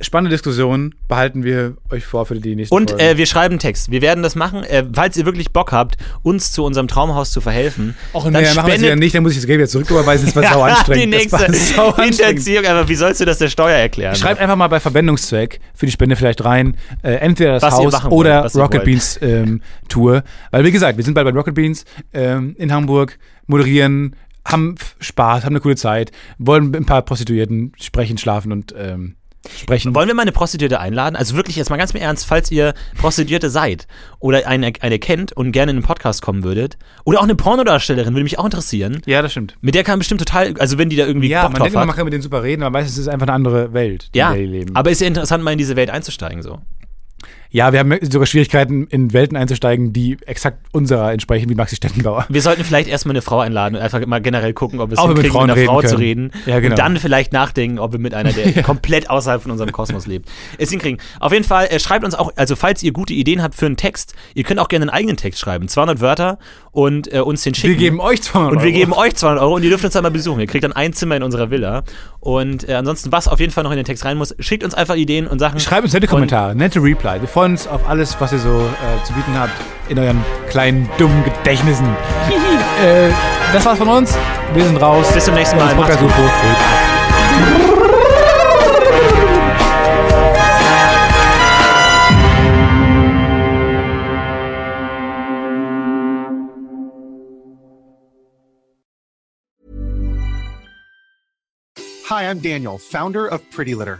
[SPEAKER 1] Spannende Diskussionen behalten wir euch vor für die nächsten
[SPEAKER 2] Und
[SPEAKER 1] Folgen.
[SPEAKER 2] äh, wir schreiben Text. Wir werden das machen. Äh, falls ihr wirklich Bock habt, uns zu unserem Traumhaus zu verhelfen,
[SPEAKER 1] Och, nee, dann machen wir es wieder nicht, dann muss ich das Geld wieder
[SPEAKER 2] [laughs]
[SPEAKER 1] zurücküberweisen, das war sau anstrengend.
[SPEAKER 2] die nächste
[SPEAKER 1] Das war [laughs] sau anstrengend.
[SPEAKER 2] Hinterziehung. Aber wie sollst du das der Steuer erklären?
[SPEAKER 1] Schreibt einfach mal bei Verwendungszweck für die Spende vielleicht rein. Äh, entweder das
[SPEAKER 2] Was ihr
[SPEAKER 1] Haus
[SPEAKER 2] machen wollt,
[SPEAKER 1] oder
[SPEAKER 2] was ihr
[SPEAKER 1] Rocket
[SPEAKER 2] wollt.
[SPEAKER 1] Beans ähm, Tour. Weil, wie gesagt, wir sind bald bei Rocket Beans ähm, in Hamburg, moderieren, haben f- Spaß, haben eine coole Zeit, wollen mit ein paar Prostituierten sprechen, schlafen und ähm, sprechen.
[SPEAKER 2] Wollen wir mal eine Prostituierte einladen? Also wirklich jetzt mal ganz im Ernst, falls ihr Prostituierte seid oder eine, eine kennt und gerne in den Podcast kommen würdet. Oder auch eine Pornodarstellerin, würde mich auch interessieren.
[SPEAKER 1] ja, das stimmt.
[SPEAKER 2] Mit der kann bestimmt total, also wenn die da irgendwie
[SPEAKER 1] Ja,
[SPEAKER 2] Bock
[SPEAKER 1] man denkt
[SPEAKER 2] drauf
[SPEAKER 1] immer, man
[SPEAKER 2] hat.
[SPEAKER 1] kann mit denen super reden, aber meistens ist es einfach eine andere Welt,
[SPEAKER 2] Ja,
[SPEAKER 1] in der die leben.
[SPEAKER 2] aber ist ja interessant, mal in diese Welt einzusteigen so.
[SPEAKER 1] ja, wir haben sogar Schwierigkeiten, in Welten einzusteigen, die exakt unserer entsprechen, wie Maxi Stettenbauer.
[SPEAKER 2] Wir sollten vielleicht erstmal eine Frau einladen und einfach mal generell gucken, ob wir es
[SPEAKER 1] Auch
[SPEAKER 2] hinkriegen,
[SPEAKER 1] mit Frauen
[SPEAKER 2] mit einer
[SPEAKER 1] reden
[SPEAKER 2] Frau zu
[SPEAKER 1] können.
[SPEAKER 2] reden.
[SPEAKER 1] Ja, genau.
[SPEAKER 2] Und dann vielleicht nachdenken, ob wir mit einer,
[SPEAKER 1] [laughs]
[SPEAKER 2] der komplett außerhalb von unserem Kosmos lebt, es hinkriegen. Auf jeden Fall, äh, schreibt uns auch, also falls ihr gute Ideen habt für einen Text, ihr könnt auch gerne einen eigenen Text schreiben. 200 Wörter und äh, uns den schicken.
[SPEAKER 1] Wir geben euch 200
[SPEAKER 2] und wir
[SPEAKER 1] Euro.
[SPEAKER 2] geben euch 200 Euro und ihr dürft uns dann mal besuchen. Ihr kriegt dann ein Zimmer in unserer Villa. Und äh, ansonsten, was auf jeden Fall noch in den Text rein muss, schickt uns einfach Ideen und Sachen.
[SPEAKER 1] Schreibt uns nette
[SPEAKER 2] Und-
[SPEAKER 1] Kommentare, nette Reply. Wir freuen uns auf alles, was ihr so äh, zu bieten habt in euren kleinen,
[SPEAKER 2] [laughs]
[SPEAKER 1] dummen Gedächtnissen. äh, das war's von uns. Wir sind raus.
[SPEAKER 2] Bis zum nächsten Mal.
[SPEAKER 1] Das
[SPEAKER 2] Macht's
[SPEAKER 1] Podcast
[SPEAKER 2] gut.
[SPEAKER 1] UFO. Geht ab.
[SPEAKER 3] Hi, I'm Daniel, founder of Pretty Litter.